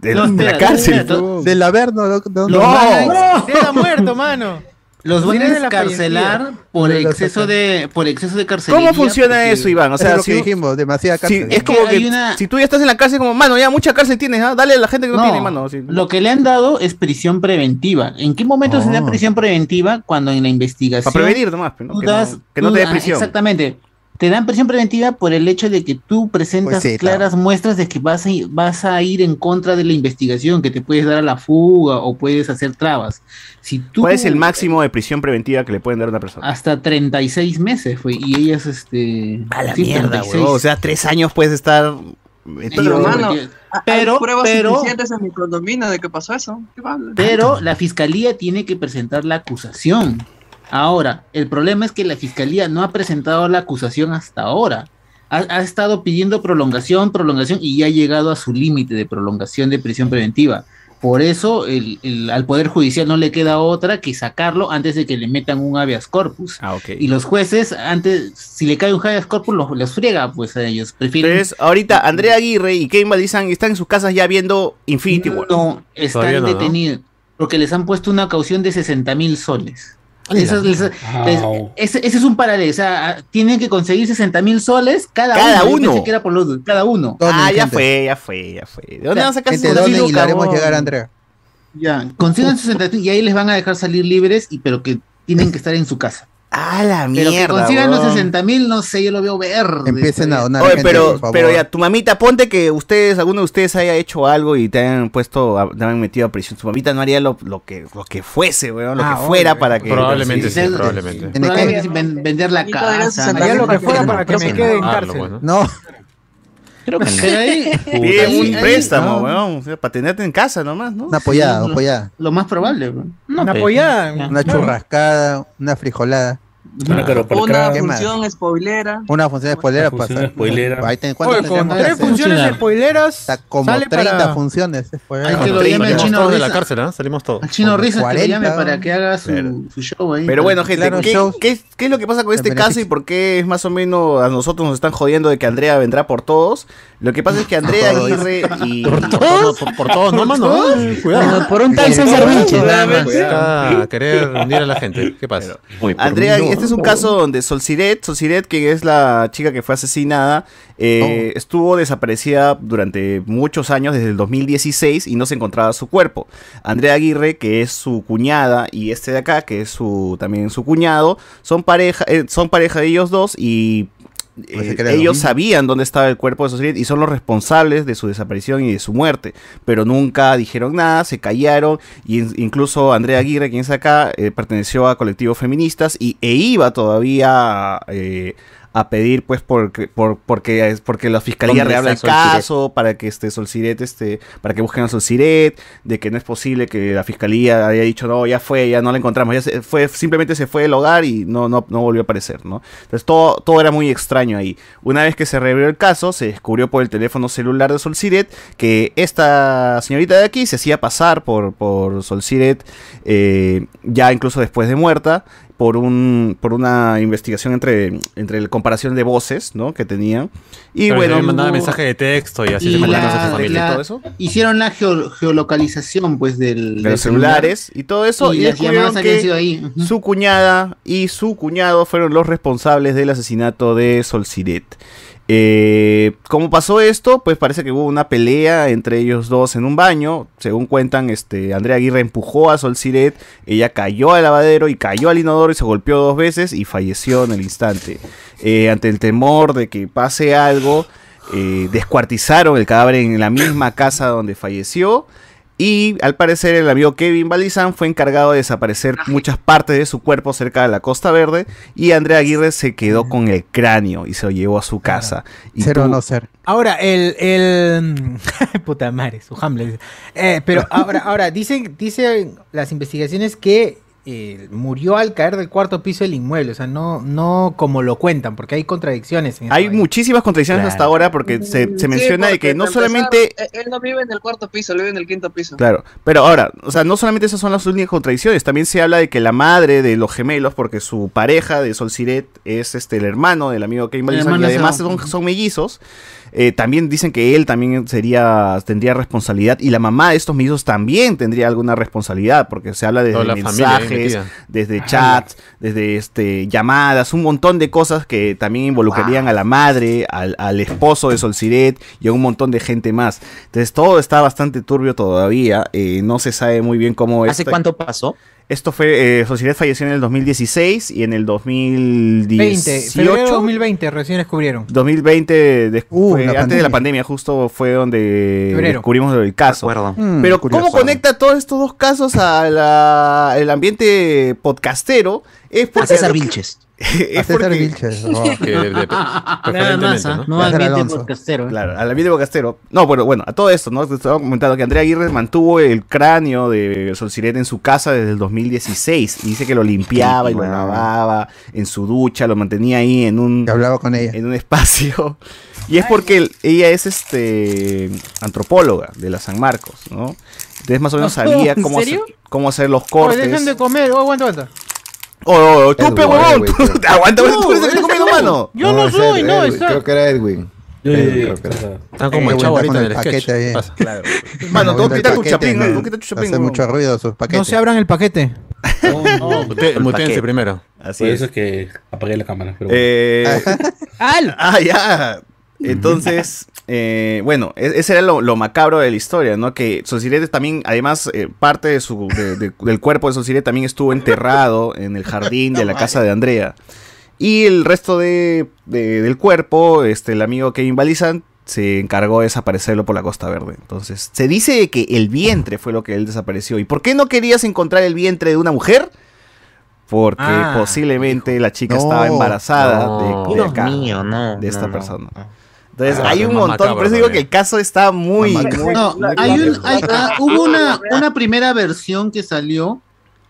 S2: de,
S8: No,
S2: de la
S8: espera,
S2: cárcel.
S8: espera,
S6: Del Averno. ¿de dónde?
S2: No.
S1: Se ha muerto, mano.
S8: Los van
S1: Tiene
S8: a
S1: la
S8: descarcelar por
S6: Tiene la
S8: exceso de por exceso de carcelería.
S2: ¿Cómo funciona
S8: porque-
S2: eso, Iván? O
S6: Eso es
S2: sea,
S6: lo que
S2: si-
S6: dijimos, demasiada
S2: si-
S6: cárcel.
S2: es
S8: Es
S2: como
S8: que hay
S2: que
S8: una-
S2: si tú ya estás en la cárcel, como, mano, ya mucha cárcel tienes, ¿ah? dale a la gente que no,
S8: No,
S2: tiene, mano. así.
S8: Lo que le han dado es prisión preventiva. ¿En qué momento se da
S6: Oh.
S8: prisión preventiva? Cuando en la investigación.
S2: Para prevenir nomás, pues, ¿no? Que,
S8: dudas-
S2: no, que no te dé
S8: dudas-
S2: prisión.
S8: Exactamente.
S6: Te dan prisión preventiva por el hecho de que tú presentas
S26: Pues sí,
S6: claras muestras de que vas a, ir- vas a ir en contra de la investigación, que te puedes dar a la fuga o puedes hacer trabas. Si tú
S2: ¿Cuál es el máximo de prisión preventiva que le pueden dar a una persona?
S6: hasta 36 meses fue y ellas este
S2: A la
S6: sí,
S2: mierda,
S6: 36.
S2: huevón. O sea, tres años puedes estar.
S6: Pero, hermano,
S27: Pero, ah,
S6: Pero-
S27: hay pruebas
S6: pero-
S27: suficientes en mi condominio de que pasó eso. ¿Qué hablas?
S6: Pero la fiscalía tiene que presentar la acusación. Ahora, el problema es que la fiscalía no ha presentado la acusación hasta ahora. Ha, ha estado pidiendo prolongación, prolongación y ya ha llegado a su límite de prolongación de prisión preventiva. Por eso el- el- al Poder Judicial no le queda otra que sacarlo antes de que le metan un habeas corpus.
S2: Ah,
S6: Y los jueces, antes, si le cae un habeas corpus, los, los friega pues a ellos. Prefieren
S2: Entonces, ahorita Andrea Aguirre y Kevin Balizan están en sus casas ya viendo Infinity War.
S6: No, están detenidos porque les han puesto una caución de 60 mil soles.
S2: Ala.
S6: Esas- les- les-
S2: Wow.
S6: ese, ese es un paralelo, o sea, a- tienen que conseguir 60 mil soles cada,
S2: Cada
S6: uno. Yo
S2: uno.
S6: pensé que era por los- cada uno.
S2: Ah, ya fue, ya fue, ya fue. ¿De dónde van a sacar
S6: Gente,
S2: esos
S6: donen
S2: cinco,
S6: y la haremos
S2: cabrón?
S6: llegar a Andrea. Ya, consigan 60 mil y ahí les van a dejar salir libres, y, pero que tienen que estar en su casa.
S2: Ah, la
S6: Pero que
S2: mierda,
S6: consigan los pues.
S2: weón.
S6: 60 mil, no sé, yo lo veo verde.
S26: Empiecen a donar.
S2: Oye,
S26: gente,
S2: pero,
S26: por favor.
S2: pero ya, tu mamita, ponte que ustedes, alguno de ustedes haya hecho algo y te hayan puesto, a- te hayan metido a prisión. Tu mamita no haría lo, lo que, lo que fuese, weón, lo
S4: Ah,
S2: que fuera
S4: obvio.
S2: para que.
S4: Probablemente sí, probablemente.
S6: Probablemente ven- vender la casa.
S1: Haría lo que fuera para que me quede en
S2: Ah, lo
S1: cárcel.
S2: bueno.
S26: No.
S6: Creo
S2: que
S6: Pero ahí-
S2: Pide
S6: ahí-
S2: un
S6: ahí-
S2: préstamo,
S6: no.
S2: weón, o sea, para tenerte en casa nomás, ¿no?
S26: Una apoyada,
S6: lo-
S26: apoyada.
S6: Lo más probable, bro. No,
S26: Una
S6: pe-
S26: apoyada.
S6: ya.
S26: Una churrascada, una frijolada.
S28: Una
S27: Una
S26: ¿Qué
S27: función spoilera.
S26: más? Una función spoilera.
S28: función
S26: pasa.
S28: spoilera.
S26: Ahí ten- ¿cuántas
S1: Oye, con
S26: tenemos que
S1: tres
S26: hacer?
S1: funciones spoileras.
S26: Está como
S1: sale
S26: 30
S1: para-
S26: funciones. spoileras.
S4: Ahí te lo llame el Salimos chino todos de la Risa. cárcel, ¿ah? Salimos todos.
S6: Al chino
S26: Como
S6: Risas que lo
S26: 40,
S6: llame para
S26: ¿no?
S6: que haga su,
S2: Claro.
S6: su show ahí.
S2: Pero bueno, gente,
S6: Claro,
S2: ¿qué,
S6: shows.
S2: qué- qué es lo que pasa con
S6: En
S2: este caso y por qué es más o menos a nosotros nos están jodiendo de que Andrea vendrá por todos? Lo que pasa es que Andrea
S4: Por todos.
S2: Aguirre y...
S4: todos? Por, por todos, no, mano.
S2: todos?
S4: Cuidado.
S2: Por un tal
S4: Por
S2: César
S4: todos,
S2: Vinches, nada más.
S4: Está a querer hundir a la gente. ¿Qué pasa?
S2: Andrea, este es un caso donde Solciret, Solciret, que es la chica que fue asesinada, eh, estuvo desaparecida durante muchos años, desde el 2016, y no se encontraba su cuerpo. Andrea Aguirre, que es su cuñada, y este de acá, que es su también su cuñado, son pareja, eh, son pareja de ellos dos, y eh,
S26: Pues se crea lo
S2: ellos
S26: mismo.
S2: sabían dónde estaba el cuerpo de Sociedad y son los responsables de su desaparición y de su muerte, pero nunca dijeron nada, se callaron, y in- incluso Andrea Aguirre, quien es acá, eh, perteneció a colectivos feministas y, e iba todavía eh, a pedir, pues, porque, por, porque, porque la fiscalía
S29: ¿Dónde
S2: reabra el
S29: está Sol Siret?
S2: caso, caso para que este Sol Siret, este, para que busquen a Sol Siret, de que no es posible que la fiscalía haya dicho, no, ya fue, ya no la encontramos, ya se fue, simplemente se fue del hogar y no, no, no volvió a aparecer, ¿no? Entonces todo, todo era muy extraño ahí. Una vez que se reveló el caso, se descubrió por el teléfono celular de Sol Siret que esta señorita de aquí se hacía pasar por, por Sol Siret, eh, ya incluso después de muerta, por un por una investigación entre entre la comparación de voces, ¿no? que tenían. Y
S4: Pero
S2: bueno,
S4: también mandaba
S2: hubo-
S4: mensaje de texto y así
S6: Y
S4: se comunicaba con
S6: la-
S4: su familia.
S6: la-
S4: Todo eso.
S6: Hicieron la geo- geolocalización, pues, del.
S2: de
S6: del
S2: los celulares y todo eso.
S6: Y
S2: Y,
S6: las
S2: descubrieron
S6: llamadas habían
S2: que
S6: sido ahí.
S2: su cuñada y su cuñado fueron los responsables del asesinato de Sol Siret. Eh, ¿Cómo pasó esto? Pues parece que hubo una pelea entre ellos dos en un baño. Según cuentan, este, Andrea Aguirre empujó a Sol Siret, ella cayó al lavadero y cayó al inodoro y se golpeó dos veces y falleció en el instante. Eh, ante el temor de que pase algo, eh, descuartizaron el cadáver en la misma casa donde falleció. Y al parecer el amigo Kevin Balizan fue encargado de desaparecer muchas partes de su cuerpo cerca de la Costa Verde y Andrea Aguirre se quedó con el cráneo y se lo llevó a su casa. Y
S26: Ser o
S2: tú-
S26: no ser.
S1: Ahora, el, el puta madre, su Hamlet. Eh, pero ahora, ahora, dicen, dicen las investigaciones que eh, murió al caer del cuarto piso del inmueble. O sea, no, no como lo cuentan, porque hay contradicciones. en
S2: Hay
S1: esa vaina.
S2: muchísimas contradicciones
S1: Claro.
S2: hasta ahora porque se, se
S27: Sí,
S2: menciona de
S27: porque
S2: que no
S27: para empezar,
S2: solamente
S27: eh, Él no vive en el cuarto piso, él vive en el quinto piso.
S2: Claro, pero ahora, o sea, no solamente esas son las únicas contradicciones, también se habla de que la madre de los gemelos, porque su pareja de Sol Siret es este, el hermano del amigo Kevin Balizan, y
S29: hermano de
S2: además
S29: Sao.
S2: son, son mellizos, eh, también dicen que él también sería, tendría responsabilidad, y la mamá de estos mellizos también tendría alguna responsabilidad, porque se habla desde
S4: Toda la familia ahí
S2: mensajes,
S4: metida.
S2: desde chats, desde este, llamadas, un montón de cosas que también involucrarían a la madre, al, al esposo de Sol Siret y a un montón de gente más. Entonces todo está bastante turbio todavía, eh, no se sabe muy bien cómo es.
S5: ¿Hace cuánto pasó?
S2: Esto fue, eh, Sociedad falleció en el 2016 y en el
S1: 20,
S2: 2018.
S1: febrero 2020 recién descubrieron.
S2: 2020, des- fue
S1: la
S2: antes de la pandemia, justo fue donde
S1: Febrero.
S2: descubrimos el caso.
S26: Hmm,
S1: Mm,
S2: Pero
S1: curioso.
S2: ¿cómo conecta todos estos dos casos al ambiente podcastero? Es porque,
S5: César Vilches.
S2: es
S15: César
S2: porque-
S15: Vilches, oh.
S5: Que de- de-
S2: Nada
S5: más, ¿ah? No al ambiente Alonso. podcastero, ¿eh?
S2: Claro, al ambiente podcastero. No, bueno, bueno, a todo esto, ¿no? Te estaba comentando que Andrea Aguirre mantuvo el cráneo de Sol Sirena en su casa desde el 2016. Y dice que lo limpiaba y lo lavaba en su ducha, lo mantenía ahí en un.
S15: hablaba con ella.
S2: En un espacio. Y es porque el- ella es este antropóloga de la San Marcos, ¿no? Entonces más o menos sabía
S1: ¿En
S2: cómo hacer,
S1: serio?
S2: cómo hacer los
S1: Oye,
S2: cortes.
S1: dejen de comer, oh, aguanta, aguanta.
S2: Oh, oh, oh, tú, pe,
S30: Edwin,
S2: huevón,
S30: Edwin,
S2: tú- aguanta,
S1: No,
S2: tú eres el que
S1: eres
S2: come
S1: tú.
S2: mano.
S1: Yo no
S30: es
S1: soy,
S30: Ed-
S1: no,
S30: Edwin,
S1: está-
S30: Creo que era Edwin. Edwin, creo que era.
S4: Eh, Está como el chavo ahorita en el sketch. Pasa.
S2: Mano,
S15: Moviendo
S2: tú
S15: el
S2: quita tu
S15: paquete,
S2: chapín,
S15: ¿no?
S2: tú quita tu chapín.
S15: Hace mucho ruido sus
S1: No
S15: paquetes.
S1: se abran el paquete.
S2: Oh,
S4: Mute- Mutense primero.
S2: Así
S7: Por
S2: es.
S7: eso es que apagué la cámara. pero bueno.
S2: Eh,
S1: ¡Al!
S2: ah, ya. Entonces, eh, bueno, e- ese era lo, lo macabro de la historia, ¿no? Que Sosirete también, además, eh, parte de su, de- de- del cuerpo de Sosirete también estuvo enterrado en el jardín de la casa de Andrea. Y el resto de, de- del cuerpo, este, el amigo Kevin Balizan se encargó de desaparecerlo por la Costa Verde. Entonces, se dice que el vientre fue lo que él desapareció. ¿Y por qué no querías encontrar el vientre de una mujer? Porque
S5: Ah,
S2: posiblemente la chica
S5: No,
S2: estaba embarazada de, de
S5: Dios
S2: acá,
S5: mío, no,
S2: de esta
S5: no, no.
S2: persona. Entonces,
S5: Ah,
S2: hay
S5: es
S2: un
S5: más
S2: montón, por
S5: macabro
S2: eso digo
S5: todavía.
S2: que el caso está muy... muy-
S6: No,
S2: muy
S6: hay un-
S2: claro.
S6: hay- ah, hubo una, una primera versión que salió,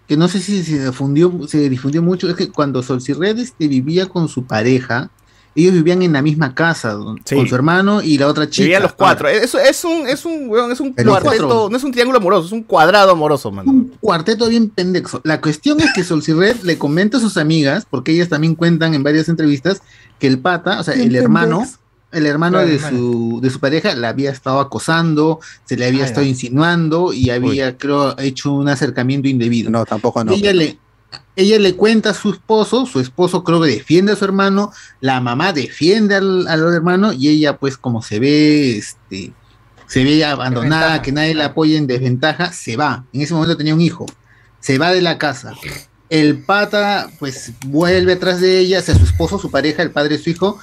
S6: que no sé si se difundió, se difundió mucho, es que cuando Solcirred este, vivía con su pareja, ellos vivían en la misma casa, don- con su hermano y la otra chica.
S2: Vivían los cuatro.
S5: ah.
S2: Es, es un, es un, weón, es un
S6: Los cuatro.
S2: cuarteto, no es un triángulo amoroso, es un cuadrado amoroso, mano.
S6: un cuarteto bien pendejo. La cuestión es que Solcirred le comenta a sus amigas, porque ellas también cuentan en varias entrevistas, que el pata, o sea,
S15: Bien
S6: el hermano,
S15: pendejos.
S6: el hermano
S15: Claro,
S6: de
S15: hermano.
S6: su, de su pareja la había estado acosando, se le había
S15: Ah,
S6: estado
S15: ya.
S6: insinuando y había, creo, hecho un acercamiento indebido.
S15: No, tampoco no.
S6: Ella le, ella le cuenta a su esposo, su esposo creo que defiende a su hermano, la mamá defiende al, al hermano y ella pues como se ve, este, se ve abandonada, que nadie la apoya en desventaja, se va. En ese momento tenía un hijo, se va de la casa. El pata pues vuelve atrás de ella, hacia su esposo, su pareja, el padre de su hijo,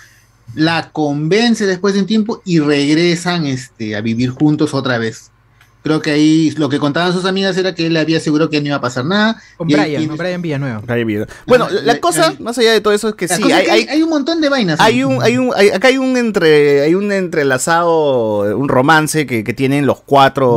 S6: la convence después de un tiempo y regresan este, a vivir juntos otra vez. Creo que ahí lo que contaban sus amigas era que él le había asegurado que no iba a pasar nada.
S1: Con
S6: y ahí
S1: Brian,
S6: tiene-
S1: con Brian Villanueva.
S2: Bueno, la, cosa, más allá de todo eso, es que
S6: La
S2: sí,
S6: cosa es
S2: hay,
S6: que
S2: hay,
S6: hay un montón de vainas.
S2: hay un, hay un, hay- acá hay un entre, hay un entrelazado, un romance que, que tienen los cuatro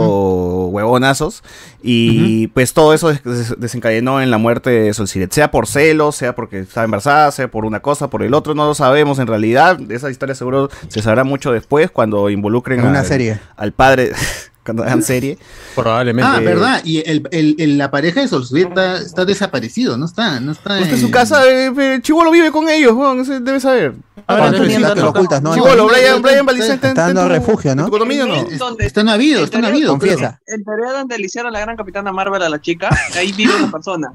S2: huevonazos y pues todo eso des- des- desencadenó en la muerte de Sol Siret, sea por celos, sea porque estaba embarazada, sea por una cosa, por el otro, no lo sabemos en realidad, de esa historia seguro se sabrá mucho después cuando involucren
S15: En una
S2: al-
S15: serie.
S2: al padre, cuando hagan serie.
S4: Probablemente.
S6: Ah, verdad. Y el, el- el- la pareja de Solsbeer está, está desaparecido, no está, no está.
S2: Usted en
S6: en-
S2: su casa, eh, eh, Chivolo vive con ellos, weón, ese debe saber.
S15: Ahora, ¿Cuántos días te lo ocultas, no?
S2: Chivolo,
S15: No,
S2: Brian,
S15: no,
S2: Brian
S15: no,
S2: Balizán está en-
S15: está dando
S2: en tu-
S15: refugio, ¿no?
S2: en tu condominio, ¿no?
S27: Donde-
S6: Está no habido, está no habido.
S15: Confiesa.
S27: En teoría donde le hicieron la gran capitana Marvel a la chica, ahí vive una persona.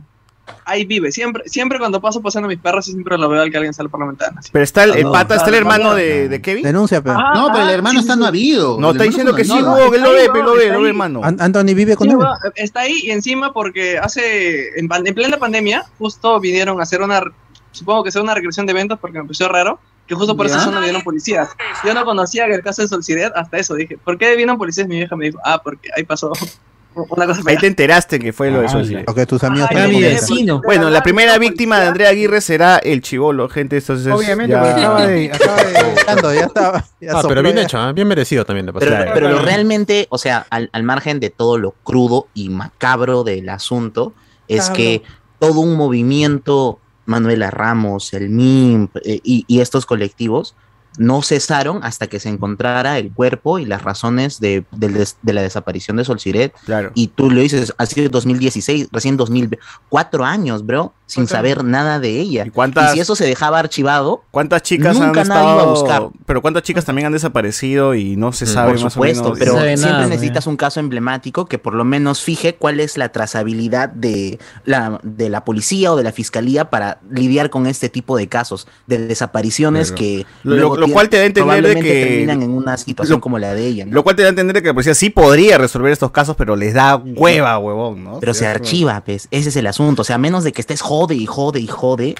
S27: Ahí vive. Siempre, siempre cuando paso pasando mis perros, siempre lo veo al que alguien sale por la ventana.
S2: Pero está el, el
S15: No,
S2: pata, Ah, está el
S15: no,
S2: hermano
S15: no.
S2: de, de Kevin.
S15: Denuncia, pero.
S27: Ah,
S6: No, pero el hermano está no habido.
S2: No,
S6: El
S2: está
S6: hermano
S2: diciendo que sí,
S6: no habido.
S2: huevón, él lo ve,
S27: Está ahí,
S2: pe, lo ve,
S27: está
S2: lo ve,
S27: ahí.
S2: hermano.
S15: An- Anthony vive con
S27: Sí,
S15: él.
S27: va, está ahí encima porque hace en, pan- en plena pandemia justo vinieron a hacer una re- supongo que sea una regresión de eventos porque me pareció raro que justo por
S6: Ya.
S27: esa zona vinieron policías. Yo no conocía el caso de Solcidet hasta eso dije. ¿Por qué vinieron policías? Mi vieja me dijo, ah, porque ahí pasó una cosa
S2: Ahí
S27: fea.
S2: te enteraste que fue lo de
S15: Ah,
S2: Sol Siret.
S15: Porque tus amigos
S27: Ay, mi vecino.
S2: Bueno, la primera víctima de Andrea Aguirre será el Chivolo, gente. Entonces,
S1: Obviamente, porque acaba de. Acaba de...
S15: ya estaba. ya
S4: Ah,
S15: sopló
S4: pero bien
S15: ya.
S4: hecho, ¿eh? bien merecido también. de
S2: pues,
S5: Pero,
S4: pasar.
S5: pero lo realmente, o sea, al, al margen de todo lo crudo y macabro del asunto, es
S31: Cabro.
S5: que todo un movimiento, Manuela Ramos, el MIMP eh, y, y estos colectivos, no cesaron hasta que se encontrara el cuerpo y las razones de, del des- de la desaparición de Sol Siret.
S2: Claro.
S5: Y tú lo dices, ha sido 2016, recién 2000, cuatro años, bro. sin saber nada de ella. ¿Y,
S2: cuántas-
S5: si eso se dejaba archivado,
S2: ¿Cuántas chicas
S5: nunca
S2: han
S5: nadie
S2: estado,
S5: iba a buscar.
S2: Pero cuántas chicas también han desaparecido y no se sabe
S5: Por
S2: más o
S5: supuesto,
S2: menos.
S5: pero siempre necesitas un caso emblemático que por lo menos fije cuál es la trazabilidad de la, de la policía o de la fiscalía para lidiar con este tipo de casos de desapariciones
S2: Claro.
S5: que
S2: Lo-
S5: luego
S2: lo- lo cual te da a entender de
S5: probablemente
S2: que-
S5: terminan en una situación como la de ella. ¿no?
S2: Lo cual te da a entender que la policía sí podría resolver estos casos, pero les da hueva, huevón, ¿no?
S5: Pero se archiva, pues, ese es el asunto. O sea, a menos de que estés jode y jode y jode,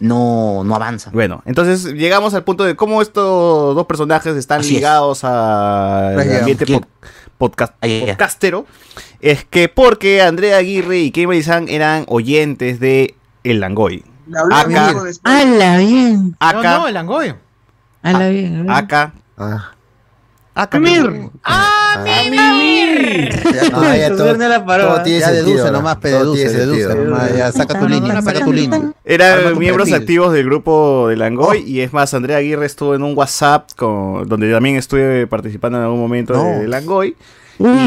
S5: no, no avanza.
S2: Bueno, entonces llegamos al punto de cómo estos dos personajes están
S5: Así es.
S2: ligados al
S5: Ahí llegamos.
S2: ambiente
S5: ¿Quién?
S2: pod- podcast,
S5: Ahí llega.
S2: podcastero. Es que porque Andrea Aguirre y Kevin San eran oyentes de El Langoy. Acá,
S13: Hala bien.
S2: Acá.
S13: No,
S9: el Angoyo.
S13: Hala bien.
S2: acá. Acá.
S9: ¡Ah, mi mir!
S6: Ah, ya todo- todo tiene
S11: Ya
S6: sentido
S11: deduce
S6: ahora.
S11: nomás, pe,
S6: Todo
S11: deduce,
S6: tiene
S11: deduce
S6: sentido.
S11: nomás, ya,
S6: saca tu línea, saca tu línea. Arma
S2: Eran
S6: tu
S2: miembros
S6: perfil.
S2: activos del grupo de Langoy y es más, Andrea Aguirre estuvo en un WhatsApp con, donde también estuve participando en algún momento
S6: No.
S2: de, de Langoy.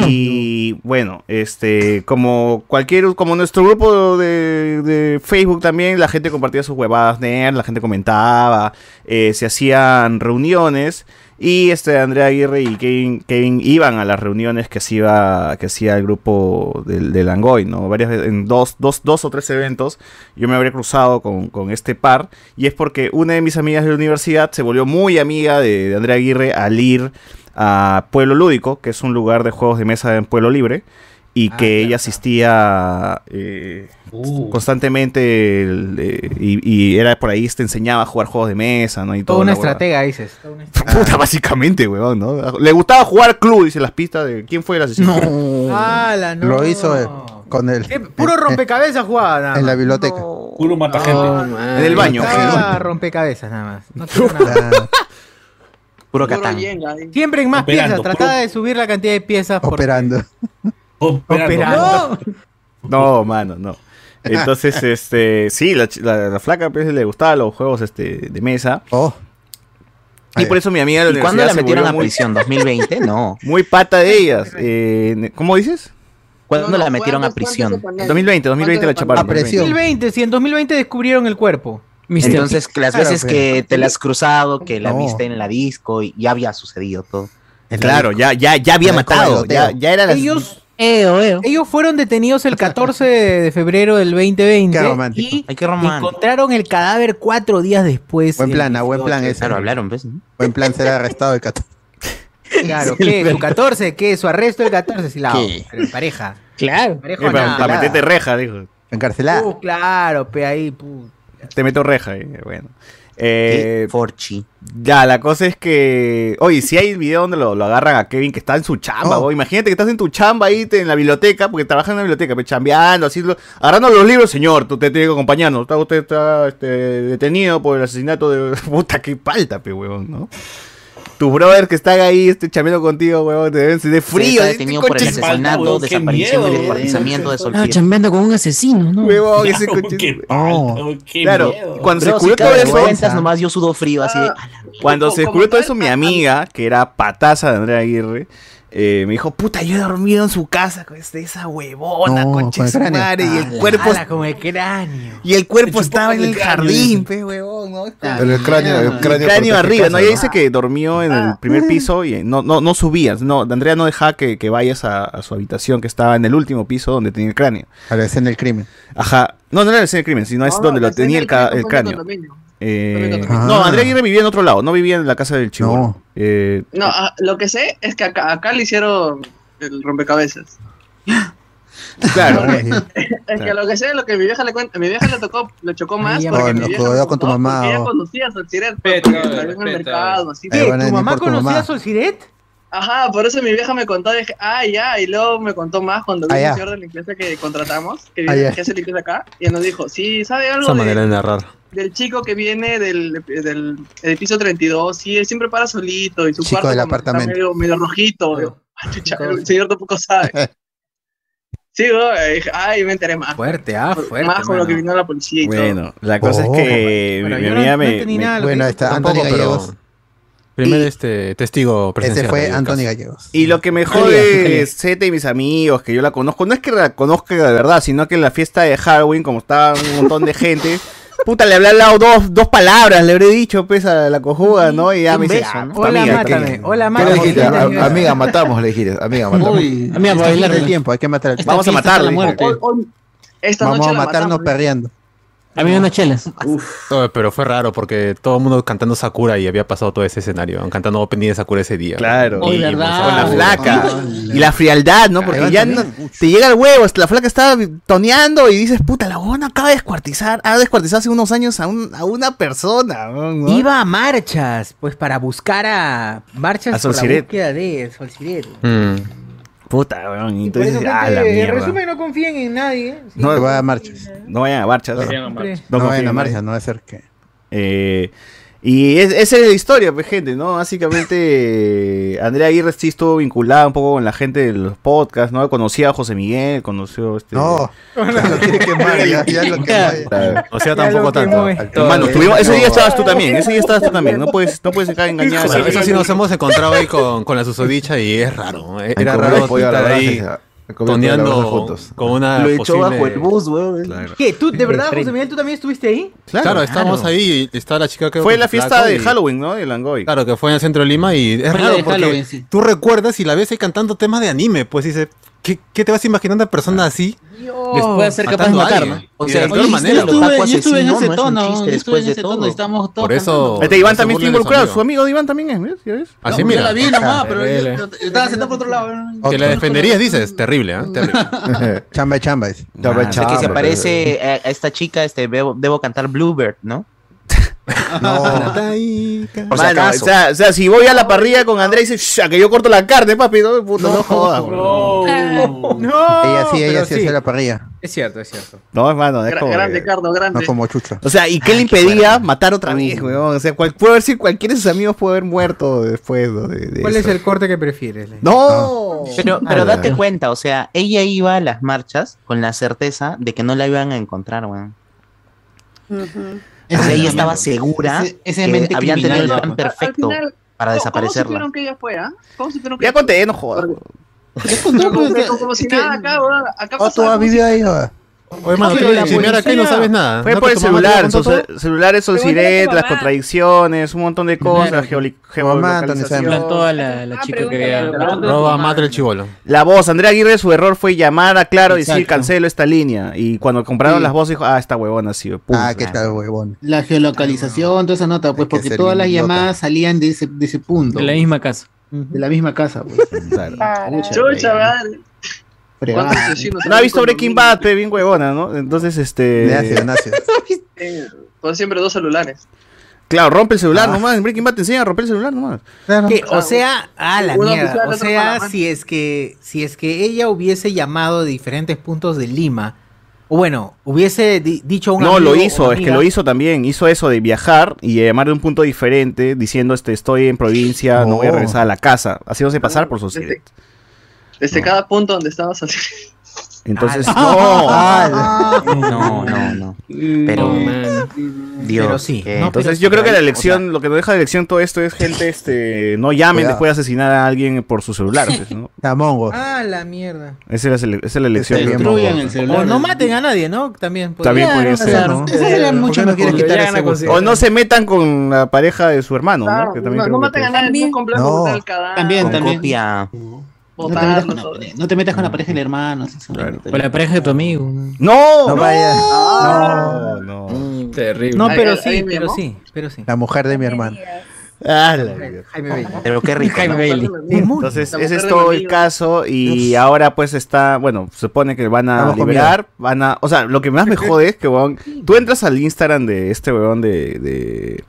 S2: Y bueno, este, como cualquier, como nuestro grupo de, de Facebook también, la gente compartía sus huevadas nerd, la gente comentaba, eh, se hacían reuniones y este Andrea Aguirre y Kevin, Kevin iban a las reuniones que hacía, que hacía el grupo del de Langoy, ¿no? Varias veces, en dos, dos, dos o tres eventos yo me habría cruzado con, con este par y es porque una de mis amigas de la universidad se volvió muy amiga de, de Andrea Aguirre al ir a Pueblo Lúdico, que es un lugar de juegos de mesa en Pueblo Libre, y
S1: Ah,
S2: que ella asistía eh,
S1: Uh.
S2: constantemente el, eh, y, y era por ahí, te enseñaba a jugar juegos de mesa, ¿no? Y
S1: Toda
S2: todo
S1: una
S2: la huevada.
S1: estratega, dices.
S2: Puta, básicamente, weón, ¿no? Le gustaba jugar club, dice las pistas de quién fue el asesino.
S1: ¡Hala, no!
S6: Lo hizo eh, con el.
S1: Puro rompecabezas jugaba, nada
S6: En la
S1: más.
S6: biblioteca.
S7: Puro mata
S1: gente.
S2: En el baño.
S1: Ah, rompecabezas nada más. No quiero nada.
S5: Puro
S1: Catán.
S27: Jenga, ¿eh?
S1: Siempre en más
S2: Operando,
S1: piezas. Trataba de subir la cantidad de piezas. Operando. Operando.
S2: No, mano, no. Entonces, este, sí, la, ch- la- la flaca pues, le gustaban los juegos este, de mesa. Y por eso mi amiga de la
S5: ¿Y cuándo
S2: universidad
S5: la
S2: se
S5: metieron
S2: volvió
S5: a
S2: muy-
S5: prisión? ¿2020? No.
S2: Muy pata de ellas. Eh, ¿Cómo dices?
S5: ¿Cuándo la metieron a prisión?
S2: 2020, 2020 la chaparon.
S1: 2020, si en 2020 descubrieron el cuerpo.
S5: Entonces, que las
S1: Claro,
S5: veces
S1: pero-
S5: que te la has cruzado, que la
S1: No.
S5: viste en la disco, y ya había sucedido todo.
S2: Claro, ya, ya, ya había matado. Ya, ya era la-
S1: Ellos, ellos fueron detenidos el 14 de febrero del 2020 y encontraron el cadáver cuatro días después.
S6: Buen
S1: el
S6: plan, ah, buen plan ese.
S1: Claro,
S5: hablaron, ¿ves?
S6: Buen plan será arrestado el 14.
S1: Claro,
S6: Sí,
S1: ¿qué?
S6: pero-
S1: ¿Su 14? ¿Qué? ¿Su arresto el 14? Sí, la
S6: ¿Qué?
S1: pero en pareja.
S6: Claro.
S1: Pareja
S2: Eh,
S1: o
S2: para,
S1: nada.
S2: para meterte reja, dijo.
S6: Encarcelada.
S1: Uh, claro, pe ahí. pu-
S2: Te meto reja, eh, bueno. Eh,
S5: Forchi.
S2: Ya, la cosa es que. Oye, si hay video donde lo, lo agarran a Kevin que está en su chamba,
S5: Oh.
S2: bo. Imagínate que estás en tu chamba ahí te- en la biblioteca, porque trabajas en la biblioteca, pues, chambeando, así, lo- agarrando los libros, señor, tú te tienes que acompañarnos. Está, usted está este, detenido por el asesinato de. Puta, qué palta, pe, huevón, ¿no? Tus brothers que están ahí este, chambeando contigo, huevón, te deben sentir
S5: Se
S2: frío.
S5: está
S2: así,
S5: detenido
S2: "Este
S5: por el
S2: conche su madre,
S5: asesinato,
S2: huevón, qué
S5: desaparición y
S2: miedo,
S5: descuartizamiento de
S13: Ah,
S5: soltero.
S13: chambeando con un asesino, ¿no?
S2: Huevón, ese conche-
S5: Oh.
S2: Claro, cuando se
S5: Bro, si
S2: descubrió
S5: cada
S2: todo
S5: vez
S2: eso.
S5: cuentas, nomás yo sudo frío, así de, "A la mierda".
S2: Cuando se
S5: Como-
S2: descubrió todo eso, mi amiga, que era pataza de Andrea Aguirre, eh, me dijo, puta, yo he dormido en su casa con este- esa huevona,
S1: No,
S2: concha
S1: con
S2: de
S1: el
S2: su
S1: cráneo.
S2: madre, y el
S1: Ala,
S2: cuerpo,
S1: Ah, ala, con el cráneo.
S2: y el cuerpo estaba en
S1: con
S2: el
S1: el cráneo,
S2: jardín,
S1: dice.
S2: pe, huevón, ¿no?
S1: Pero el cráneo- el
S2: El
S1: cráneo
S2: cráneo
S1: protege
S2: arriba,
S1: casa,
S2: ¿no? Ella
S1: ¿no?
S2: dice que dormió en
S6: Ah.
S2: el primer piso y no, no, no subías, no, Andrea no dejaba que, que vayas a, a su habitación que estaba en el último piso donde tenía el cráneo.
S6: A la escena del crimen.
S2: Ajá, no, no era la escena del crimen, sino es
S6: No,
S2: donde
S6: Oh, la
S2: lo
S6: escena
S2: tenía
S6: del
S2: el, ca-
S6: crimen fue
S2: el
S6: en el
S2: cráneo.
S27: condominio.
S2: Eh,
S6: condominio.
S2: no,
S6: Ah.
S2: Andrea Aguirre vivía en otro lado, no vivía en la casa del chivo. Eh,
S27: No, ah, lo que sé es que acá, acá le hicieron el rompecabezas.
S2: Claro.
S27: Es que lo que sé, lo que mi vieja le cuenta, mi vieja le tocó, le chocó más
S6: ya
S27: porque
S6: me-
S27: mi
S6: Bueno,
S27: vieja
S6: cuidado
S27: lo
S6: con tu
S27: contó,
S6: mamá,
S27: porque ella
S6: oh.
S27: conocía a Solciret, porque la vio en el mercado, así.
S6: Ahí van a venir por tu mamá.
S1: Solciret?
S27: Ajá, por eso mi vieja me contó, dije, ah, ya, y luego me contó más cuando
S6: Ah,
S27: vino
S6: ya.
S27: el señor de limpieza que contratamos, que
S6: Ah,
S27: viene
S6: ya.
S27: que hace limpieza acá, y él nos dijo, sí, ¿sabe algo
S4: Esa
S27: de-
S4: manera de narrar.
S27: del chico que viene del, del, del piso 32? Sí, él siempre para solito, y su
S6: Chico
S27: cuarto
S6: del
S27: como que está
S6: apartamento.
S27: medio, medio rojito, digo, "Ah, chucha, el señor tampoco sabe. sí, güey, y dije, ay, me enteré más.
S1: Fuerte, ah,
S27: fuerte. Más con lo que vino la policía y todo.
S2: Bueno, la cosa es que mi, mi amiga me, me-
S6: Bueno, ahí está. Antonio Gallegos.
S4: Primer este, testigo presencial.
S6: Ese fue
S4: del caso.
S6: Anthony Gallegos.
S2: Y lo que me jode es Zeta y mis amigos, que yo la conozco, no es que la conozca de verdad, sino que en la fiesta de Halloween, como estaba un montón de gente, puta, le hablé al lado dos, dos palabras, le habré dicho, pues, a la cojuda, ¿no? Y ya
S1: Un
S2: me dice,
S1: beso,
S2: ah,
S1: ¿no?
S2: puta
S1: Hola,
S2: amiga,
S1: mátame,
S2: ¿qué-
S1: hola,
S2: qué
S1: mátame.
S2: le dijiste?
S1: Hola,
S2: A- amiga,
S16: Amiga, matamos, le dijiste. Amiga, matamos.
S6: Uy,
S16: Amiga,
S6: esta
S16: para
S6: fiesta
S16: bailar.
S6: del tiempo, hay que matar el
S16: Vamos a
S6: tiempo.
S16: matarlo, dijo.
S27: Hoy- hoy- esta
S6: Vamos
S27: noche
S6: a
S27: la
S6: matarnos
S27: matamos.
S6: perreando.
S13: A mí unas chelas.
S4: No, pero fue raro porque todo el mundo cantando Sakura y había pasado todo ese escenario, cantando opening de Sakura ese día.
S2: Claro.
S4: Y,
S2: con la
S4: Sakura.
S2: flaca. Y la frialdad, ¿no? Porque ya no- te llega el huevo, la flaca está toneando y dices, puta, la huevona acaba de descuartizar, ha descuartizado hace unos años a, un- a una persona. ¿no?
S1: Iba a marchas, pues para buscar a marchas
S2: A
S1: por la
S2: Solciret.
S1: búsqueda de Solciret.
S2: Puta, weón. Y
S1: Por
S2: entonces,
S1: eso, gente,
S2: ah, la
S1: en
S2: mierda.
S1: resumen, no confíen en nadie. ¿eh?
S2: No,
S6: vayan a marchas.
S2: No vayan a marchas.
S6: No vayan a marchas. No vayan a marchas,
S2: no es ser que. Eh, y es- esa es la historia, pues, gente, ¿no? Básicamente, eh, Andrea Aguirre sí estuvo vinculada un poco con la gente de los podcasts, ¿no? Conocía a José Miguel, conoció este. No,
S4: O sea, tampoco tanto.
S2: Mano, estuvimos- ese día estabas tú también, ese día estabas tú también, no puedes, no puedes estar engañado.
S4: Eso, eso sí nos hemos encontrado ahí con, con la susodicha y es raro. eh, Era
S16: Han comido
S4: raro
S16: pollo a la
S4: estar
S16: brasa,
S4: ahí
S16: se- han comido pollo a la brasa
S4: toneando
S16: juntos.
S4: con una
S16: Lo echó bajo el
S4: bus,
S2: weón.
S1: ¿Qué? ¿Tú, de verdad,
S4: Frente.
S1: José Miguel, tú también estuviste ahí?
S4: Claro, estábamos ahí y está la chica que...
S2: Fue la fiesta
S4: flaco
S2: de
S4: y-
S2: Halloween, ¿no? De Langoy.
S4: Claro, que fue en el centro de Lima y es
S2: Fue la
S4: raro
S2: de
S4: porque
S2: Halloween, sí.
S4: tú recuerdas y la ves ahí cantando temas de anime, pues dice, ¿qué, qué te vas imaginando a persona así?
S13: Les puede ser capaz de
S4: Matando a
S13: matar,
S4: alguien.
S13: ¿no? O
S4: Y
S13: sea,
S4: de
S13: oye,
S4: todas
S13: yo
S4: maneras,
S13: estuve-
S4: los tacos
S13: yo estuve en
S4: asesinos
S13: ese
S4: no es un
S13: tono,
S4: chiste
S13: yo estuve
S4: después
S13: en ese
S4: de
S13: tono,
S4: todo.
S13: estábamos todos
S4: Por eso...
S2: Este Iván
S4: no se
S2: también está
S4: burlen de su
S2: involucrado,
S4: amigo.
S2: su amigo de Iván también es, ¿ves? ¿Ya ves?
S4: Así
S2: No,
S4: mira.
S2: yo la vi nomás, pero yo-
S4: Terrible.
S27: Yo- yo Estaba sentado por otro lado.
S4: Que la defenderías, dices. Terrible, ¿eh? Terrible.
S6: Chamba, chamba. es.
S4: Chamba,
S5: Ah, o sea, que se
S4: chamba,
S5: aparece a, a esta chica, este, debo, debo cantar Bluebird, ¿no? Por si
S2: Mano,
S5: acaso.
S2: o, sea, o sea, si voy a la parrilla con Andrea y dice, "Shh, a que yo corto la carne, papi, no, puta, no jodas,
S27: No.
S6: Ella sí, ella
S2: pero
S6: sí
S2: sí.
S6: hace la parrilla.
S1: Es cierto, es cierto.
S2: No, hermano, es
S27: Gra-
S2: como que-
S27: grande, Cardo, grande.
S6: No como chucha.
S2: O sea, ¿y
S8: Ah,
S2: qué le impedía matar
S8: Uh.
S2: otra vez, weón? O sea, cual- puede haber sido cualquiera de sus amigos puede haber muerto después ¿no? de, de
S1: ¿Cuál
S2: eso.
S1: es el corte que prefieres?
S2: ¡No!
S5: Pero, pero
S2: Ah,
S5: date cuenta, o sea, ella iba a las marchas con la certeza de que no la iban a encontrar, weón. O sea, ella estaba segura
S27: Ese- ese
S5: que
S27: mente
S5: habían tenido
S27: criminal,
S5: el
S27: ¿no?
S5: plan perfecto
S27: Al final,
S5: para desaparecerla.
S27: supieron que ella fue, ah? ¿Cómo supieron que
S2: Ya conté, no jodas.
S27: Como, como- como si nada acá, weón. Acá
S6: Oh, tú
S27: pasa
S6: has
S27: algo.
S6: vivido ahí, ¿no?
S4: Oye, hermano,
S2: Sí,
S4: tú
S2: la
S4: eres chismear acá y no
S2: policía.
S4: sabes nada.
S2: Fue
S4: ¿No
S2: por
S4: que
S2: el
S4: tu mamá te lo
S2: celular,
S4: contó
S2: sus
S4: todo?
S2: celulares,
S4: Pregúntale a tu
S2: Solciret, las
S4: mamá.
S2: contradicciones, un montón de cosas, geoli-
S13: En plan,
S2: geolocalización.
S13: toda la, la chica que había.
S4: Roba, mata el chivolo.
S2: La voz, Andrea Aguirre, su error fue llamar a Claro y decir,
S13: Exacto.
S2: cancelo esta línea. Y cuando compraron
S13: Sí.
S2: las voces, dijo, ah, esta huevona sí, Ah, qué
S6: tal, huevón.
S8: La geolocalización, toda esa nota, pues, porque
S2: ser
S8: todas las
S2: idiota.
S8: llamadas salían de ese, de ese punto. pues.
S13: De la misma casa.
S8: De la misma casa, pues.
S27: Chucha, madre.
S8: Fregado.
S6: ah,
S27: ¿Cuántos asesinos
S2: No ha
S27: hay
S2: visto
S27: con
S2: Breaking Bad, pe, bien huevona, ¿no? Entonces, este...
S6: Gracias, gracias.
S27: Eh, Con siempre dos celulares.
S2: Claro, rompe el celular nomás. En Breaking Bad te enseñan a romper el celular nomás.
S1: Que, o sea, a la
S2: Una
S1: mierda.
S2: oficial,
S1: O
S2: otra para
S1: sea,
S2: la mano.
S1: si es que si es que ella hubiese llamado de diferentes puntos de Lima, o bueno, hubiese di- dicho a un
S2: No, lo
S1: amigo o
S2: hizo, es que
S1: amiga,
S2: lo hizo también. Hizo eso de viajar y llamar de un punto diferente, diciendo, este, estoy en provincia, no, voy a
S27: No.
S2: regresar a la casa. Haciéndose pasar por sus
S27: Desde, desde cada punto donde estabas así.
S2: Entonces,
S27: Ah,
S2: no.
S27: ah,
S5: No, no, no. Pero, Dios.
S2: Pero sí.
S5: que-
S2: Entonces yo creo que la elección, lo que nos deja de elección todo esto es gente, este, no llamen
S6: Cuidado.
S2: después de asesinar a alguien por su celular, pues, ¿no?
S1: A la mierda.
S2: Esa es la, sele- esa es la elección.
S1: Se
S2: Este, que
S1: destruyen
S2: nos-
S1: el O no maten a nadie, ¿no? También
S2: También podría ser,
S1: claro.
S2: ¿no?
S1: Esa sería mucho
S6: no quieres
S1: mejor.
S6: quitar
S1: Eh, Ya
S6: ese
S1: van a
S6: gusto?
S1: conseguir.
S2: O no se metan con la pareja de su hermano, ¿no? Que también
S27: no,
S2: creo
S27: no
S2: que-
S27: maten a nadie, no compras
S2: No.
S27: botar el cadáver.
S8: También, también.
S5: Copia.
S8: No te, metas con, no, no te metas con la pareja del hermano.
S13: Con la pareja de tu amigo.
S2: No,
S6: no vaya.
S13: No, Mm,
S6: Terrible.
S1: No, pero sí, pero sí, pero sí.
S6: La mujer de mi hermano.
S2: Ah,
S1: Jaime Bailey.
S5: Pero qué rico.
S1: Jaime
S5: ¿no?
S1: Bailey.
S2: Entonces, ese es todo el caso y ahora pues está, bueno, se supone que van a
S6: Estamos con
S2: liberar, van a, o sea, lo que más me jode es que, weón, tú entras al Instagram de este weón de, de,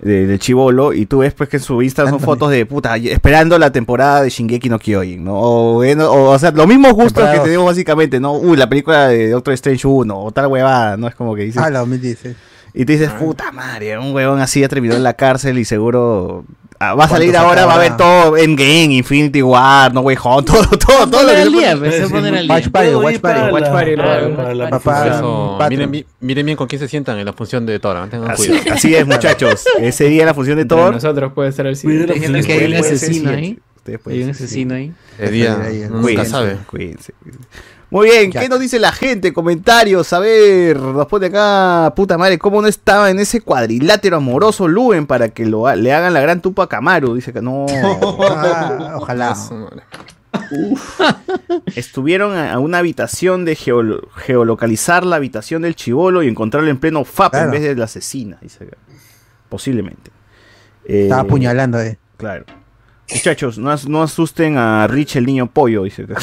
S2: de- del Chibolo y tú ves pues que en su Instagram son fotos de puta, y- esperando la temporada de Shingeki no Kyojin, ¿no? O, bueno, o, o sea, los mismos gustos
S6: Temporada
S2: que
S6: dos.
S2: tenemos básicamente, ¿no? Uy, la película de Doctor Strange 1 o tal huevada, ¿no? Es como que dices...
S6: Ah, la 2016.
S2: Y te dices, puta madre, un huevón así ya terminó en la cárcel y seguro Ah, va a salir
S6: ¿Cuánto
S2: ahora, va a
S6: sacará?
S2: haber todo Endgame, Infinity War, No Way Home, todo, todo, todo.
S6: poner
S2: lo que
S6: al día,
S2: se puede
S6: pues, se
S2: decir.
S6: poner al
S4: Watch
S6: día.
S4: party,
S6: Puedo
S4: watch
S6: ir
S4: party,
S6: para
S4: watch
S6: la-
S4: party,
S6: para
S4: luego,
S6: la-
S4: para la
S6: para
S4: función.
S6: la-
S4: Eso, Miren bi- miren bien con quién se sientan en la función de Tora. tengan
S2: Así,
S4: cuidado.
S2: así es, muchachos. Ese día la función de
S4: Entre
S2: todo.
S4: nosotros
S2: puede ser el
S4: siguiente. Hay gente que
S2: pues,
S4: hay un asesino ahí.
S13: Hay un asesino ahí.
S4: El día, nunca sabe.
S2: Cuídense. Muy bien,
S13: Ya.
S2: ¿qué nos dice la gente? Comentarios, a ver, nos pone acá, puta madre, ¿cómo no estaba en ese cuadrilátero amoroso Luen para que lo, ha- le hagan la gran tupa a Camaro? Dice que no.
S6: Ah, ojalá.
S2: Estuvieron a a una habitación de geolo- geolocalizar la habitación del chivolo y encontrarlo en pleno FAP en
S6: Claro.
S2: vez de la asesina, dice acá. Posiblemente.
S6: Estaba
S2: Eh,
S6: apuñalando, eh.
S2: Claro. Muchachos, no, as- no asusten a Rich el niño pollo, dice acá.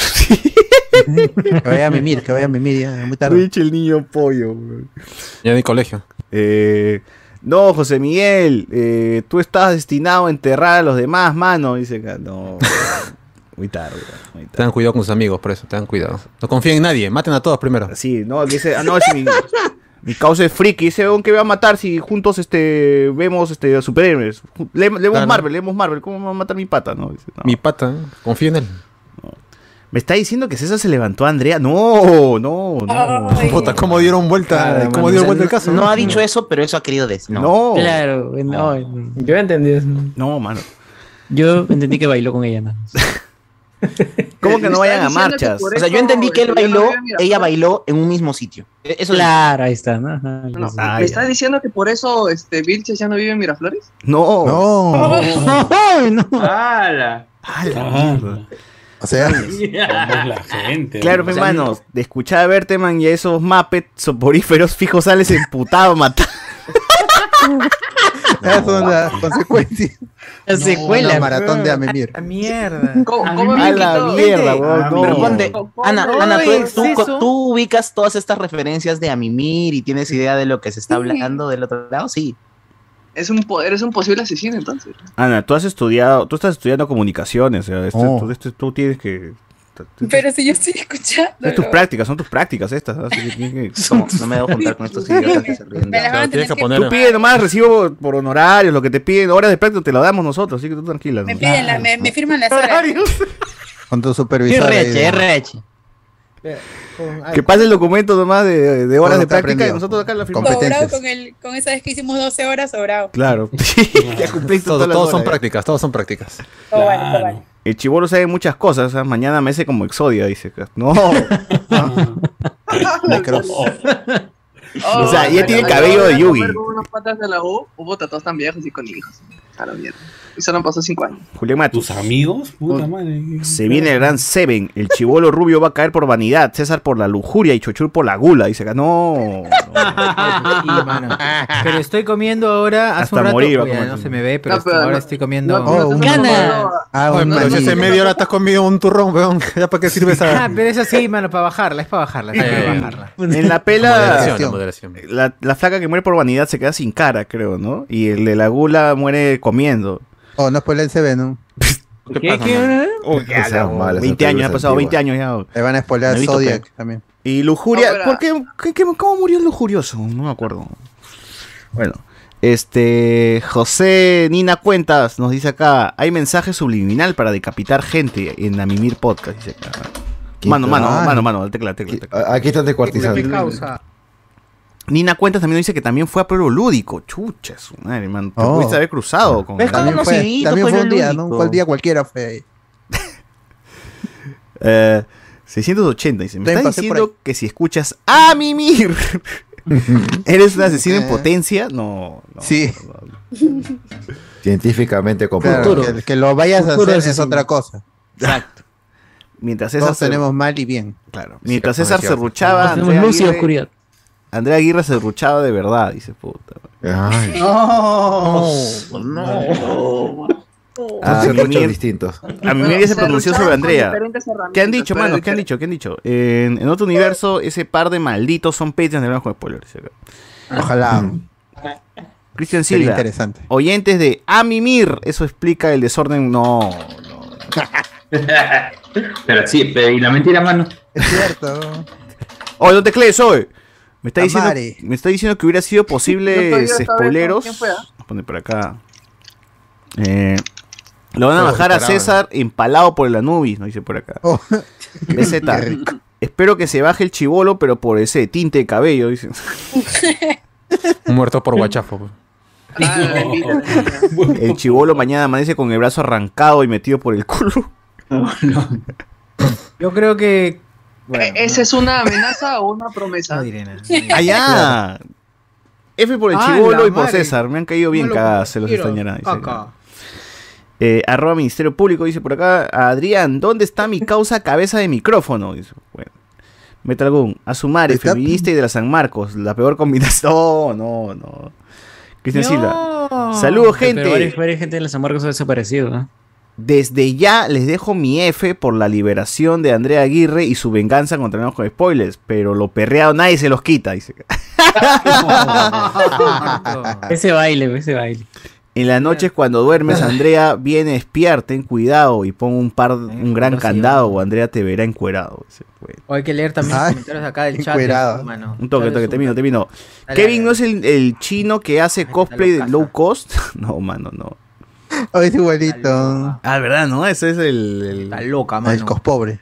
S6: Que vaya a mimir, que vaya a mimir ya, muy tarde.
S2: Rich el niño pollo, weón.
S4: Ya en el colegio.
S2: Eh, no, José Miguel, eh, tú estás destinado a enterrar a los demás, mano. Dice acá, no. Muy tarde.
S4: Tengan cuidado con sus amigos, por eso, tengan cuidado. No confíen en nadie, maten a todos primero.
S2: Sí, no, dice, ah, no, si mi, mi causa es friki. Dice, ¿con qué va a matar si juntos este, vemos este, superhéroes? Ju- Le- Leemos
S4: Claro.
S2: Marvel, leemos Marvel. ¿Cómo va a matar mi pata? No, dice, no.
S4: Mi pata, confía en él.
S2: Me está diciendo que César se levantó a Andrea. No, no, no.
S4: Puta, ¿cómo dieron vuelta?
S2: Ah,
S4: ¿Cómo dieron vuelta el caso?
S5: No ha dicho eso, pero eso ha querido decir.
S2: No.
S13: Claro, no.
S11: Yo entendí eso.
S2: No, mano.
S13: Yo entendí que bailó con ella, nada más.
S2: ¿Cómo que no vayan a
S5: diciendo
S2: marchas?
S5: O sea, yo entendí que él bailó, ella bailó en un mismo sitio. E- Eso
S13: Claro, ahí está. ¿no? Ajá,
S5: No,
S13: sí.
S2: Ah,
S27: ¿Me
S2: ya.
S27: estás diciendo que por eso este Vilches ya no vive en Miraflores?
S2: No.
S27: No.
S13: Ay, no.
S27: ¡Hala!
S15: Ah,
S2: O sea,
S7: la gente.
S2: claro,
S7: mi
S2: mi hermano, de escuchar a Berteman y a esos mapet soporíferos fijos sales emputado, matado.
S6: Esas son las consecuencias.
S13: La
S5: secuela,
S6: una maratón de
S5: bro.
S6: Amemir.
S1: mierda.
S5: A la mierda,
S4: Ah,
S6: weón, no.
S5: Pero ponte, Ana,
S6: No,
S5: Ana,
S6: es
S5: tú, tú-
S6: eso.
S5: tú ubicas todas estas referencias de Amimir y tienes idea de lo que se está hablando del otro lado, sí.
S27: Es un, po- eres un posible asesino entonces.
S2: Ana, tú has estudiado, tú estás estudiando comunicaciones, o sea, este-
S6: Oh.
S2: tú, este- tú tienes que...
S12: Pero si yo estoy escuchando.
S2: Es tus prácticas, son tus prácticas estas. así que tienes que-
S5: No me debo juntar con estos
S12: idiotas
S5: que se
S12: Me las van a tener que
S2: Tú pide nomás recibo por honorarios, lo que te piden, horas de práctica te lo damos nosotros, así que tú tranquila.
S12: Me
S2: ¿no?
S12: piden, la- me, me firman las horas.
S6: Ah, Con tu supervisor. eh.
S2: RH,
S5: RH.
S2: Que pase el documento nomás de, de horas de práctica y nosotros acá la firmamos.
S12: Sobrado con, el, con esa vez que hicimos 12 horas, sobrado.
S2: Claro. ya cumpliste
S4: Todo-
S2: todas las
S4: todos son
S2: horas, ya.
S4: prácticas, todos son prácticas.
S12: Todo vale, todo vale.
S2: El chivolo sabe muchas cosas. ¿ah? Mañana me hace como Exodia, dice. No. Ah.
S6: Necros.
S27: Oh,
S2: o sea, ya tiene
S27: el
S2: cabello de Yugi.
S27: unas patas de la U, o puta, todos tan viejos y con hijos. A la mierda. Y solo han pasado cinco años.
S2: Julián Matus. ¿Tus amigos?
S7: Puta madre.
S2: Se viene el gran Seven. El chivolo rubio va a caer por vanidad. César por la lujuria y Chochur por la gula. Dice acá, no.
S1: Sí, mano. Pero estoy comiendo ahora. Hace
S2: Hasta
S1: un rato,
S2: morir va
S1: Uy,
S2: a
S1: ya
S2: comer.
S1: no se me ve, pero,
S2: No,
S1: esto-
S2: pero
S1: ahora
S2: no-
S1: estoy comiendo.
S4: no, no,
S1: Oh, un
S4: no,
S1: gana.
S4: Ah,
S1: Oye,
S4: bueno,
S1: pero
S4: si
S1: sí.
S4: hace media hora estás comido un turrón, weón. ¿Ya para qué sirve
S1: Ah,
S4: esa?
S1: pero es así, mano, para bajarla, es para bajarla. es para
S4: Eh,
S1: bajarla.
S2: En la pela.
S4: Moderación, moderación.
S2: La, la flaca que muere por vanidad se queda sin cara, creo, ¿no? Y el de la gula muere comiendo.
S6: Oh, no spoiler el CB, ¿no?
S2: ¿Qué ¿Qué- pasa, qué- mano? Oh, ya,
S6: Que sean
S2: no,
S6: malas,
S2: 20 años,
S6: antiguas,
S2: ha pasado 20 años
S6: antiguas.
S2: ya.
S6: Le van a spoiler
S2: Nevito,
S6: Zodiac
S2: pe.
S6: también.
S2: Y lujuria. ¿Por qué, qué- qué- ¿Cómo murió el lujurioso? No me acuerdo. Bueno, este. José Nina Cuentas nos dice acá: hay mensaje subliminal para decapitar gente en Amimir Podcast. Dice acá. Mano, mano,
S16: tal?
S2: mano, mano, tecla, tecla, tecla.
S16: Aquí están descuartizando.
S2: Nina Cuentas también dice que también fue a Pueblo Lúdico. Chucha, su madre, mano. Te
S6: Oh.
S2: pudiste haber cruzado con.
S6: También fue, Eh, también fue un día, ¿no?
S2: lúdico.
S6: Un día cualquiera fue ahí.
S2: Eh, 680 dice: Me
S6: Ven,
S2: estás
S6: pasé por
S2: diciendo que si escuchas a Mimir, eres un asesino en potencia. No, no.
S6: Sí.
S16: Científicamente comprobado.
S6: Claro, que, que lo vayas a
S16: Futuro
S6: hacer es
S16: asesino.
S6: otra cosa.
S2: Exacto. Mientras César
S6: Todos
S2: se-
S6: tenemos mal y bien.
S2: Claro. Mientras César se ruchaba,
S6: Tenemos luz y oscuridad.
S2: Andrea Aguirre se ruchaba de verdad, dice puta. Ay.
S6: No,
S27: no.
S2: Ah,
S16: Son
S2: Mimir.
S16: ruchos distintos.
S2: A mí ya se pronunció sobre Andrea. ¿Qué han dicho,
S27: hermanos?
S2: mano? ¿Qué han dicho? ¿Qué han dicho? En, en otro universo, ese par de malditos son Patreons de Blanco de Spoiler. dice acá.
S6: Ojalá.
S2: Cristian
S6: Sería
S2: Mm. Silva.
S6: interesante.
S2: Oyentes de Amimir. Eso explica el desorden. No, no.
S3: Pero sí, pero y la mentira, mano.
S6: Cierto.
S2: Oye, no te crees hoy. Me está, diciendo,
S6: Amare.
S2: me está diciendo que hubiera sido posibles
S6: Yo todavía
S2: spoileros.
S6: no sabía con quién fue, ¿ah?
S2: Vamos a poner por acá. Eh, lo van a
S4: Pero
S2: bajar a
S4: separado,
S2: César empalado por el Anubis, nos dice por acá.
S27: Oh.
S2: BZ. Espero que se baje el chivolo, pero por ese tinte de cabello, dice.
S4: Muerto por guachafo. pues.
S2: El chivolo mañana amanece con el brazo arrancado y metido por el culo.
S1: Yo creo que.
S27: ¿E-, ¿Esa es una amenaza o una promesa? No
S2: Allá. F por el
S27: Ah,
S2: chivolo
S27: la
S2: y por
S27: madre.
S2: César. Me han caído bien
S27: No lo
S2: cagadas, se los
S27: quiero,
S2: extrañará. dice.
S27: caca.
S2: Eh, arroba Ministerio Público dice por acá, Adrián, ¿dónde está mi causa cabeza de micrófono? Dice, bueno. Metal Gun, a su madre, feminista y de la San Marcos, la peor combinación. No, no, no. Cristian Silva. Saludos,
S13: Pero Varias,
S2: gente.
S13: varias gente de los amargos ha desaparecido. ¿no?
S2: Desde ya les dejo mi F por la liberación de Andrea Aguirre y su venganza contra los con spoilers, pero lo perreado nadie se los quita, dice.
S1: Ah.
S13: ese baile, ese baile.
S2: En las noches cuando duermes, Andrea viene a espiar, ten cuidado y pon un
S1: Eh,
S2: par, un gran candado o Andrea te verá encuerado. dice, pues.
S1: O hay que leer también los
S2: Ay,
S1: comentarios acá del chat.
S2: encuerado.
S1: hermano.
S2: Un toque,
S1: Chat de
S2: toque,
S1: su-
S2: termino, termino.
S1: Ah. Dale,
S2: Kevin no es el, el chino que hace cosplay de low cost. No, mano, no.
S6: Oh, es igualito.
S2: Ah, ¿verdad? No, ese es el. La
S1: loca,
S6: mano. Ah, El cospobre.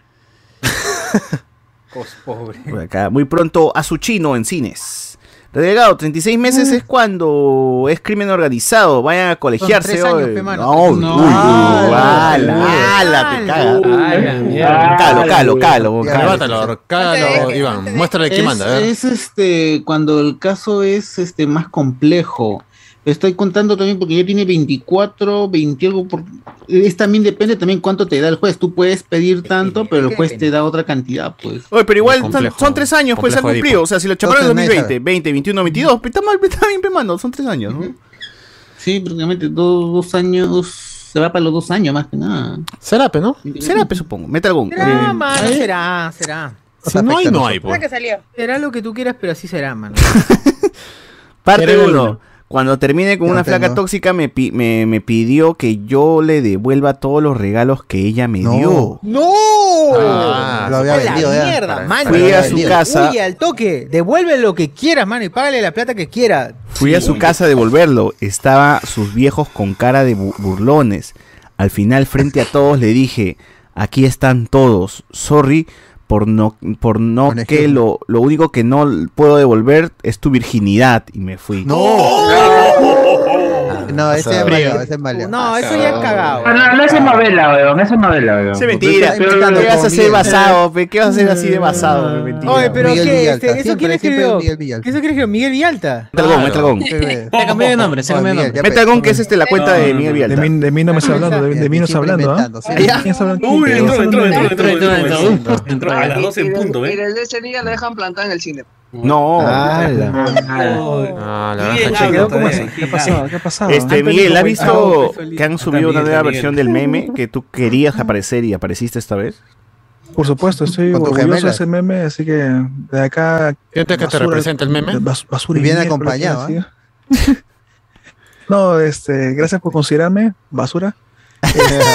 S1: Cos pobre.
S2: Por acá, muy pronto a su chino en cines. Relegado, 36 meses
S1: Mm.
S2: es cuando es crimen organizado. Vayan a colegiarse.
S1: tres años,
S2: hoy.
S1: pe, mano.
S2: No, uy,
S1: No.
S2: uy,
S1: Ah,
S2: ala,
S1: la
S2: ala, te caga.
S4: mierda.
S2: Calo, calo, calo.
S4: Ya,
S2: calo.
S4: bátalo,
S2: No
S4: calo,
S2: te
S4: Iván. Muéstrale quién
S8: Es-
S4: manda. a ver.
S8: Es este, cuando el caso es este más complejo. Estoy contando también porque ya tiene 24, 20 algo por... Es también depende también cuánto te da el juez. Tú puedes pedir tanto, pero el juez te da otra cantidad, pues.
S2: Oye, pero igual son, son tres años, pues se ha
S8: complejo de
S2: cumplido.
S8: Edipo.
S2: O sea, si lo chaparon en
S8: Entonces,
S2: 2020, 20, 21, 22, pe, está mal, pe, está bien, pe, mano, son tres años, ¿no?
S8: Sí, prácticamente dos, dos años. Se va para los dos años más que nada.
S4: Serape, ¿no?
S2: Serape, supongo. Eh, Mete algún.
S1: Será, mano, será, será.
S4: Si no hay, no hay, po.
S1: Será lo que tú quieras, pero así será, mano.
S2: Parte
S1: Pero
S2: 1. Cuando termine con
S1: Ya
S2: una
S1: tengo.
S2: flaca tóxica, me, pi- me, me pidió que yo le devuelva todos los regalos que ella me dio.
S1: ¡No!
S2: Ah, lo había
S1: ¡A la
S2: vendido ya.
S1: mierda,
S2: Para-
S1: mano!
S2: Fui a
S1: Lo
S2: su
S1: vendido.
S2: casa.
S1: Huye al toque. Devuelve lo que quieras, mano, y págale la plata que quiera.
S2: Fui a su casa a devolverlo. Estaba sus viejos con cara de bu- burlones. Al final, frente a todos, le dije: Aquí están todos. Sorry por no, por no que lo, lo único que no puedo devolver es tu virginidad. Y me fui. Oh.
S6: No, ese es
S2: Frío.
S6: malo, ese es malo.
S1: No, eso ya es cagado.
S3: No, no, esa es novela, weón. Esa es novela, weón.
S2: Se mentira.
S3: Porque
S2: ¿Qué
S3: está inventando
S2: vas a hacer
S3: comida.
S2: basado? pe? ¿Qué vas a hacer así de basado?
S18: Ah.
S2: pe? Mentira.
S1: Oye, pero
S2: Miguel
S1: ¿qué?
S2: Villalta.
S1: Este, ¿Eso quién
S2: Siempre- siempre
S1: escribió?
S2: Miguel
S1: ¿Qué ¿Eso quién escribió? Miguel Villalta.
S2: Metalgón, Metalgón.
S13: Se cambió de nombre, se cambió de nombre.
S2: Metalgón, que es este, la cuenta de Miguel Villalta.
S18: De mí, de mí no me
S7: Ah,
S18: está hablando, de, de mí no está hablando, ¿ah?
S7: Uy, entró, entró, entró, entró, entró, entró, entró,
S18: entró.
S7: entró a las 12 en punto,
S27: Y
S7: ¿eh?
S27: desde ese día la dejan plantada en el cine.
S2: No.
S4: Ah, la
S27: Sí,
S4: granja
S27: él
S4: checa.
S27: habla todavía.
S18: ¿Qué ha pasado? ¿Qué ha pasado?
S2: Este,
S18: Han
S2: Miguel, ¿has
S18: perdido como
S2: visto
S18: el-
S2: que han subido
S18: este
S2: una nueva versión del meme que tú querías aparecer y apareciste esta vez?
S18: Por supuesto, estoy
S2: Con tus
S18: orgulloso de
S2: gemelas.
S18: ese meme, así que de acá...
S4: Siente que te representa el meme.
S18: bas- basura
S4: Y bien
S18: mierda,
S4: acompañado,
S18: lo que decía. No, este, gracias por considerarme, basura.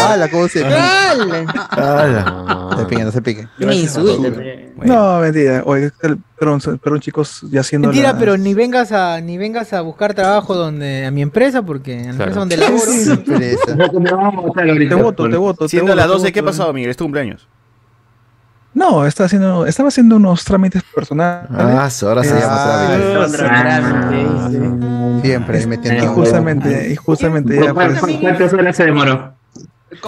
S6: Ah, la cosa se
S18: ¡Hala!
S6: Se piquen, no se piquen.
S18: Ni insulte, No, mentira. Oye, el- perdón, perdón, chicos, ya haciendo
S1: Mentira,
S18: la-
S1: pero ni vengas a ni vengas a buscar trabajo donde a mi empresa porque en la
S18: Claro.
S1: empresa donde laboro.
S18: Sí, Te voto, te voto. te
S2: Siendo
S18: voto,
S2: las 12,
S18: te voto. eh.
S2: ¿qué ha pasado, Miguel? ¿Es tu cumpleaños?
S18: No, estaba haciendo, estaba haciendo unos trámites personales.
S16: Ah, su- ahora se llama
S18: Ah,
S16: trámites.
S18: sí.
S6: Siempre metiendo.
S18: Y justamente, y justamente ya pues,
S27: ¿Cuántas horas se demoró?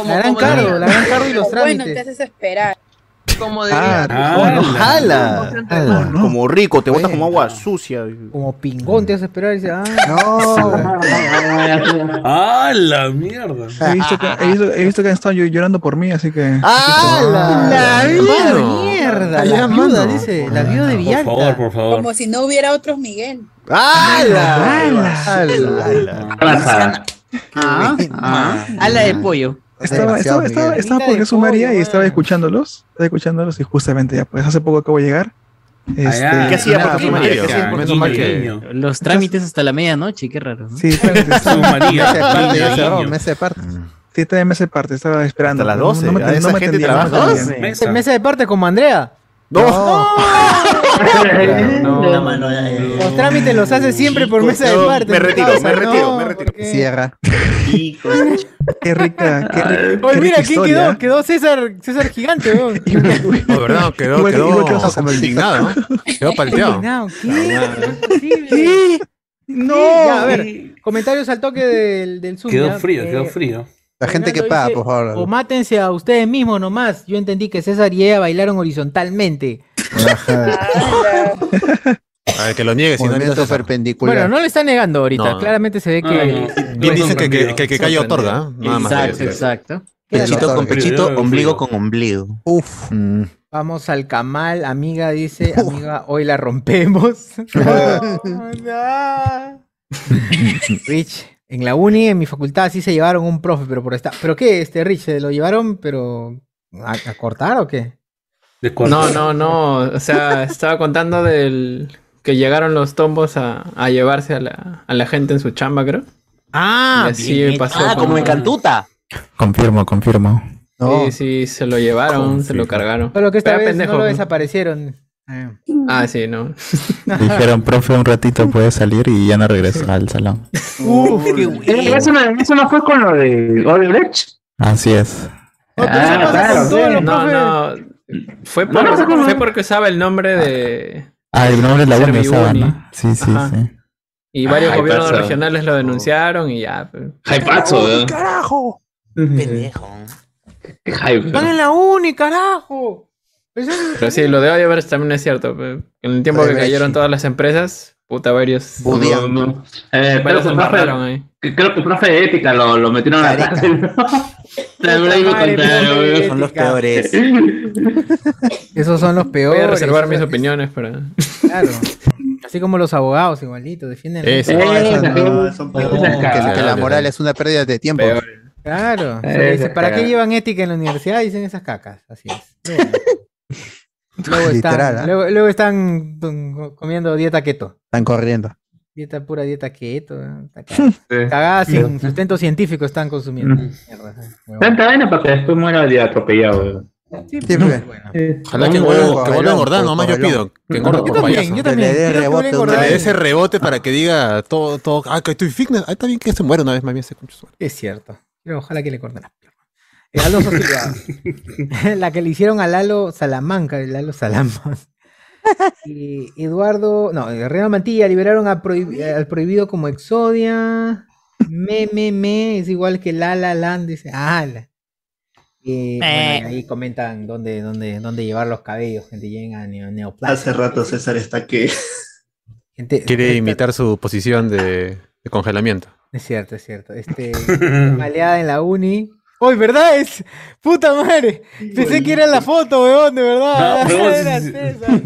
S1: La gran cargo, la gran cargo y los
S12: Bueno, te
S1: trámites.
S12: haces esperar.
S27: Como
S2: Ah,
S5: Eh,
S1: ah,
S2: no, jala. Jala. Como rico, te botas como agua sucia.
S1: Como pingón te haces esperar y dices, ah,
S7: No. ¡Ah, la mierda!
S18: he visto que, he visto, he visto que han estado llor- llorando por mí, así que.
S1: la viuda de
S18: Mano.
S1: mierda,
S18: Allá,
S1: la viuda
S18: mano.
S1: dice, la viuda de
S7: Por
S1: Villalta.
S7: favor, por favor.
S12: Como si no hubiera otros Miguel.
S8: Ah, ah.
S13: Ala de pollo.
S18: Estaba, estaba, estaba, estaba por Jesús María y estaba escuchándolos. Estaba escuchándolos y justamente ya, pues hace poco acabo de llegar. Este,
S13: ¿Qué hacía
S18: nada,
S13: por tu marido?
S18: ¿qué hacía por
S13: Menos
S18: tu
S13: mal
S18: marido?
S13: que los trámites hasta la medianoche, qué raro. ¿no?
S18: Sí, pues, trámites.
S6: Me hace parte, ya cerró, me hace parte.
S18: Este, Sí, también me hace parte, estaba esperando.
S2: Hasta las
S18: pero
S2: 12,
S18: no- No me,
S2: a esa
S18: no me
S2: gente
S18: atendían, no me
S2: trabaja.
S18: atendían.
S1: Mesa de parte como Andrea.
S2: ¡No!
S6: No, mano, ya, ya, ya.
S1: Los trámites los hace siempre por mesa de parte.
S2: me retiro, me retiro, me
S1: retiro.
S6: Cierra.
S18: Qué rica, qué rica.
S1: Oye, mira, ¿quién
S15: ¿eh?
S1: quedó? Quedó César, César Gigante, weón.
S4: No, Pues, verdad, quedó,
S18: Igual que- igual que
S4: quedó
S18: los
S4: como indignado, ¿no? Quedó palteado.
S1: Indignado, ¿Qué? ¿Qué? No. Ya, a ver, comentarios al toque del, del Zoom. ya.
S7: Quedó frío,
S1: Eh,
S7: quedó frío.
S6: La gente que
S1: Fernando
S6: paga,
S1: dice,
S6: por favor.
S1: O mátense a ustedes mismos nomás. Yo entendí que César y Eva bailaron horizontalmente.
S4: A ver, que lo niegue, si no
S6: Movimiento
S4: ahorita se-
S6: perpendicular.
S1: Bueno, no le está negando ahorita.
S4: No.
S1: Claramente se ve que.
S4: Bien dicen que, que, que, que calla otorga, ¿eh? Nada más.
S5: Exacto,
S1: exacto.
S5: Pechito con pechito,
S1: Yo, yo,
S5: ombligo con ombligo.
S6: Uf.
S1: Vamos al Camal, amiga dice, amiga, hoy la rompemos.
S18: ¿eh?
S3: Ah,
S1: Rich, en la uni, en mi facultad sí se llevaron un profe, pero por esta. ¿Pero qué, este Rich? ¿Se lo llevaron, pero a, a cortar o qué?
S14: No, no, no. O sea, estaba contando del que llegaron los tombos a, a llevarse a la, a la gente en su chamba, creo.
S1: Ah,
S14: Y así pasó con-
S5: Cantuta.
S32: Confirmo, confirmo.
S14: Sí, sí, se lo llevaron, se lo cargaron.
S1: Solo que esta
S14: Pero
S1: vez
S14: pendejo,
S1: no lo
S14: ¿no?
S1: desaparecieron.
S14: Ah, sí, no.
S32: Dijeron, profe, un ratito puede salir y ya no regresa al salón.
S1: Uf, qué
S3: Eh, Eso no, eso no fue con lo de Odebrecht.
S32: Así es.
S14: Ah,
S3: claro, sí.
S14: no, no. Fue, por-
S3: No, no, no, no.
S14: fue porque usaba el nombre de.
S32: Ah, el nombre de la
S14: Servi
S32: uni usaba,
S14: Uni.
S32: ¿no? Sí, sí,
S14: Ajá.
S32: sí.
S14: Y varios
S32: Ah,
S14: gobiernos
S32: hypazo.
S14: regionales
S3: Oh.
S14: lo denunciaron y ya.
S32: Hypazo,
S14: ¿verdad?
S32: ¿verdad?
S1: ¡Carajo!
S14: Pendejo.
S1: ¡Están en la uni, carajo! Eso es-
S14: Pero sí, lo de Odebrecht también es cierto. pe. En el tiempo que
S1: Odebrecht.
S14: cayeron todas las empresas, puta, varios.
S3: No, no. Eh, creo, que
S14: varios se
S3: el profe,
S14: embarraron ahí.
S3: que- creo que el profe de ética lo, lo metieron a la cárcel. ¿no? Seguro ahí me
S14: madre,
S3: contaron,
S14: profe de
S3: weón.
S14: Son los ética. peores.
S1: Esos son los peores.
S14: Voy a reservar mis opiniones para.
S1: Claro. Así como los abogados, igualito, defienden. la-
S14: Eso. Eh,
S6: Esas no, son
S1: No,
S6: peores.
S1: que-
S6: que, que la moral es una pérdida de tiempo.
S1: Claro.
S6: Eh,
S1: se le dice,
S6: esas
S1: ¿Para qué
S6: cagadas.
S1: llevan ética en la universidad? Dicen esas cacas. Así es. Bueno. Luego,
S6: Literal,
S1: están,
S6: ¿ah?
S1: luego, luego están mm, comiendo dieta keto.
S6: Están corriendo.
S1: Dieta pura dieta keto. ¿no? Está cagada. Cagada sin sustento científico están consumiendo.
S6: Mm.
S1: Mierda.
S3: Tanta vaina para que después muera de atropellado. weón.
S4: Ojalá que
S3: Un
S4: vuelva
S3: huevo,
S4: que vuelva a
S3: bailón,
S4: engordar,
S3: por
S4: nomás yo
S3: bailón.
S4: pido. Que engorde por
S3: Yo también,
S4: payaso.
S3: yo también, Que le dé quiero que rebote vuelva a
S4: Que
S3: una
S4: le dé
S3: vez.
S4: ese rebote para que diga todo, todo. Ah, que estoy fitness. Ah, está bien que se muera una vez más bien ese concho.
S1: Es cierto. Pero ojalá que le corten las piernas. Eh, Alonso Silva. la que le hicieron a Lalo Salamanca, el Lalo Salamanca. Y Eduardo, no, eh, Renan Mantilla liberaron a prohi- al prohibido como Exodia. Me, me, me, es igual que La La Land, dice. Ah, la. Eh, bueno, ahí comentan dónde, dónde, dónde llevar los cabellos, gente. Lleguen a neo, neoplasia.
S15: Hace rato César está que.
S4: Quiere imitar su posición de, de congelamiento.
S1: Es cierto, es cierto. Este, maleada en la uni. Hoy, ¿verdad? Es puta madre. Pensé que era la foto, weón, de verdad.
S3: No, no,
S1: Era
S3: sí, sí.
S1: César.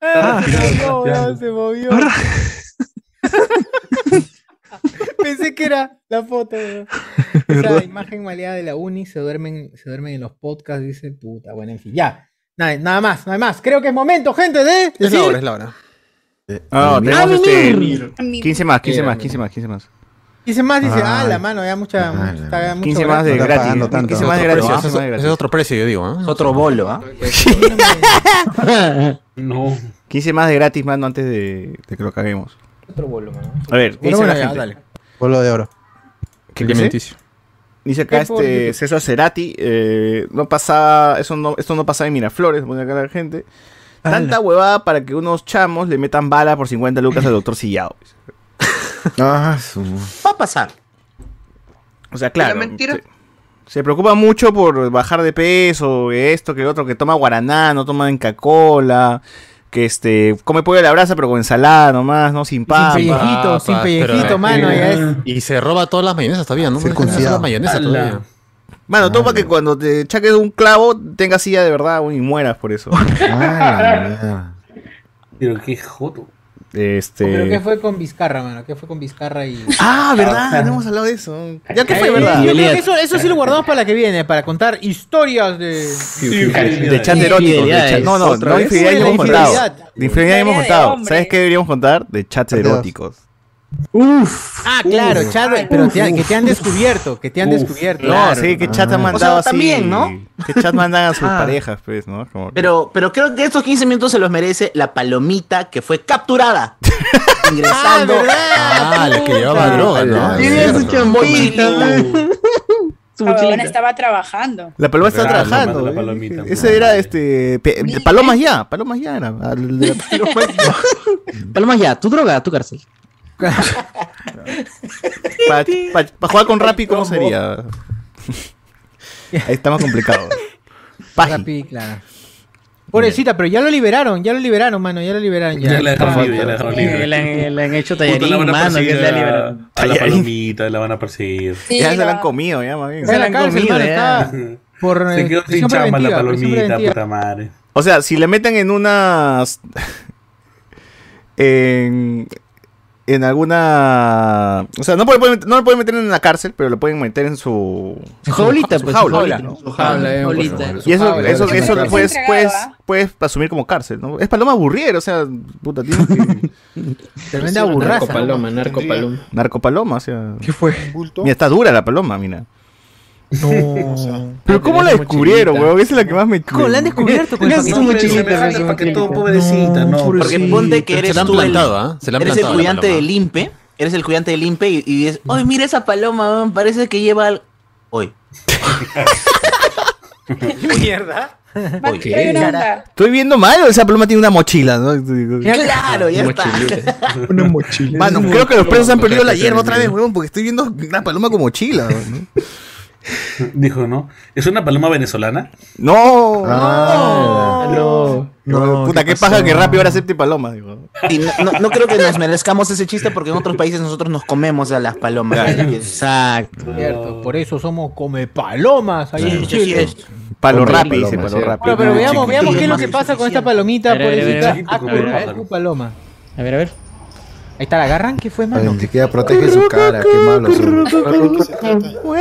S1: Ah, se movió, weón, se movió. Pensé que era la foto, weón. Esa imagen maleada de la uni, se duermen, se duermen en los podcasts, dice puta, bueno, en fin, ya. Nada, nada más, nada más. Creo que es momento, gente, de
S4: Es
S1: decir-
S4: la hora, es la hora. Ah,
S2: No, tenemos
S1: Mira.
S2: este. 15 más, 15
S1: Mira,
S2: más,
S1: mira.
S2: 15 más, 15 más.
S1: Dice más, dice, ah,
S2: Ay.
S1: la mano, ya mucha, mucha- está- mucho
S2: 15 más de
S1: gasto.
S2: gratis. 15 más de
S4: Otro
S2: gratis.
S4: precio,
S2: 15 más de
S4: ese es
S2: gratis.
S4: otro precio, yo digo. Es
S5: otro bolo, ¿ah?
S2: No. 15 más de gratis, mano, antes de, de que lo caguemos.
S13: Otro bolo, mano.
S2: A ver, ¿qué
S6: Bueno,
S2: dice
S6: bueno,
S2: la
S6: ya,
S5: ah,
S2: gente?
S6: dale. Polo de oro.
S2: ¿Qué dice?
S4: Alimenticio.
S2: Dice acá
S6: Tiempo
S2: este
S6: YouTube.
S2: César Cerati, eh, no pasaba, eso no, esto no pasaba en Miraflores, pone acá la gente.
S1: Ah,
S2: Tanta huevada para que unos chamos le metan bala por 50 lucas al doctor Sillao.
S33: Ah, su...
S5: Va a pasar.
S2: O sea, claro.
S5: ¿Era mentira?
S2: Se, se preocupa mucho por bajar de peso, que esto, que lo otro, que toma guaraná, no toma Coca-Cola, que este, come pollo a la brasa, pero con ensalada nomás, ¿no? Sin Este, pan.
S4: Papas,
S1: sin Ah, pellejito,
S4: Ah, pero- eh,
S1: mano, ya es.
S4: Y se roba todas las mayonesas todavía, ¿no? Circuncidado. Las mayonesas
S2: Ala.
S4: todavía.
S2: Mano, toma que cuando te chaques un clavo, tengas silla de verdad güey, y mueras por eso.
S1: Ah.
S7: Pero qué joto.
S1: Pero ¿qué
S2: Este.
S1: fue con Vizcarra, mano? ¿Qué fue con Vizcarra y...?
S2: Ah, verdad, no hemos hablado de eso. Ya que fue,
S1: Ay,
S2: verdad.
S1: yo creo que eso, eso sí lo guardamos para la que viene, para contar historias de...
S2: De chat erótico. de chat- No, no, no, de infidelidad ya hemos contado. De infidelidad ya hemos contado. ¿Sabes qué deberíamos contar? De chats eróticos.
S1: Uf. Ah, claro,
S2: Uf.
S1: Chad,
S2: Ay,
S1: pero
S2: uf,
S1: te han- que
S2: uf,
S1: te han
S2: uf.
S1: descubierto, que te han
S2: Uf,
S1: descubierto. Ah.
S2: No, sí, que chat
S1: chata
S2: han mandado así.
S5: también, ¿no?
S2: Que chat mandan a sus
S5: Ah.
S2: parejas, pues, ¿no? Como que-
S5: Pero, pero creo que estos 15 minutos se los merece la palomita que fue capturada. ingresando.
S4: Ah, la que llevaba droga, ¿no?
S5: Tiene
S4: su
S5: Su
S12: La huevona
S5: mochilita.
S12: estaba trabajando.
S2: La paloma
S12: Ah,
S2: está
S4: Claro,
S2: trabajando.
S4: la
S2: eh.
S4: palomita,
S2: Ese era este. pe-
S10: eh.
S2: Palomas ya, palomas ya era. Al- de-
S10: Palomas ya, tu droga, tu cárcel.
S2: Para jugar con Rappi, ¿cómo sería? Ahí está más complicado.
S1: Rappi, claro. Pobrecita, pero ya lo liberaron, ya lo liberaron, mano, ya lo liberaron. Ya,
S7: Ya la dejaron
S1: Ah,
S7: libre, ya la dejaron
S1: sí,
S7: libre.
S1: le- le han hecho
S7: Puta, la van a
S13: mano,
S7: perseguir
S13: que la
S7: a-
S13: liberaron.
S7: A la
S13: Tallarín.
S7: palomita, la van a perseguir.
S13: Sí, Ya se la la- han
S2: comido, ya, más
S1: Está en la cárcel, mano,
S2: Ah.
S1: está por
S7: Se
S1: eh,
S7: quedó sin
S1: prisión
S7: chamba la
S1: preventiva, prisión
S7: palomita,
S1: preventiva.
S7: puta madre.
S2: O sea, si le meten en unas. en. En alguna. O sea, no, le pueden, no le pueden meter en la cárcel, pero lo pueden meter en su.
S10: Su jaulita,
S2: su
S10: pues, su
S2: jaula.
S10: jaula.
S2: ¿no?
S10: Su jaula, eh, Jaulita. por favor.
S2: Y eso,
S10: Jaula,
S2: eso,
S10: jaula.
S2: eso
S10: Bien
S2: puedes,
S10: entregado,
S2: puedes, puedes asumir como cárcel, ¿no? Es paloma burriera, o sea, puta, tiene que.
S1: Tremenda burraza.
S14: Narcopaloma, narcopaloma.
S2: Narcopaloma, o sea. ¿Qué
S18: fue?
S2: Mira, está dura la paloma, mira. Pero ¿cómo la
S7: Tenía su
S2: descubrieron,
S7: mochilita.
S2: weón? Esa es la que más me.
S1: ¿Cómo la han descubierto con
S2: Tenía
S1: el
S2: su
S1: paquete?
S2: mochilita,
S1: Con el
S2: su
S1: paquete.
S2: mochilita.
S7: pobrecita, no.
S5: Porque ponte que
S4: Se
S5: eres
S4: la han
S5: tú el-
S4: plantado, ¿ah? Se la han
S5: eres el
S4: plantado la
S5: cuidante
S4: paloma. Mm.
S5: del INPE, eres el cuidante del INPE y, y dices, oye, mira esa paloma, weón, parece que lleva al... Hoy.
S1: Mierda.
S5: Oye.
S12: Trae una onda.
S2: Estoy viendo mal, o esa paloma tiene una mochila, ¿no?
S5: Claro, ya está.
S18: Una mochila.
S2: Mano, creo que los presos han perdido la hierba otra vez, weón, porque estoy viendo una paloma con mochila. weón,
S7: Dijo, ¿no? ¿Es una paloma venezolana?
S2: No.
S7: No.
S2: Ah, No, puta, qué, paja que rápido ahora acepte palomas, digo.
S5: Y no, no- no creo que nos merezcamos ese chiste porque en otros países nosotros nos comemos a las palomas.
S1: Exacto. Cierto, por eso somos come palomas ahí
S5: Sí, sí
S1: en Chile.
S5: es.
S2: Palo
S5: Hombre,
S2: rápido, dice,
S5: paloma,
S2: palo
S5: sí.
S2: rápido.
S1: Bueno, pero veamos, veamos qué es lo que
S5: Chiquitito.
S1: pasa con esta palomita,
S13: A ver, a ver,
S1: pobrecita. Ah,
S13: a ver.
S1: Acu,
S13: A ver, a ver.
S1: acu, paloma.
S13: A ver, a ver.
S1: Ahí está, la agarran, ¿qué fue, mano?
S33: Ni siquiera protege su cara, qué malo.
S1: Este- es como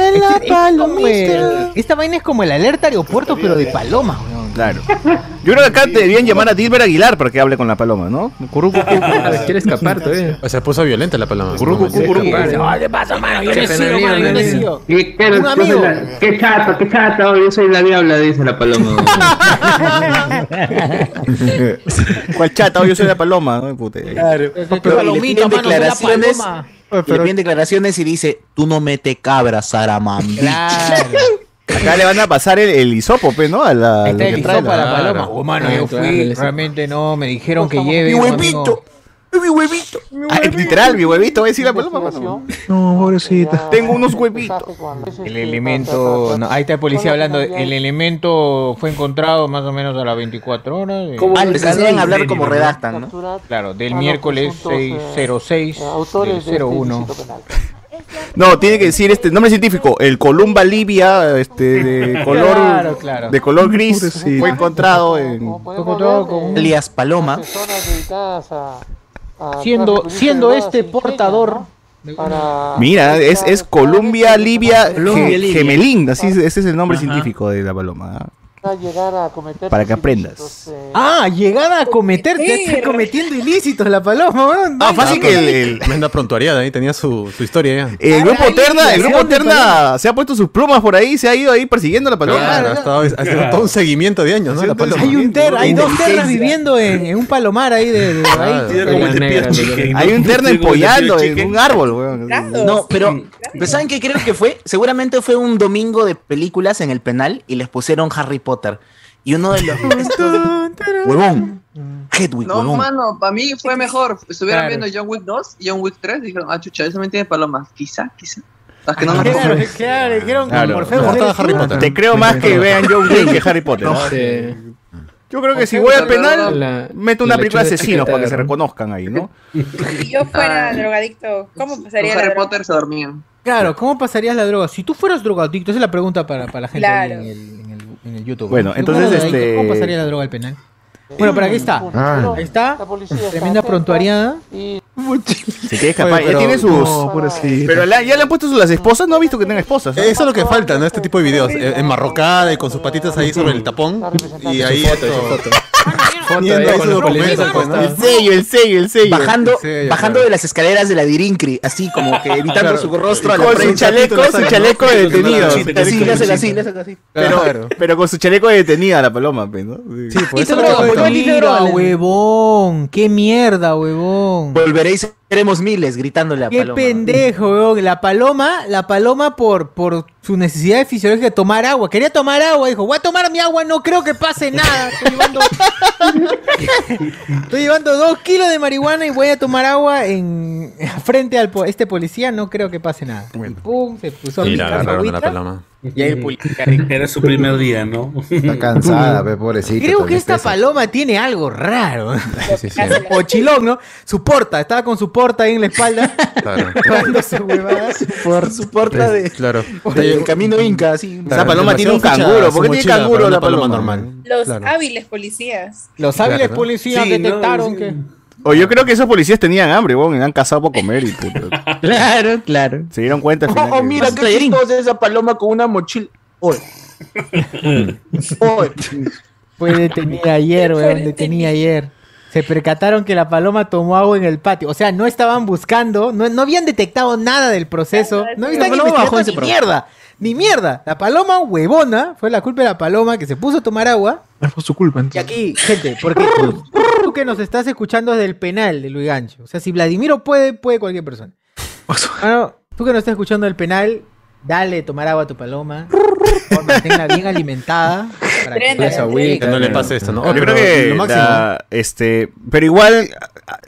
S1: el- Esta vaina es como el alerta aeropuerto, pero de palomas, weón.
S2: Claro. Yo creo que acá deberían llamar a Dilber Aguilar para que hable con la paloma, ¿no? Curru, curru, curru.
S14: Quiere escapar todavía.
S4: O sea, puso violenta la paloma.
S2: Curru, curru, curru.
S1: ¿Qué pasa, mano? Yo
S14: Qué
S1: le
S14: pena
S1: sigo,
S14: mía,
S1: mano, yo
S14: mía.
S1: Ah, le sigo.
S3: ¿Qué, qué,
S1: Un
S3: qué-
S1: amigo.
S3: la- qué
S15: "Ah,
S3: chato, qué chato, yo soy la diabla, dice la paloma.
S2: ¿Cuál chata? Yo soy la paloma, ¿no? Puta.
S5: Pero le piden
S1: Palomita, mano, soy la
S5: declaraciones,
S1: paloma.
S5: le piden declaraciones y dice, tú no mete cabra, Saramambi.
S1: Claro.
S2: Acá le van a pasar el, el hisopo, pues, ¿no? A la,
S1: Ahí
S2: lo
S1: está
S2: que
S1: el
S2: trae
S1: hisopo a la
S2: la-
S1: paloma. Oh, mano,
S4: Ah,
S1: yo
S4: claro,
S1: fui.
S4: el
S1: Realmente no, me dijeron que lleve.
S5: Mi
S1: un
S5: huevito,
S1: amigo.
S5: mi huevito.
S2: Ah, es literal, mi huevito, va a decir la paloma. mano.
S18: No, pobrecita.
S2: Tengo unos huevitos.
S1: El elemento. no, ahí está el policía hablando. El elemento fue encontrado más o menos a las 24 horas. eh,
S5: Ah, les enseñan a hablar como redactan, ¿no?
S1: Claro, del miércoles
S5: eh,
S1: 606 del
S5: este
S1: 01.
S2: No, tiene que decir este nombre científico, el Columba libia, este de color
S1: Claro, claro.
S2: de color gris fue encontrado en
S1: Poco todo con un-
S5: Elias Paloma.
S1: siendo, siendo este portador.
S2: Mira, es, es Columbia libia
S1: Columbia
S2: Ge-
S1: libia.
S2: gemelín, así es- ese es el nombre científico de la paloma. ¿ah? Para que aprendas.
S1: Ah, llegada a cometer, ya está cometiendo ilícitos la paloma, weón.
S2: Ah, fácil que
S1: pues.
S2: el, el-
S4: Tremenda prontuariada ahí, tenía su, su historia ya.
S2: el grupo Terna, el grupo
S1: Liberación de
S2: Terna se ha puesto sus plumas por ahí, se ha ido ahí persiguiendo la paloma.
S4: Claro, ha estado ha sido todo un seguimiento de años, ¿no? La paloma.
S1: Hay un ter, hay dos terras viviendo en, en un palomar ahí de, de-
S2: Ah,
S1: ahí.
S4: Tiene como el de Pierre Chicken,
S2: Hay un terna
S7: Digo, el de Pierre
S2: empollando en
S7: Chicken.
S2: un árbol, weón.
S5: No, pero pero ¿saben qué creo que fue? Seguramente fue un domingo de películas en el penal y les pusieron Harry Potter. Y uno de los... Huevón. Hedwig,
S27: No,
S5: huevón.
S27: mano, para mí fue mejor. Estuvieron
S1: Claro.
S27: viendo John Wick 2 y John Wick 3 y dijeron, ah, chucha, eso me tiene palomas. Quizá, quizá. Las que no me
S1: Claro,
S27: acuerdo.
S1: claro, dijeron
S2: Claro.
S1: Morfeo.
S2: Mejor
S1: eres
S2: estaba Harry
S1: tú.
S2: Potter. Te creo más que vean John Wick que Harry Potter. ¿no?
S14: Sí.
S2: Yo creo que si voy al penal,
S14: La-
S2: meto una
S14: la
S2: película de
S14: lechuga
S2: asesinos
S14: chiquita,
S2: para que se
S14: ¿no?
S2: reconozcan ahí, ¿no?
S12: Si yo fuera drogadicto, ¿cómo
S27: Con
S12: pasaría la
S27: Ah. Harry
S12: droga?
S27: Potter se dormían.
S1: Claro, ¿cómo pasarías la droga? Si tú fueras drogadicto, esa es la pregunta para, para la gente ahí
S12: Claro.
S1: en, el, en el- en el YouTube.
S2: Bueno,
S1: Si tú
S2: entonces,
S1: fueras drogadicto,
S2: este-
S1: ¿Cómo pasaría la droga al penal?
S9: Bueno, pero aquí está.
S32: Ah.
S9: Ahí está.
S1: policía
S9: Tremenda prontuariada.
S2: Se quiere escapar.
S9: Oye,
S2: ya
S9: pero-
S2: tiene sus.
S9: no,
S4: pobrecita.
S2: pero la- ya le han puesto sus- las esposas. No he visto que tenga esposas.
S4: Eso es lo que falta, ¿no? Este tipo de videos. En enmarrocada y con sus patitas ahí sobre el tapón. Y ahí esto. Poniendo ahí
S5: con
S4: sus
S5: los
S4: documentos,
S5: documentos,
S4: pues, ¿no?
S5: El sello, el sello, el sello. Bajando,
S4: El sello,
S5: bajando
S4: claro.
S5: de las escaleras de la Dirincri, así
S15: Ah,
S5: como que evitando
S4: Claro.
S5: su rostro a
S2: Y
S5: la
S2: Ah, con su
S5: prensa.
S2: chaleco, su chaleco de detenido.
S5: Así, le hacen así, le hacen así.
S2: Pero, pero con su chaleco de detenida la paloma, pues, ¿no? Sí,
S5: por
S1: Te droga, pues, Mira, huevón. Qué mierda, huevón.
S5: Volveréis, seremos miles, gritándole a
S1: Qué
S5: Paloma.
S1: pendejo, weón. La paloma, la paloma por, por su necesidad fisiológica de tomar agua. Quería tomar agua, dijo, voy a tomar mi agua, no creo que pase nada. Estoy llevando, Estoy llevando dos kilos de marihuana y voy a tomar agua en frente al po- este policía, no creo que pase nada. Y pum, se puso a
S7: Y
S1: picar
S7: la
S1: su
S7: agarraron a
S1: agüita.
S7: la paloma.
S1: Y ahí el policía
S7: Era su primer día, ¿no?
S33: Está cansada, ve, pobrecita.
S1: Creo que
S2: este
S33: también
S1: esta
S33: pesa.
S1: paloma tiene algo raro.
S33: sí.
S1: O chilón, ¿no? Su porta, estaba con su porta ahí en la espalda. Este, Tomando su huevada.
S5: Por su puerta de.
S4: Pues, Claro.
S1: Pues,
S5: El camino inca, así.
S4: Claro, demasiado ficha su mochila para una
S2: normal?
S12: Los
S2: Claro.
S12: hábiles policías.
S1: Los
S2: hábiles Claro.
S1: policías detectaron que.
S2: O yo creo que esos policías tenían hambre, weón, y han cazado por comer y puta.
S5: Claro, claro.
S2: Se dieron cuenta. al
S5: Oh,
S2: final
S5: oh,
S2: que-
S5: mira qué chistosa esa paloma con una mochila. Oye, oye.
S1: Fue detenida ayer, weón, detenida ayer. Se percataron que la paloma tomó agua en el patio. O sea, no estaban buscando, no, no habían detectado nada del proceso. No
S5: La
S1: estaban
S5: paloma bajó
S1: investigando
S5: ese
S1: ni
S5: proceso.
S1: mierda. Ni mierda. La paloma huevona fue la culpa de la paloma que se puso a tomar agua.
S18: Fue su culpa,
S1: Y aquí, gente, porque tú, tú que nos estás escuchando desde el penal de Luis Gancho. O sea, si Vladimiro puede, puede cualquier persona. Mano, tú que nos estás escuchando del penal, dale tomar agua a tu paloma. Por favor, manténla bien alimentada. Para que
S4: Esa agüita, Que no le pase esto, ¿no? Oh,
S2: yo
S4: pero
S2: creo que
S4: lo máximo.
S2: la- este, pero igual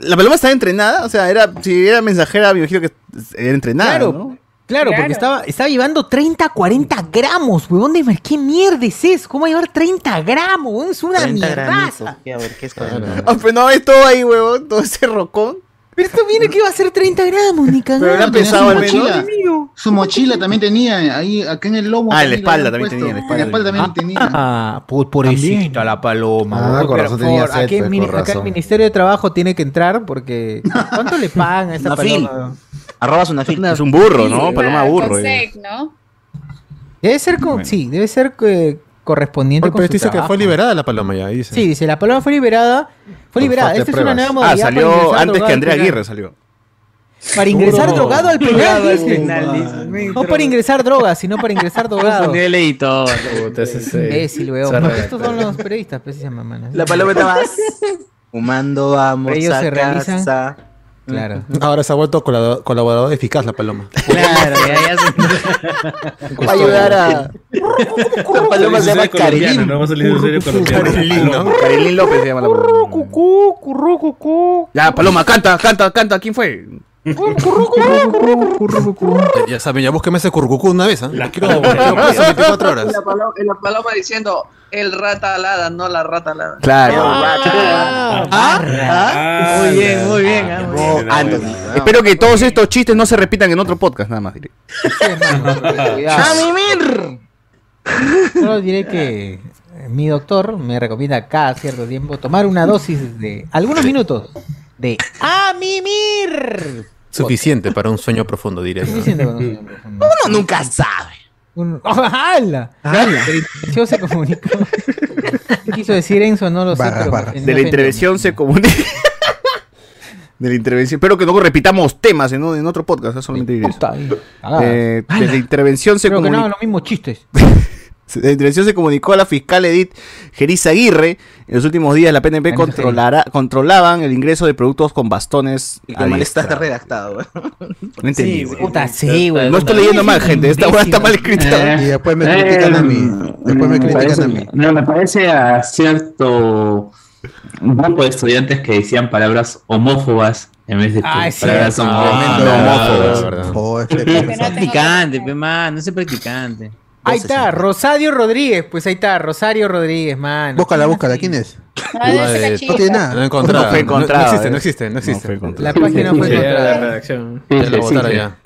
S2: la paloma estaba entrenada, o sea, era si era mensajera, me imagino que era entrenada,
S1: Claro,
S2: ¿no?
S1: Claro, porque estaba, estaba llevando 30, 40 gramos, weón. De mar- ¿Qué mierda es eso? ¿Cómo va a llevar 30 gramos? weón? Es una pues
S5: 30
S1: mierdaza.
S5: granitos. ¿Qué, a ver, ¿qué es
S2: Ah, pero no ves todo ahí, huevón, todo ese rocón.
S1: Pero esto viene que va a ser 30 gramos, ni cagado.
S2: Pero era
S1: Tenía
S2: pesado
S1: su
S2: al menos.
S1: mochila.
S24: Su mochila también tenía eh, ahí, acá en el lomo.
S2: Ah, en la
S24: también
S2: espalda
S24: habían
S2: también tenía, en la
S24: puesto. En la espalda también tenía.
S1: Ah, por, por a la paloma.
S33: Ah,
S1: weón.
S33: con
S1: Pero,
S33: razón
S1: por
S33: tenía
S1: favor,
S33: sed,
S1: aquí, el
S33: pues,
S1: mini-
S33: con
S1: acá el
S33: razón.
S1: Ministerio de Trabajo tiene que entrar porque ¿cuánto le pagan a esa
S5: Nafil.
S1: paloma?
S5: Arrobas una fila.
S2: Es un burro,
S12: Sí,
S2: ¿no? Paloma
S12: ah,
S2: burro.
S12: con
S2: eh.
S12: sec, ¿no?
S1: Debe ser con, sí, debe ser eh, correspondiente con
S4: Pero
S1: su
S4: dice que
S1: trabajo.
S4: fue liberada la paloma ya, dice.
S1: Sí, dice, la paloma fue liberada. Fue liberada. Esta es una nueva modalidad.
S2: Ah,
S1: para
S2: salió
S1: ingresar
S2: antes
S1: drogado
S2: que
S1: al
S2: Andrea
S1: penal.
S2: Aguirre salió.
S1: Para ingresar
S2: Seguro.
S1: drogado al penal,
S2: Drogado al
S1: dice.
S2: penal,
S1: No para ingresar droga, sino para ingresar drogado.
S14: Confundí el editor. Puta, ese es, eh,
S1: Imbécil, weón.
S14: se re-
S1: Estos son los periodistas, pues, precisamente, mano.
S5: La paloma estaba fumando, vamos
S1: Ellos
S5: a
S1: se realizan.
S5: casa.
S1: Claro.
S4: Ahora se ha vuelto colado- colaborador eficaz la paloma.
S5: Claro, ya, Va a ayudar a. La paloma se llama Karelin.
S7: No va a salir de serio colombiano.
S2: Carilín López se llama la paloma.
S1: Cucú, curru, cucú.
S2: Ya, paloma, canta, canta, canta. ¿Quién fue?
S4: Ya- Ya saben, ya búsqueme ese curcucú una vez, ¿ah? La quiero, la quiero presa 24 horas.
S27: La paloma, la paloma diciendo el rata alada, no la rata alada. Ah.
S2: Claro. Ah,
S5: Ah, Muy bien, muy bien. ah, muy bien.
S2: Espero que todos estos chistes no se repitan en otro podcast, nada más. diré.
S5: ¡Chamimir!
S1: Solo diré que eh, mi doctor me recomienda cada cierto tiempo tomar una dosis de algunos minutos de ¡A mimir!
S4: Suficiente para un sueño profundo, diré. ¿no?
S1: Suficiente para un sueño
S5: Uno nunca sabe.
S1: Un- ¡Hala! ¡Hala! Yo se comunicó. ¿Qué Quiso decir Enzo, no lo sé. pero- en
S2: De la
S1: fin,
S2: intervención se comunica. De la intervención. Espero que no repitamos temas en, en otro podcast, ¿eh? solamente diré eso.
S1: cagada.
S2: Eh, de la intervención se
S1: Creo que no,
S2: comunicó.
S1: los mismos chistes.
S2: La intervención se comunicó a la fiscal Edith Geriz Aguirre. En los últimos días la PNP controlará, controlaban el ingreso de productos con bastones.
S5: Y que mal está
S2: adiestrados.
S5: redactado, güey.
S2: No entendí. güey.
S1: Puta, sí, güey.
S2: no estoy leyendo mal, gente. Esta weá está mal escrita.
S24: Eh,
S18: Y después me critican a mí. Después me critican
S3: parece,
S18: a mí.
S3: No, me parece a cierto grupo de estudiantes que decían palabras homófobas en vez de
S1: Ah, es
S3: palabras
S1: cierto.
S3: homófobas.
S18: Oh,
S13: No es practicante, pe, man, no es practicante.
S1: Ahí está, Rosario Rodríguez. Pues ahí está, Rosario Rodríguez, man.
S6: Búscala, búscala, ¿quién es?
S4: Duda de-
S6: No tiene nada.
S4: No he encontrado.
S6: No fue encontrado,
S4: No, existe,
S6: eh.
S4: no existe, no existe.
S1: La página fue
S4: Sí, era
S1: encontrada.
S4: la redacción. Ya la botaron ya.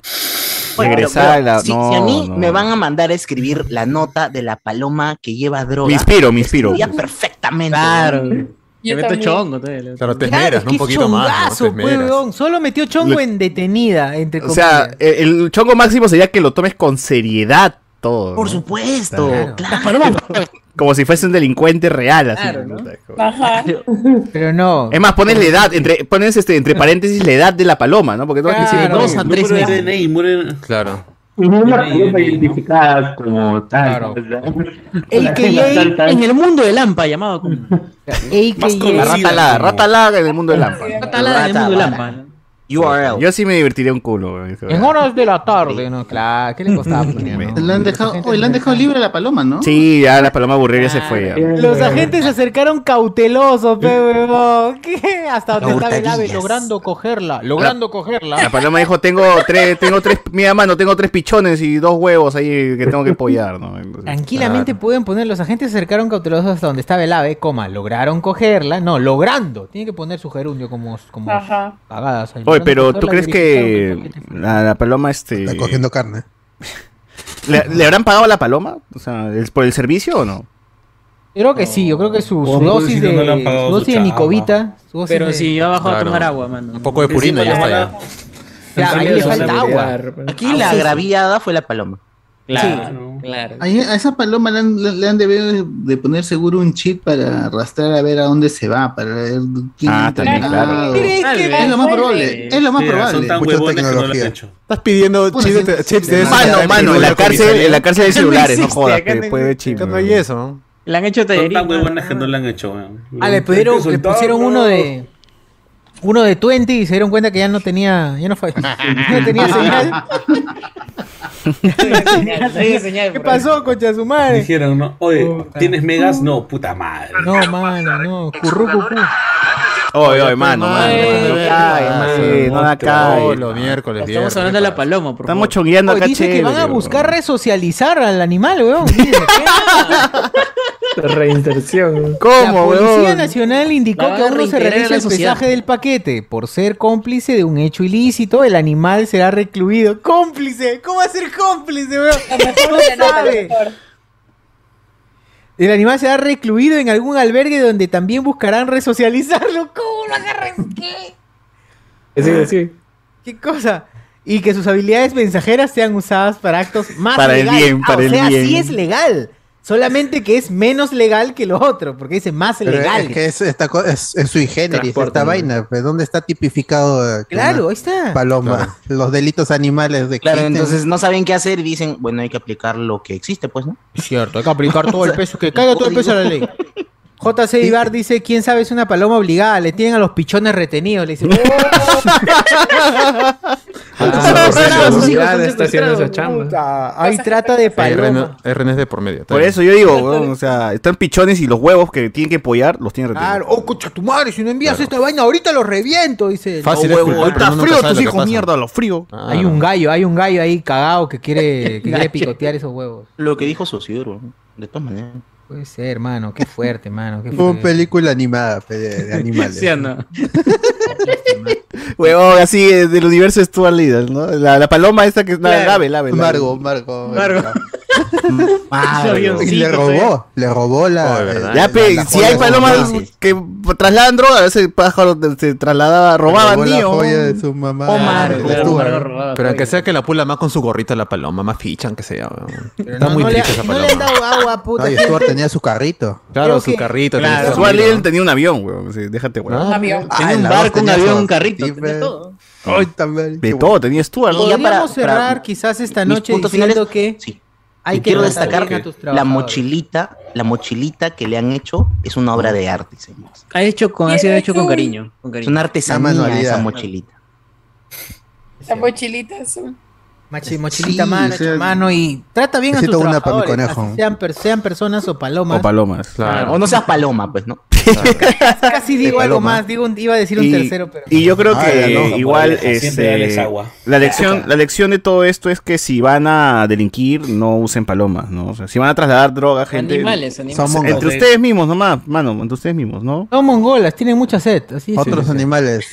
S5: Oye,
S2: Regresar
S5: pero,
S2: a la-
S5: Si,
S2: no,
S5: si a mí
S2: no.
S5: me van a mandar a escribir la nota de la paloma que lleva droga.
S2: Me inspiro, me inspiro.
S5: Ya perfectamente.
S2: Claro.
S34: Yo
S15: Le meto
S34: también.
S15: chongo, todavía le-
S4: Claro, te
S1: Claro,
S4: esmeras,
S1: es
S4: ¿no? Un
S1: que es
S4: poquito más.
S1: chongazo,
S4: ¿no? Te
S1: pues,
S4: esmeras.
S1: weón. Solo metió chongo
S2: Lo-
S1: en detenida, entre
S2: O
S1: comillas.
S2: sea, eh, el chongo máximo sería que lo tomes con seriedad todo.
S1: Por
S2: supuesto, Como si fuese un delincuente real, así. puta, es como-
S34: Ajá.
S1: Pero no.
S2: Es más, pones la edad, entre, pones este, entre paréntesis la edad de la paloma, ¿no? Porque tú vas a decir
S7: Claro.
S2: dos a tres
S7: Número de
S2: meses.
S7: DNI, mueren-
S4: Claro.
S35: Y no una paloma identificada como tal.
S15: AKA en el mundo del Lampa, llamado como.
S2: La rata alada, rata alada en el mundo de Lampa.
S15: Talada en el mundo del Lampa.
S2: URL. Yo sí me divertiría un culo, weón.
S36: En horas de la tarde, ¿no? Claro, ¿qué le costaba poner? no?
S37: Le han dejado, oye, le han dejado libre a la paloma, ¿no?
S2: Sí, ya la paloma aburrida se fue. ya.
S1: Los agentes se acercaron cautelosos, pe, huevón. ¿Qué? Hasta donde estaba el ave,
S2: Hurtadillas.
S1: logrando cogerla, logrando cogerla.
S2: La paloma dijo, tengo tres, tengo tres, mira mano, tengo tres pichones y dos huevos ahí que tengo que apoyar, ¿no? Entonces,
S1: Tranquilamente pueden poner, los agentes se acercaron cautelosos hasta donde estaba el ave, coma, lograron cogerla, no, logrando. Tiene que poner su gerundio como, como
S34: Ajá.
S1: pagadas.
S2: claro. Oye, pero ¿tú crees que la, la paloma este...
S38: Está cogiendo carne.
S2: ¿Le, le habrán pagado a la paloma? O sea, ¿es ¿por el servicio o no?
S1: Creo que sí, yo creo que su, su
S2: Ojo,
S1: dosis
S2: pobrecito,
S1: de,
S2: no le han pagado
S1: su
S2: su
S1: dosis de
S2: chamba.
S1: Nicovita. su dosis
S15: Pero
S1: de-
S15: si yo abajo a
S4: Claro.
S15: tomar agua, mano.
S4: Un poco de purina ya está ya.
S1: Ya, ahí le
S15: Encima
S1: falta
S15: la
S1: agua.
S15: agua.
S5: Aquí
S1: Ah,
S5: la agraviada fue la paloma.
S15: Claro, claro.
S37: Ahí- a esa paloma le han, le- le han de, ver- de poner seguro un chip para arrastrar a ver a dónde se va, para ver quién
S2: Ah,
S37: entra
S2: también,
S37: al
S2: claro.
S37: lado.
S34: ¿Crees que
S37: Es lo más
S34: va a
S37: probable,
S34: ser?
S37: es lo más
S7: Sí, Son
S37: probable.
S38: Mucha
S7: tan huevones que no lo has
S38: tecnología.
S7: hecho.
S4: Estás pidiendo
S37: Bueno,
S4: chips de-
S37: sí,
S4: chips
S37: sí,
S4: de esos que
S2: Mano,
S4: traen
S2: mano, en la
S4: comisaría.
S2: cárcel, en la cárcel hay
S4: Eso no
S2: celulares, no pues,
S4: existe,
S2: jodas,
S4: acá
S2: que
S4: no-
S2: puede chip,
S4: acá no
S2: weón.
S4: hay eso.
S15: Le han hecho
S7: Son
S15: tallerita.
S7: tan huevones que no lo han hecho, weón.
S1: Ah, le pidieron- le pusieron uno de. Uno de 20 y se dieron cuenta que ya no tenía. Ya no, fue, no tenía señal. ¿Qué pasó, concha de su madre?
S7: Dijeron, ¿no? Oye, ¿tienes megas? No, puta madre.
S1: No, mano, no. Currucucú.
S2: Oye, oye, mano, mano.
S15: Ay,
S2: No
S15: ay,
S2: cae,
S15: ay,
S2: mano, no la cae.
S4: Todos los miércoles,
S15: Estamos
S4: viernes.
S15: hablando de la paloma, por
S2: Estamos
S15: favor.
S2: chongueando
S1: Oye,
S2: acá,
S1: dice que van a
S2: chévere,
S1: buscar resocializar al animal, weón. Dice, ¿qué?
S3: Reinserción.
S1: La
S2: ¿Cómo,
S1: Policía
S2: weón?
S1: Nacional indicó
S15: La
S1: que
S15: van
S1: aún
S15: a
S1: no se
S15: reintegrar a
S1: realiza
S15: la
S1: el
S15: sociedad.
S1: pesaje del paquete. Por ser cómplice de un hecho ilícito, el animal será recluido. ¡Cómplice! ¿Cómo va a ser cómplice, weón?
S34: Lo mejor
S1: No
S34: de nada,
S1: sabe.
S34: lo mejor.
S1: El animal será recluido en algún albergue donde también buscarán resocializarlo. ¿Cómo lo agarran? ¿Qué?
S3: Sí, sí.
S1: ¿Qué cosa? Y que sus habilidades mensajeras sean usadas para actos más
S2: Para el
S1: legales.
S2: bien,
S1: Ah,
S2: para
S1: o
S2: el
S1: sea,
S2: bien.
S1: sí es legal. Solamente que es menos legal que lo otro, porque dice más
S6: Pero
S1: legal.
S6: es que es, esta, co- es, es sui generis,
S3: Transporte,
S6: esta
S3: ¿no?
S6: vaina. pues, ¿Dónde está tipificado eh, que
S1: Claro,
S6: una
S1: ahí está.
S6: paloma? Los delitos animales de
S5: Claro,
S6: existen.
S5: entonces no saben qué hacer y dicen, bueno, hay que aplicar lo que existe, pues, ¿no?
S1: Cierto, hay que aplicar todo el peso, que caiga todo el peso de la ley. JC Ibar dice, ¿quién sabe es una paloma obligada? Le tienen a los pichones retenidos. Le dice,
S3: Ya está haciendo esa chamba.
S1: hay trata de
S4: Hay
S1: paloma.
S4: reno- hay renes de por medio. está
S2: Por
S4: bien.
S2: eso yo digo, weón, o sea, están pichones y los huevos que tienen que apoyar los tienen retenidos.
S1: Claro, oh, concha tu madre, si no envías esta vaina, ahorita los reviento, dice.
S4: Fácil es
S1: No, huevo,
S4: culpar,
S1: ahorita
S4: pero uno nunca
S1: frío
S4: sabe
S1: tus
S4: lo que
S1: hijos,
S4: pasa.
S1: mierda, los frío.
S4: Ah,
S1: Hay un gallo, hay un gallo ahí cagado que quiere, que quiere picotear esos huevos.
S5: Lo que dijo Sociedro, de todas maneras.
S1: Puede ser, hermano, qué fuerte, hermano, qué
S6: Como
S1: fuerte.
S6: película animada pe, de, de animales.
S15: ¿Sí o no?
S2: Huevón, así eh, del universo de Stuart Little, ¿no? La, la paloma esta que es la
S15: Claro.
S2: lave, lave.
S6: Margo, Margo. Ah,
S15: Margo.
S2: Ah,
S15: ¿eh?
S6: Y le robó, le robó la.
S4: Oh, ¿verdad?
S6: eh,
S2: Ya,
S6: la-
S2: pe,
S6: la
S2: si
S6: joya
S2: hay
S6: de
S2: palomas
S6: su mamá.
S2: que trasladan droga, ese pájaro se trasladaba, robaba
S6: Robó la
S2: niño.
S6: joya de su mamá.
S15: Omar,
S6: de
S15: Ah, claro,
S6: Stuart.
S15: Omar lo robaba,
S4: Pero aunque
S15: coño.
S4: sea que la pula más con su gorrito la paloma, más ficha, aunque sea. weón. Está
S1: No,
S4: muy
S1: no le,
S4: triste esa
S1: no le han
S4: paloma.
S1: dado agua, puta.
S6: No, y
S1: gente.
S6: Stuart tenía su carrito.
S1: creo
S4: Claro, su
S1: que-
S4: carrito. tenía
S2: Claro.
S4: su
S2: Stuart
S4: gorrito.
S2: Little tenía un avión, weón. sí, déjate, weón.
S4: Ah,
S34: Avión.
S6: Ah,
S15: Tenía
S6: en
S15: un
S6: la
S15: barco, un
S6: voz tenía
S15: avión,
S6: su
S15: un carrito,
S6: activo.
S15: tenía todo.
S6: Ay, también.
S2: De
S6: qué
S2: todo tenía Stuart, ¿no?
S5: Y ya
S1: Podríamos
S5: para-
S1: cerrar
S5: para-
S1: quizás esta
S5: mis
S1: noche
S5: puntos
S1: diciendo
S5: finales-
S1: que
S5: Sí.
S1: hay
S5: Y
S1: que
S5: quiero
S1: tratar bien
S5: destacar
S1: a tus
S5: la
S1: trabajadores.
S5: mochilita, la mochilita que le han hecho es una obra de arte, señores.
S15: Ha hecho con, ha sido
S34: Tiene
S15: hecho con
S34: su-
S15: cariño. Con
S5: Es
S15: cariño.
S5: una
S6: Una
S5: artesanía
S6: manualidad.
S5: esa mochilita.
S34: La mochilita azul.
S1: Machi, mochilita
S37: Sí,
S1: mano,
S37: o sea,
S1: hecha mano y trata bien a tus
S6: necesito una para mi
S1: trabajadores,
S6: conejo.
S1: así sean, per- sean personas o palomas.
S2: O palomas.
S5: O no seas paloma, pues, ¿no?
S1: Casi digo algo
S6: paloma.
S1: más, digo un- iba a decir un
S2: Y,
S1: tercero, pero
S2: y yo creo
S6: Ah,
S2: que
S6: ya, no,
S2: igual
S7: Siempre
S2: este,
S7: dales agua.
S2: la lección la lección de todo esto es que si van a delinquir no usen palomas, ¿no? O sea, si van a trasladar droga a gente
S15: Animales, animales.
S6: Somos
S2: entre
S7: Ok.
S2: ustedes mismos nomás, mano, entre ustedes mismos, ¿no?
S1: son mongolas, tienen mucha sed, así es.
S6: otros animales.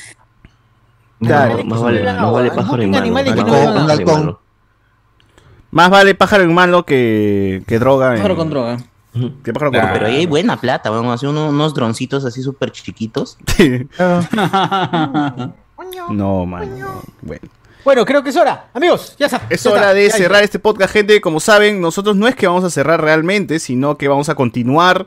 S2: Claro.
S5: Más vale,
S1: no,
S5: más vale
S1: no,
S5: pájaro
S1: no,
S5: y malo.
S1: animales que
S5: más
S1: no
S5: vale
S1: hagan
S5: pájaro y
S6: halcón.
S5: malo.
S2: Más vale pájaro en malo que, que droga en-
S15: Pájaro con droga.
S2: Qué pájaro
S5: Pero,
S2: corto.
S5: ahí hay buena plata, weón. Así uno- unos droncitos así súper chiquitos.
S2: No, man. Bueno.
S9: Bueno, creo que es hora, amigos, ya está.
S2: Es hora de cerrar este podcast, gente. Como saben, nosotros no es que vamos a cerrar realmente, sino que vamos a continuar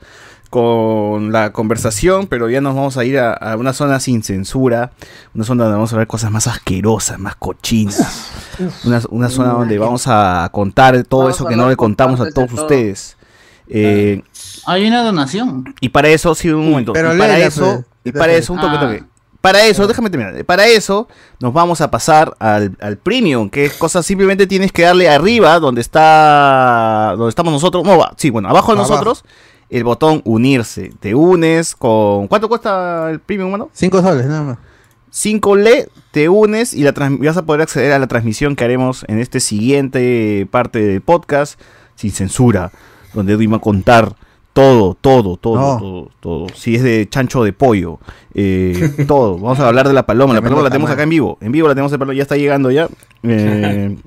S2: con la conversación, pero ya nos vamos a ir a, a una zona sin censura, una zona donde vamos a hablar cosas más asquerosas, más cochinas, una, una zona donde vamos a contar todo
S8: Vamos
S2: eso
S8: a
S2: que no
S8: hablar
S2: le
S8: con
S2: contamos a
S8: partes de
S2: todos
S8: todo.
S2: ustedes. Eh,
S8: Hay una donación.
S2: y para eso, sí, un momento.
S8: pero
S2: y para
S8: léela,
S2: eso,
S8: pues.
S2: y para eso, un toque,
S8: Ah.
S2: toque. Para eso, déjame terminar. Para eso, nos vamos a pasar al, al premium, que es cosa simplemente tienes que darle arriba, donde está, donde estamos nosotros. No, va, sí, bueno, abajo de
S11: Abajo.
S2: nosotros, el botón unirse. Te unes con. ¿Cuánto cuesta el premium, mano?
S6: Cinco soles, nada más.
S2: 5 le te unes y la trans- vas a poder acceder a la transmisión que haremos en este siguiente parte del podcast sin censura, donde Edwin va a contar todo, todo, todo,
S6: No.
S2: todo, todo. Si es de chancho de pollo, eh, todo. Vamos a hablar de la paloma. La
S6: Tremendo
S2: paloma la tenemos
S6: tamal.
S2: acá en vivo. En vivo la tenemos, la paloma, ya está llegando ya. Eh,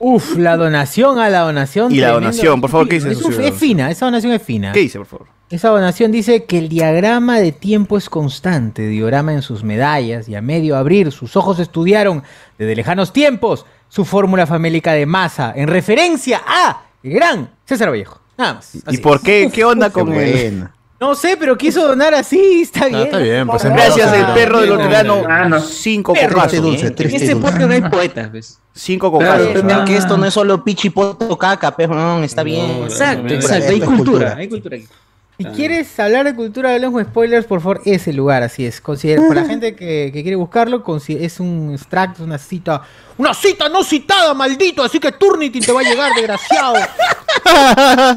S1: Uf, la donación a la donación.
S2: Y la
S1: tremendo.
S2: donación, por favor, ¿qué dice
S1: Es,
S2: su
S1: un-
S2: ciudadano?
S1: es fina, esa donación es fina.
S2: ¿Qué dice, por favor?
S1: Esa donación dice que el diagrama de tiempo es constante, diorama en sus medallas y a medio abrir sus ojos estudiaron desde lejanos tiempos su fórmula famélica de masa en referencia a el gran César Vallejo. Nada más.
S2: ¿Y por qué? ¿Qué onda con
S1: qué
S2: él?
S1: No sé, pero quiso donar así, está bien.
S2: está bien, pues,
S1: Está
S2: Gracias,
S1: bien.
S2: el perro del hortelano. 5
S1: Perro
S2: copazos.
S1: dulce, triste
S5: Este podcast no hay poetas,
S2: ¿ves? 5 copazos.
S5: Claro, pero que esto no es solo pichi, poto, caca, pero no, está bien.
S1: Exacto,
S5: Esto
S1: exacto.
S5: es
S1: Hay cultura.
S5: Hay cultura aquí.
S1: Si quieres hablar de cultura de con spoilers, por favor, ese lugar, así es. Considera, para la gente que, que quiere buscarlo, consi- es un extracto, una cita. ¡Una cita no citada, maldito! Así que Turnitin te va a llegar, desgraciado.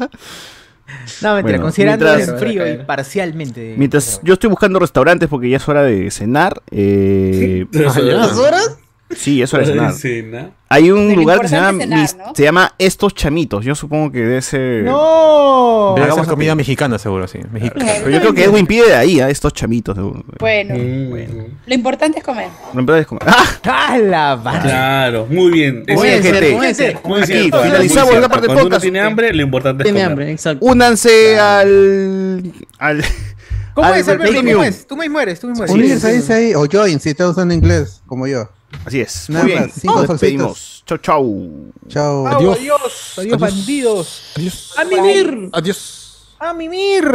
S1: no, mentira,
S2: Bueno,
S1: considerando
S2: mientras-
S1: el frío y parcialmente.
S2: Mientras yo estoy buscando restaurantes porque ya es hora de cenar. Eh,
S15: Ah,
S7: ¿Dos horas? ¿Dos horas?
S2: Sí, es hora de cenar.
S7: Cena.
S2: Hay un
S7: Pero
S2: lugar que se llama,
S7: importante cenar,
S2: Mis- se llama Estos Chamitos. Yo supongo que debe ser.
S1: ¡No!
S4: Debe ser
S2: Hagamos
S4: comida mexicana, seguro, sí. Mexicana.
S2: Pero yo creo que Edwin pide de ahí, a estos chamitos. seguro.
S12: Bueno, lo importante es comer.
S2: No me puedes comer. ¡Ah!
S7: Claro, muy bien.
S2: Muy bien,
S7: cierto,
S2: gente.
S7: muy cierto, muy
S2: Aquí
S7: cierto,
S2: finalizamos
S7: muy cierto.
S2: la parte del
S7: Cuando uno
S2: podcast.
S7: tiene hambre, lo importante es
S2: Tiene
S7: comer.
S2: hambre, Únanse al. al
S1: ¿Cómo
S2: al
S1: es, Alberto?
S2: premium.
S1: ¿Cómo es? Tú mismo eres, tú
S2: Pues
S1: mismo eres.
S6: Unirse dice ahí, o join, si estás usando inglés, como yo.
S2: Así es.
S6: Nada
S2: Muy bien.
S6: más, cinco
S2: Nos
S6: solcitos.
S2: despedimos. Chau, chau.
S6: Chao.
S1: Adiós, adiós, bandidos.
S4: Adiós.
S1: A mimir.
S4: Adiós.
S1: A mimir.